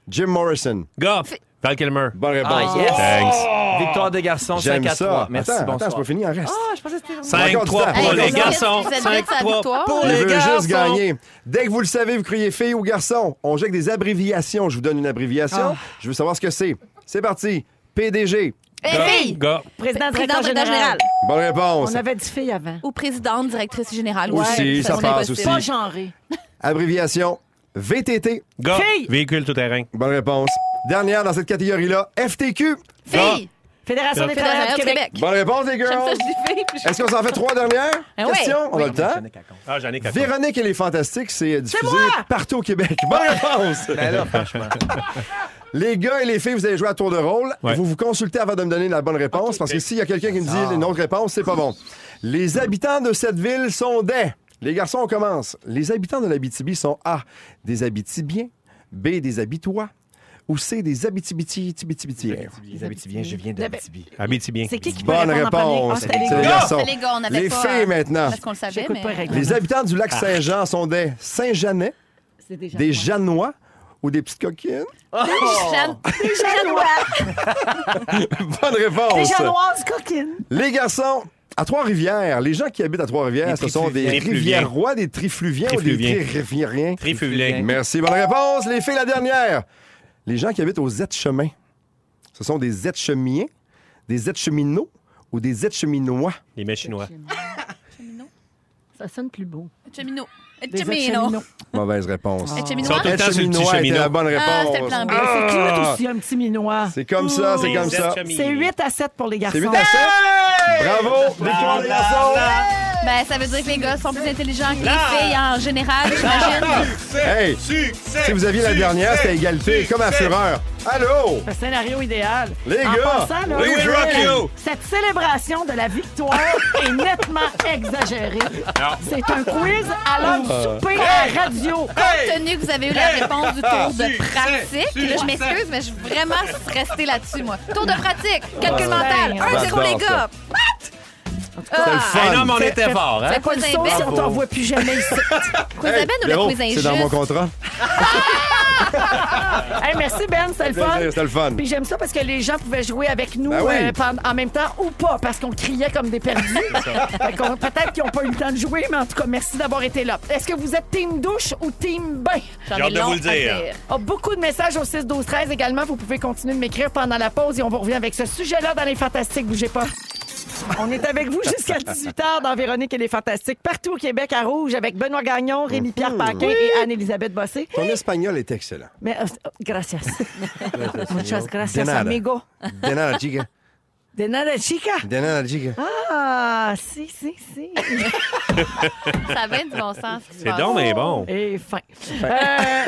S4: Jim Morrison.
S3: Gars, Val Kilmer.
S4: Bonne réponse.
S7: Ah, yes.
S3: Thanks.
S7: Oh! Victoire des garçons,
S4: J'aime
S7: 5 à
S4: ça.
S7: 3. Merci,
S4: attends, attends,
S7: bonsoir.
S4: c'est pas fini, il en reste.
S1: Ah, je pensais que c'était...
S4: Encore
S3: 5-3
S4: du temps.
S3: pour
S4: Hey,
S3: les
S4: vous êtes-
S3: garçons.
S2: vous êtes vite sur la
S3: 5-3.
S2: victoire.
S3: Pour
S4: Je
S3: Oh, les
S4: veux
S3: garçons.
S4: juste gagner. Dès que vous le savez, vous criez fille ou garçon. On jette des abréviations. Je vous donne une abréviation. Je veux savoir ce que c'est. C'est parti. PDG.
S2: Eh, fille!
S3: Gars,
S1: Président,
S2: Président
S1: directeur général.
S2: général.
S4: Bonne réponse.
S1: On avait dit fille avant.
S2: Ou présidente, directrice générale.
S4: Aussi, ça
S2: c'est
S4: passe
S2: impossible.
S4: aussi.
S1: Pas genré.
S4: Abréviation. VTT.
S3: gars,
S1: Fille.
S3: véhicule tout-terrain.
S4: Bonne réponse. Dernière dans cette catégorie-là. FTQ.
S2: Fille!
S1: Fédération des travailleurs
S2: Fédération
S1: du
S2: du
S1: Québec.
S2: Québec.
S4: Bonne réponse, les
S2: J'aime
S4: girls.
S2: ça, je dis fille. puis je-
S4: Est-ce qu'on s'en fait trois dernières
S2: Ah ouais.
S4: questions? On a le temps.
S3: Ah, j'en ai 4
S4: Véronique et les Fantastiques, c'est euh, diffusé
S1: moi!
S4: partout au Québec. Bonne réponse!
S7: Ben là, franchement.
S4: Les gars et les filles, vous allez jouer à tour de rôle.
S3: Ouais.
S4: Vous vous consultez avant de me donner la bonne réponse, parce que s'il y a quelqu'un qui me dit une autre réponse, c'est pas bon. Les habitants de cette ville sont des. Les garçons, on commence. Les habitants de l'Abitibi sont A. Des Abitibiens. B. Des Habitois. Ou C. Des Abitibitiens.
S7: Les Abitibiens, je viens de l'Abitibi.
S3: bien.
S1: C'est qui qui peut
S4: Bonne
S1: répondre en premier?
S4: réponse.
S1: Ah, c'était les
S4: C'est les
S1: gars.
S4: garçons.
S2: C'est les gars, on n'avait
S4: Les
S2: pas,
S4: filles
S2: euh,
S4: maintenant.
S2: Parce qu'on le savait,
S1: J'écoute
S2: mais...
S1: pas les règles.
S4: Les habitants du lac
S7: Ah.
S4: Saint-Jean sont des Saint-Jeanais,
S1: C'est déjà
S4: des
S1: moi.
S4: Janois ou des petites coquines.
S2: Jeanne-
S1: Oh!
S4: Bonne réponse.
S1: Des Janoises coquines.
S4: Les garçons, à Trois-Rivières, les gens qui habitent à Trois-Rivières, ce sont des
S3: Trifluviens.
S4: Rivières-Rois, des Trifluviens ou des
S3: Trifluviens.
S4: Tririviens.
S3: Trifulin.
S4: Merci, bonne réponse. Les filles, la dernière. Les gens qui habitent aux Z-chemins, ce sont des Z-chemiens, des Z-cheminots ou des Z-cheminois.
S3: Les mets chinois.
S1: Ça sonne plus beau.
S2: Chemino.
S1: Des
S2: Chemino.
S1: Cheminots.
S4: Mauvaise réponse.
S2: Chemino.
S3: Sont tout le temps sur le petit
S4: Z-cheminois était la
S3: cheminot.
S4: bonne
S2: Ah,
S4: réponse.
S2: c'était le plan B.
S1: C'est cute aussi, un petit minois.
S4: C'est comme ça, c'est
S3: Les
S4: comme ça.
S3: Z-chemi.
S1: C'est 8 à 7 pour les garçons.
S4: C'est 8 à 7. Bravo, victoire des garçons.
S2: Ben, ça veut dire que les gars sont plus intelligents que les filles en général, j'imagine.
S4: Hey, si vous aviez la dernière, c'était égalité, comme à Fureur. Allô?
S1: Le scénario idéal.
S4: Les
S1: en
S4: gars,
S1: passant, là,
S4: we will rock you.
S1: cette célébration de la victoire est nettement exagérée. C'est un quiz à l'heure
S4: Ah.
S1: du souper à la radio.
S2: Compte tenu que vous avez eu la réponse du tour de pratique, là, je m'excuse, mais je veux vraiment rester là-dessus, moi. Tour de pratique, calcul mental,
S4: J'adore
S2: 1-0 les
S4: ça.
S2: gars. What? Ah,
S3: Hey, non, mais on était fort, hein?
S2: le quiz
S1: Sauf si on
S2: imbé-
S1: t'en voit plus jamais ici.
S2: quiz
S4: Hey,
S2: imbé ou
S4: Véro,
S2: le quiz
S4: C'est dans mon
S2: injuste?
S4: contrat.
S1: Hey, merci Ben, c'est le fun.
S4: Plaisir, C'était le fun.
S1: Puis j'aime ça parce que les gens pouvaient jouer avec nous
S4: Ben oui.
S1: euh, pendant- en même temps ou pas, parce qu'on criait comme des perdus. Fait qu'on- Peut-être qu'ils n'ont pas eu le temps de jouer, mais en tout cas, merci d'avoir été là. Est-ce que vous êtes team douche ou team bain?
S2: J'en ai
S3: J'ai hâte de
S2: long
S3: vous le
S2: à
S3: dire.
S1: Ah, beaucoup de messages au 6, 12, 13 également. Vous pouvez continuer de m'écrire pendant la pause et on vous revient avec ce sujet-là dans les Fantastiques. Bougez pas. On est avec vous jusqu'à 18h dans Véronique et les Fantastiques, partout au Québec à Rouge, avec Benoît Gagnon,
S4: Mhm.
S1: Rémi-Pierre Paquin et Anne-Elisabeth Bossé.
S4: Ton espagnol est excellent.
S1: Mais, euh, euh, gracias. Muchas
S4: De
S1: gracias,
S4: nada.
S1: amigo.
S4: De nada, chica.
S1: De nada, chica.
S4: De nada, chica.
S1: Ah, si, si, si.
S2: Ça avait du bon sens. ce qui se
S3: C'est
S2: passe.
S3: donc, mais bon.
S1: Et fin. Euh,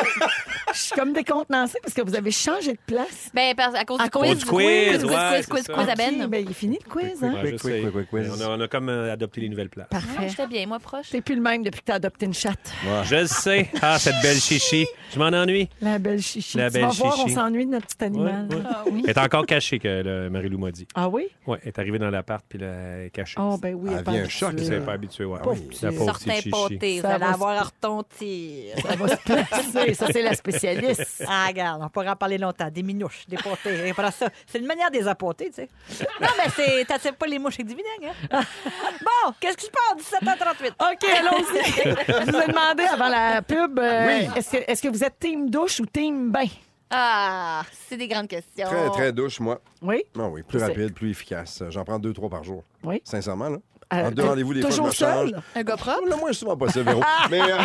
S1: je suis comme décontenancée parce que vous avez changé de place.
S2: Ben, parce- à cause
S1: À
S2: du
S1: cause
S2: quiz.
S1: du
S3: quiz,
S2: quiz,
S3: ouais,
S2: quiz,
S3: c'est
S2: quiz,
S3: ça.
S2: quiz à Ben.
S1: Ok, ben, il est fini le quiz, hein?
S3: Ouais, je
S4: Quick, quick,
S3: sais.
S4: quick, quick, quiz.
S3: Mais On a, on a comme euh, adopté les nouvelles places.
S2: Ouais, J'étais bien, moi, proche.
S1: T'es plus le même depuis que t'as adopté une chatte.
S3: Je le sais. Ah, cette belle chichi. Je m'en ennuie.
S1: La belle chichi.
S3: La
S1: tu
S3: belle
S1: vas voir, on
S3: chichi.
S1: s'ennuie de notre petit animal.
S3: Ouais, ouais.
S2: Ah oui.
S3: Elle est encore cachée que le- Marie-Lou m'a dit.
S1: Ah oui?
S3: Ouais, elle est arrivée dans l'appart puis là, elle est cachée.
S1: Oh, ben oui.
S4: Ah,
S1: elle parle
S4: vient un
S1: de
S4: choc,
S1: ça.
S3: C'est pas habitué, ouais.
S1: Pauvre petit.
S3: La pauvre
S2: Sortez
S3: petite chichi.
S8: pâté,
S1: Ça
S8: ça
S1: va
S8: va
S1: se-
S8: avoir retentir.
S1: Elle va se placer. Ça, c'est la spécialiste.
S8: Ah, regarde, on pourra en parler longtemps. Des minouches, des pâtés. Et voilà ça. C'est une manière de les apporter, tu sais. Non, mais c'est. T'attires pas les mouches avec du vinaigre, hein? Bon, qu'est-ce qui se passe? 17h38.
S1: OK, allons-y. Je vous ai demandé avant la pub, euh,
S3: Ah
S1: est-ce que, est-ce que vous êtes team douche ou team bain?
S2: Ah, c'est des grandes questions.
S4: Très, très douche, moi.
S1: Oui?
S4: Non, oui, plus
S1: C'est-
S4: rapide, plus efficace. J'en prends deux, trois par jour.
S1: Oui.
S4: Sincèrement, là.
S1: Euh,
S4: en deux
S1: euh,
S4: rendez-vous, des fois, je me
S1: toujours
S4: change.
S1: seul? Ah.
S2: Un gars propre?
S4: Le moins souvent possible, Véro. Mais euh,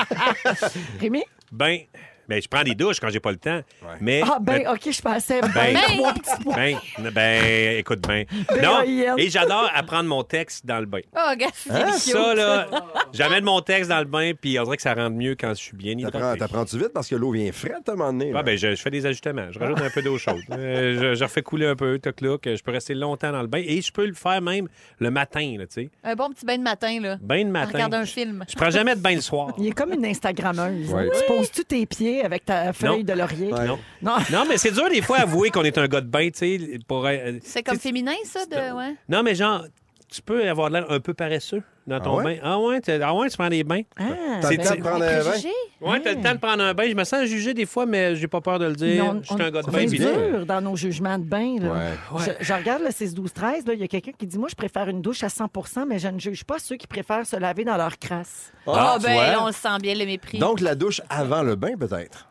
S1: Rémi?
S3: Ben, Ben, je prends des douches quand j'ai pas le temps.
S4: Ouais.
S3: Mais.
S1: Ah, ben,
S3: le-
S1: OK, je pensais. Ben,
S3: Ben.
S1: trois petits points.
S3: ben, ben, écoute bien. Non,
S1: B-A-I-N.
S3: et j'adore apprendre mon texte dans le bain. Hein?
S2: Oh, gars, c'est délicieux.
S3: Ça, là, j'amène mon texte dans le bain, puis on dirait que ça rend mieux quand je suis bien
S4: T'apprends-
S3: hydraté.
S4: T'apprends-tu vite parce que l'eau vient frette à un moment donné? là.
S3: Ah, ben, je, je fais des ajustements. Je rajoute un peu d'eau chaude. Euh, je, je refais couler un peu, toc look. Je peux rester longtemps dans le bain et je peux le faire même le matin, là, tu sais.
S2: Un bon petit bain de matin, là.
S3: Bain le
S2: En
S3: matin.
S2: regardant un film.
S3: Je prends jamais de bain le soir.
S1: Il est comme une Instagrammeuse. hein.
S4: Ouais.
S1: Tu poses-tu tes pieds avec ta feuille de laurier?
S4: Ouais.
S3: Non.
S1: Non. Ah.
S3: Non, mais c'est dur des fois à avouer qu'on est un gars de bain, tu sais. pour, euh,
S2: C'est comme
S3: tu sais,
S2: féminin, ça, de... Ouais.
S3: Non, mais genre, tu peux avoir l'air un peu paresseux dans ton
S4: Ah ouais?
S3: bain. Ah ouais, t'es- ah ouais, tu prends des bains.
S1: Ah,
S4: T'as le
S1: ben,
S4: temps de prendre un vin?
S2: Préjugé?
S3: Ouais, t'as le temps de prendre un bain. Je me sens jugé des fois, mais j'ai pas peur de le dire.
S1: on-
S3: Je suis un gars de
S1: on
S3: bain.
S1: est
S3: puis-
S1: dur dans nos jugements de bain. là.
S4: Ouais.
S1: Je, je regarde le 6-12-13, là, il y a quelqu'un qui dit Moi, je préfère une douche à 100 mais je ne juge pas ceux qui préfèrent se laver dans leur crasse.
S2: Ah,
S4: tu
S2: ben,
S4: vois?
S2: là, on le sent bien, le mépris.
S4: Donc, la douche avant le bain, peut-être.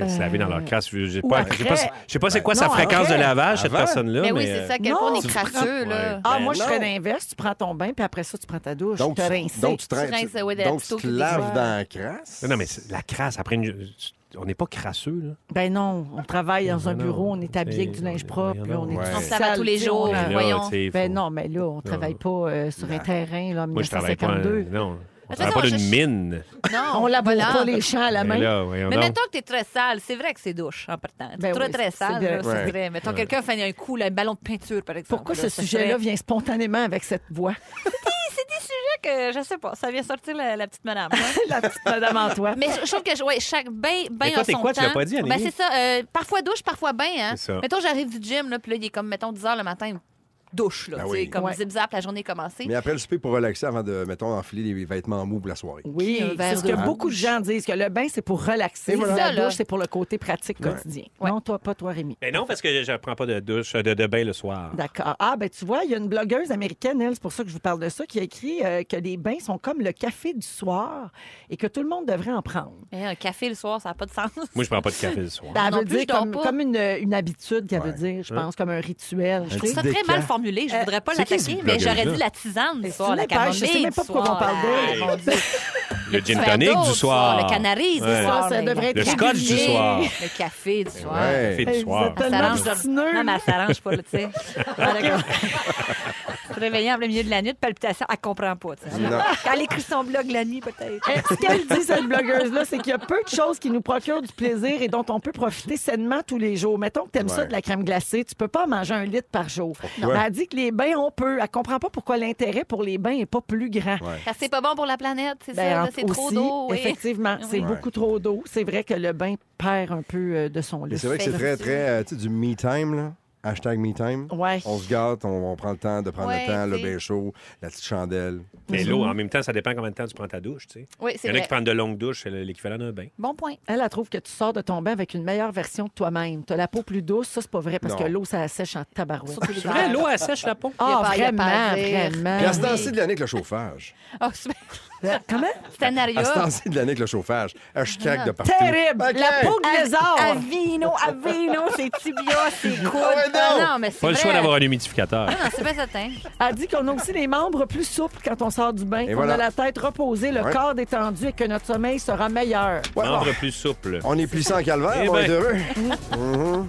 S3: Ils se lavaient dans leur crasse. Je sais
S1: Ou
S3: pas,
S1: après.
S3: je sais pas, je sais pas c'est quoi sa
S1: Non,
S3: fréquence
S1: après.
S3: de lavage, cette
S4: Avant.
S3: personne-là.
S2: mais Ben oui,
S3: mais, euh,
S2: c'est ça, à quel
S1: non,
S2: point on est
S1: tu
S2: crasseux, là.
S3: Ouais.
S1: Ah,
S3: Ben
S1: moi, je
S4: non.
S1: ferais l'inverse. Tu prends ton bain, puis après ça, tu prends ta douche.
S4: Donc,
S1: tu te
S4: tu,
S1: rinces.
S4: donc, tu, te
S2: Tu
S4: rinces-
S2: rinces, ouais,
S4: donc,
S2: d'habitude,
S4: tu te laves
S2: ouais.
S4: dans la crasse.
S3: Non, mais c'est- la crasse, après, une- on n'est pas crasseux. Là.
S1: Ben non, on travaille dans
S3: Ben
S1: un
S3: non,
S1: bureau, on est habillé avec du
S3: c'est-
S1: linge propre,
S3: voyons
S1: là, on est
S4: donc.
S1: tout
S4: On se
S2: lave
S1: sale,
S2: à tous les
S1: tu sais,
S2: jours,
S1: on-
S2: Ben
S3: Mais là,
S2: voyons.
S3: tu sais,
S1: Ben
S3: faut-
S1: non, mais là, on travaille pas euh, sur un terrain là, en
S3: Moi, je travaille pas.
S1: 1952.
S3: Non, on
S2: Attends,
S3: travaille pas
S2: non,
S3: d'une
S2: je-
S3: mine.
S2: Non,
S1: Ah, On laboure
S2: voilà.
S1: pas les champs à la
S3: Mais
S1: main.
S3: Ben là, voyons
S2: Mais
S3: donc.
S2: mettons que t'es très sale, c'est vrai que c'est douche en partant. T'es
S1: Ben
S2: très,
S1: oui,
S2: très
S1: c'est
S2: sale,
S1: bien.
S2: là, c'est
S4: Ouais.
S2: vrai. Mettons quelqu'un fait un coup, là, un ballon de peinture, par exemple.
S1: Pourquoi
S2: là,
S1: ce
S2: ça
S1: sujet-là
S2: serait-
S1: vient spontanément avec cette voix?
S2: C'est des sujets que, je sais pas, ça vient sortir la, la petite madame. là.
S1: La petite Madame Antoine.
S2: Mais je je trouve que ouais, chaque bain, bain
S3: Mais toi,
S2: a
S3: t'es
S2: son
S3: quoi? Tu
S2: temps.
S3: l'as pas dit, Anneli?
S2: Ben, c'est ça. euh, parfois douche, parfois bain. Hein?
S3: C'est ça.
S2: Mettons, j'arrive du gym, là, puis là, il est comme, mettons, 10 h le matin, douche. Là,
S3: Ben
S4: Ah
S2: tu
S4: oui.
S2: sais, Comme
S1: Ouais.
S2: zip-zap, la journée est commencée.
S4: Mais après le souper pour relaxer avant de, mettons, enfiler les vêtements mous pour la soirée.
S1: Oui,
S2: Un verre
S1: c'est ce
S2: de
S1: que
S2: rouge.
S1: beaucoup de gens disent, que le bain, c'est pour relaxer.
S2: C'est ça,
S1: la
S2: là.
S1: douche, c'est pour le côté pratique quotidien.
S2: Ouais.
S1: Non, toi, pas toi, Rémi.
S3: Mais Ben non, parce que je ne prends pas de douche, euh, de, de bain le soir.
S1: D'accord. Ah, ben tu vois, il y a une blogueuse américaine, elle, c'est pour ça que je vous parle de ça, qui a écrit euh, que les bains sont comme le café du soir et que tout le monde devrait en prendre.
S2: Eh, un café le soir, ça n'a pas de sens.
S3: Moi, je prends pas de café le soir.
S1: Ça
S2: non
S1: veut
S2: plus,
S1: dire
S2: je dors
S1: comme,
S2: pas.
S1: comme une, une habitude qu'elle
S4: Ouais.
S1: veut dire, je pense, comme un rituel. Je
S4: Un
S1: sais.
S2: Je trouve ça
S4: Des
S2: très
S4: cas.
S2: mal formulé.
S1: Euh,
S2: Je voudrais pas
S3: c'est qui,
S2: l'attaquer,
S3: cette
S2: mais j'aurais
S3: blogueuse-là?
S2: dit la tisane du
S1: C'est
S2: soir,
S1: une
S2: la
S1: épage,
S2: camomille
S1: je sais même pas
S2: du
S1: pourquoi
S2: soir,
S1: on parle d'elle.
S2: la- mon Dieu.
S3: Le gin
S2: Faire
S3: tonic
S2: d'autres
S3: du soir.
S2: Le canaris
S3: Ouais.
S2: du soir.
S1: Ça, ça
S2: mais-
S1: devrait être
S3: Le scotch du
S1: combiné.
S3: soir.
S2: Le café du soir.
S3: Café
S4: Ouais.
S3: du
S1: Hey, vous
S3: soir.
S1: êtes tellement
S2: s'arrange.
S1: obstineux. Ah,
S2: Non, mais elle s'arrange pas, là, tu sais.
S8: Réveillée en plein milieu de la nuit de palpitations, elle comprend pas. tu sais.
S4: Non.
S8: Elle écrit son blog la nuit, peut-être.
S1: Eh, Ce qu'elle dit, cette blogueuse-là, c'est qu'il y a peu de choses qui nous procurent du plaisir et dont on peut profiter sainement tous les jours. Mettons que t'aimes ça
S4: Ouais.
S1: de la crème glacée, tu peux pas en manger un litre par jour.
S4: Pourquoi?
S1: Mais Elle dit que les bains, on peut. Elle comprend pas pourquoi l'intérêt pour les bains est pas plus grand.
S4: Ouais.
S2: Parce que c'est pas bon pour la planète, c'est
S1: Ben,
S2: ça, là,
S1: en-
S2: c'est trop
S1: aussi,
S2: d'eau. oui.
S1: Effectivement, c'est
S4: Ouais.
S1: beaucoup trop d'eau. C'est vrai que le bain perd un peu euh, de son
S4: Mais
S1: lustre.
S4: c'est vrai que c'est très, très, euh, tu sais, du me time, là. Hashtag me time.
S1: Ouais.
S4: On se gâte, on, on prend le temps de prendre
S2: Ouais,
S4: le temps, le
S2: c'est-
S4: bain chaud, la petite chandelle.
S1: Ah
S3: Mais l'eau, en même temps, ça dépend combien de temps tu prends ta douche. tu sais.
S2: Oui,
S3: Il
S2: c'est
S3: y en a
S2: vrai.
S3: qui prennent de longues douches, c'est l'équivalent d'un bain.
S2: Bon point.
S1: Elle, elle trouve que tu sors de ton bain avec une meilleure version de toi-même. T'as la peau plus douce, ça, c'est pas vrai, parce
S4: Non.
S1: que l'eau, ça sèche en tabarouette.
S2: Surtout
S3: C'est vrai, l'eau, elle sèche la peau.
S1: Ah,
S2: Il y a pas- il y a
S1: vraiment,
S2: pas à dire.
S1: vraiment.
S4: Puis à ce temps-ci de l'année avec le chauffage.
S2: Oh, c'est-
S1: Comment?
S2: Scénario.
S4: À ce temps-ci de l'année avec le chauffage. Hashtag de partout.
S1: Terrible!
S4: OK.
S1: La peau de lézard!
S8: Avino, Avino, c'est tibia, c'est coude.
S2: Ah non, mais c'est
S3: Pas le
S2: vrai. Ah,
S3: choix d'avoir un humidificateur.
S2: Non, c'est pas certain.
S1: Elle dit qu'on a aussi les membres plus souples quand on sort du bain,
S4: Et
S1: qu'on
S4: voilà.
S1: a la tête reposée, le
S4: Ouais.
S1: corps détendu et que notre sommeil sera meilleur.
S4: Ouais,
S3: Membre plus souple.
S4: On est puissant en calvaire,
S3: Eh
S4: on va
S3: ben.
S4: être heureux.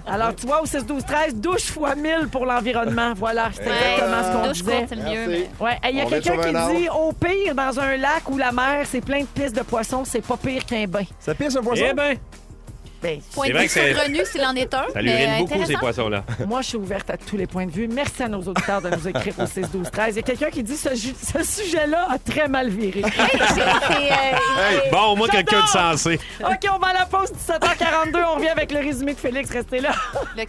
S1: Alors, tu vois, au 6, 12, 13, douche fois 1000 pour l'environnement. Voilà, c'est exactement ce qu'on
S2: Douche courte,
S1: disait.
S2: c'est le
S4: Merci.
S2: mieux. mais-
S1: Ouais, il y a
S4: On
S1: quelqu'un
S4: est sur
S1: qui
S4: un arbre.
S1: dit au pire, dans un lac ou la mer, c'est plein de pistes de poissons, c'est pas pire qu'un bain.
S4: Ça pisse un poisson?
S3: Eh ben,
S1: Ben,
S2: Point
S3: C'est
S2: de
S3: vrai
S2: vue
S3: que c'est-
S2: saugrenu, s'il en est un.
S3: ça
S2: mais
S3: l'urine beaucoup, ces
S2: intéressant.
S3: poissons-là.
S1: Moi, je suis ouverte à tous les points de vue. Merci à nos auditeurs de nous écrire au 6, 12, 13. Il y a quelqu'un qui dit ce, ju- ce sujet-là a très mal viré.
S2: Hey, c'est- c'est, euh,
S3: Hey, bon, au moins, quelqu'un de
S1: J'adore!
S3: sensé.
S1: OK, on va à la pause 17h42. On revient avec le résumé de Félix. Restez là.
S2: Le-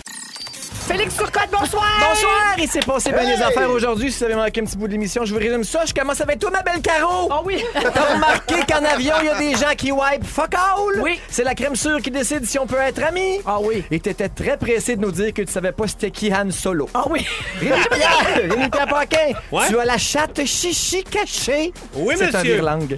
S1: Félix Turcotte, bonsoir!
S7: Bonsoir! Il s'est passé bien
S4: Hey!
S7: les affaires aujourd'hui. Si vous avez manqué un petit bout de l'émission, je vous résume ça. Je commence avec toi, ma belle Caro!
S1: Ah oui!
S7: T'as remarqué qu'en avion, il y a des gens qui wipe fuck all?
S1: Oui.
S7: C'est la crème sûre qui décide si on peut être amis.
S1: Ah oui!
S7: Et t'étais très pressé de nous dire que tu savais pas c'était qui Han Solo.
S1: Ah oui!
S7: Rémi Pierre, Rémi Pierre Paquin,
S3: Ouais.
S7: tu as la chatte chichi cachée.
S3: Oui,
S7: C'est un
S3: monsieur.
S7: virelangue.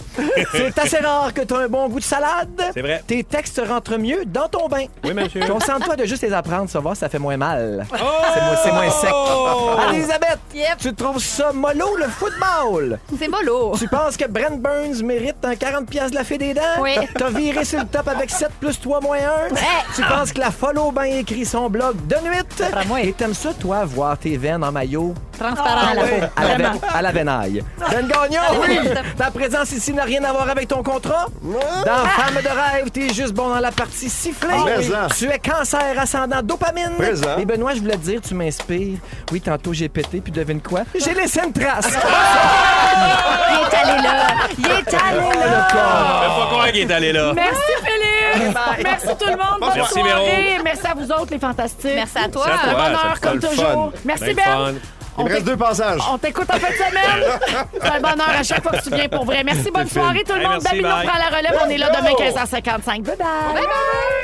S7: C'est assez rare que tu as un bon goût de salade.
S3: C'est vrai.
S7: Tes textes rentrent mieux dans ton bain.
S3: Oui, monsieur. Ah
S7: Concentre-toi de juste les apprendre, ça va, ça fait moins mal. Noël. C'est mo- C'est moins sec. Anne-Elisabeth,
S2: Yep.
S7: tu trouves ça mollo, le football?
S2: C'est mollo.
S7: Tu penses que Brent Burns mérite un 40$ de la fée des dents?
S2: Oui.
S7: T'as viré sur le top avec 7 plus 3 moins 1?
S2: Hey.
S7: Tu penses que la follow bien écrit son blog de nuit?
S9: Ah, moi.
S7: Et t'aimes ça, toi, voir tes veines en maillot?
S2: Transparent, là.
S10: oui.
S7: À la, veine- à la venaille. Ben Gagnon,
S2: Ah
S7: oui! Ta présence ici n'a rien à voir avec ton contrat? Dans
S2: Ah.
S7: Femme de rêve, t'es juste bon dans la partie sifflée.
S4: Ah, mais ça.
S7: Tu es cancer ascendant dopamine.
S4: Présent.
S7: Et Benoît, je voulais te dire, tu m'inspires. Oui, tantôt j'ai pété, puis devine quoi? J'ai laissé une trace.
S2: Ah. Il est allé là. Il est allé
S7: Ah,
S2: là.
S3: pas croire qu'il est allé là.
S1: Ah. Merci Philippe! Merci tout le monde! Bonne
S3: Merci,
S1: soirée! Merci à vous autres, les fantastiques!
S2: Merci à toi.
S3: Merci à
S1: Un
S3: toi.
S1: bonheur,
S3: ça fait
S1: comme
S4: le
S1: toujours!
S4: fun.
S1: Merci,
S3: Bien
S1: Ben!
S3: fun.
S1: On
S4: Il me
S1: t'éc-
S4: reste deux passages.
S1: on t'écoute en fin de semaine. C'est un bonheur à chaque fois que tu viens pour vrai. Merci, bonne soirée tout le
S3: Hey,
S1: monde.
S3: merci,
S1: Babino
S3: bye.
S1: prend la relève. On est là demain 15h55. Bye bye.
S2: Bye bye.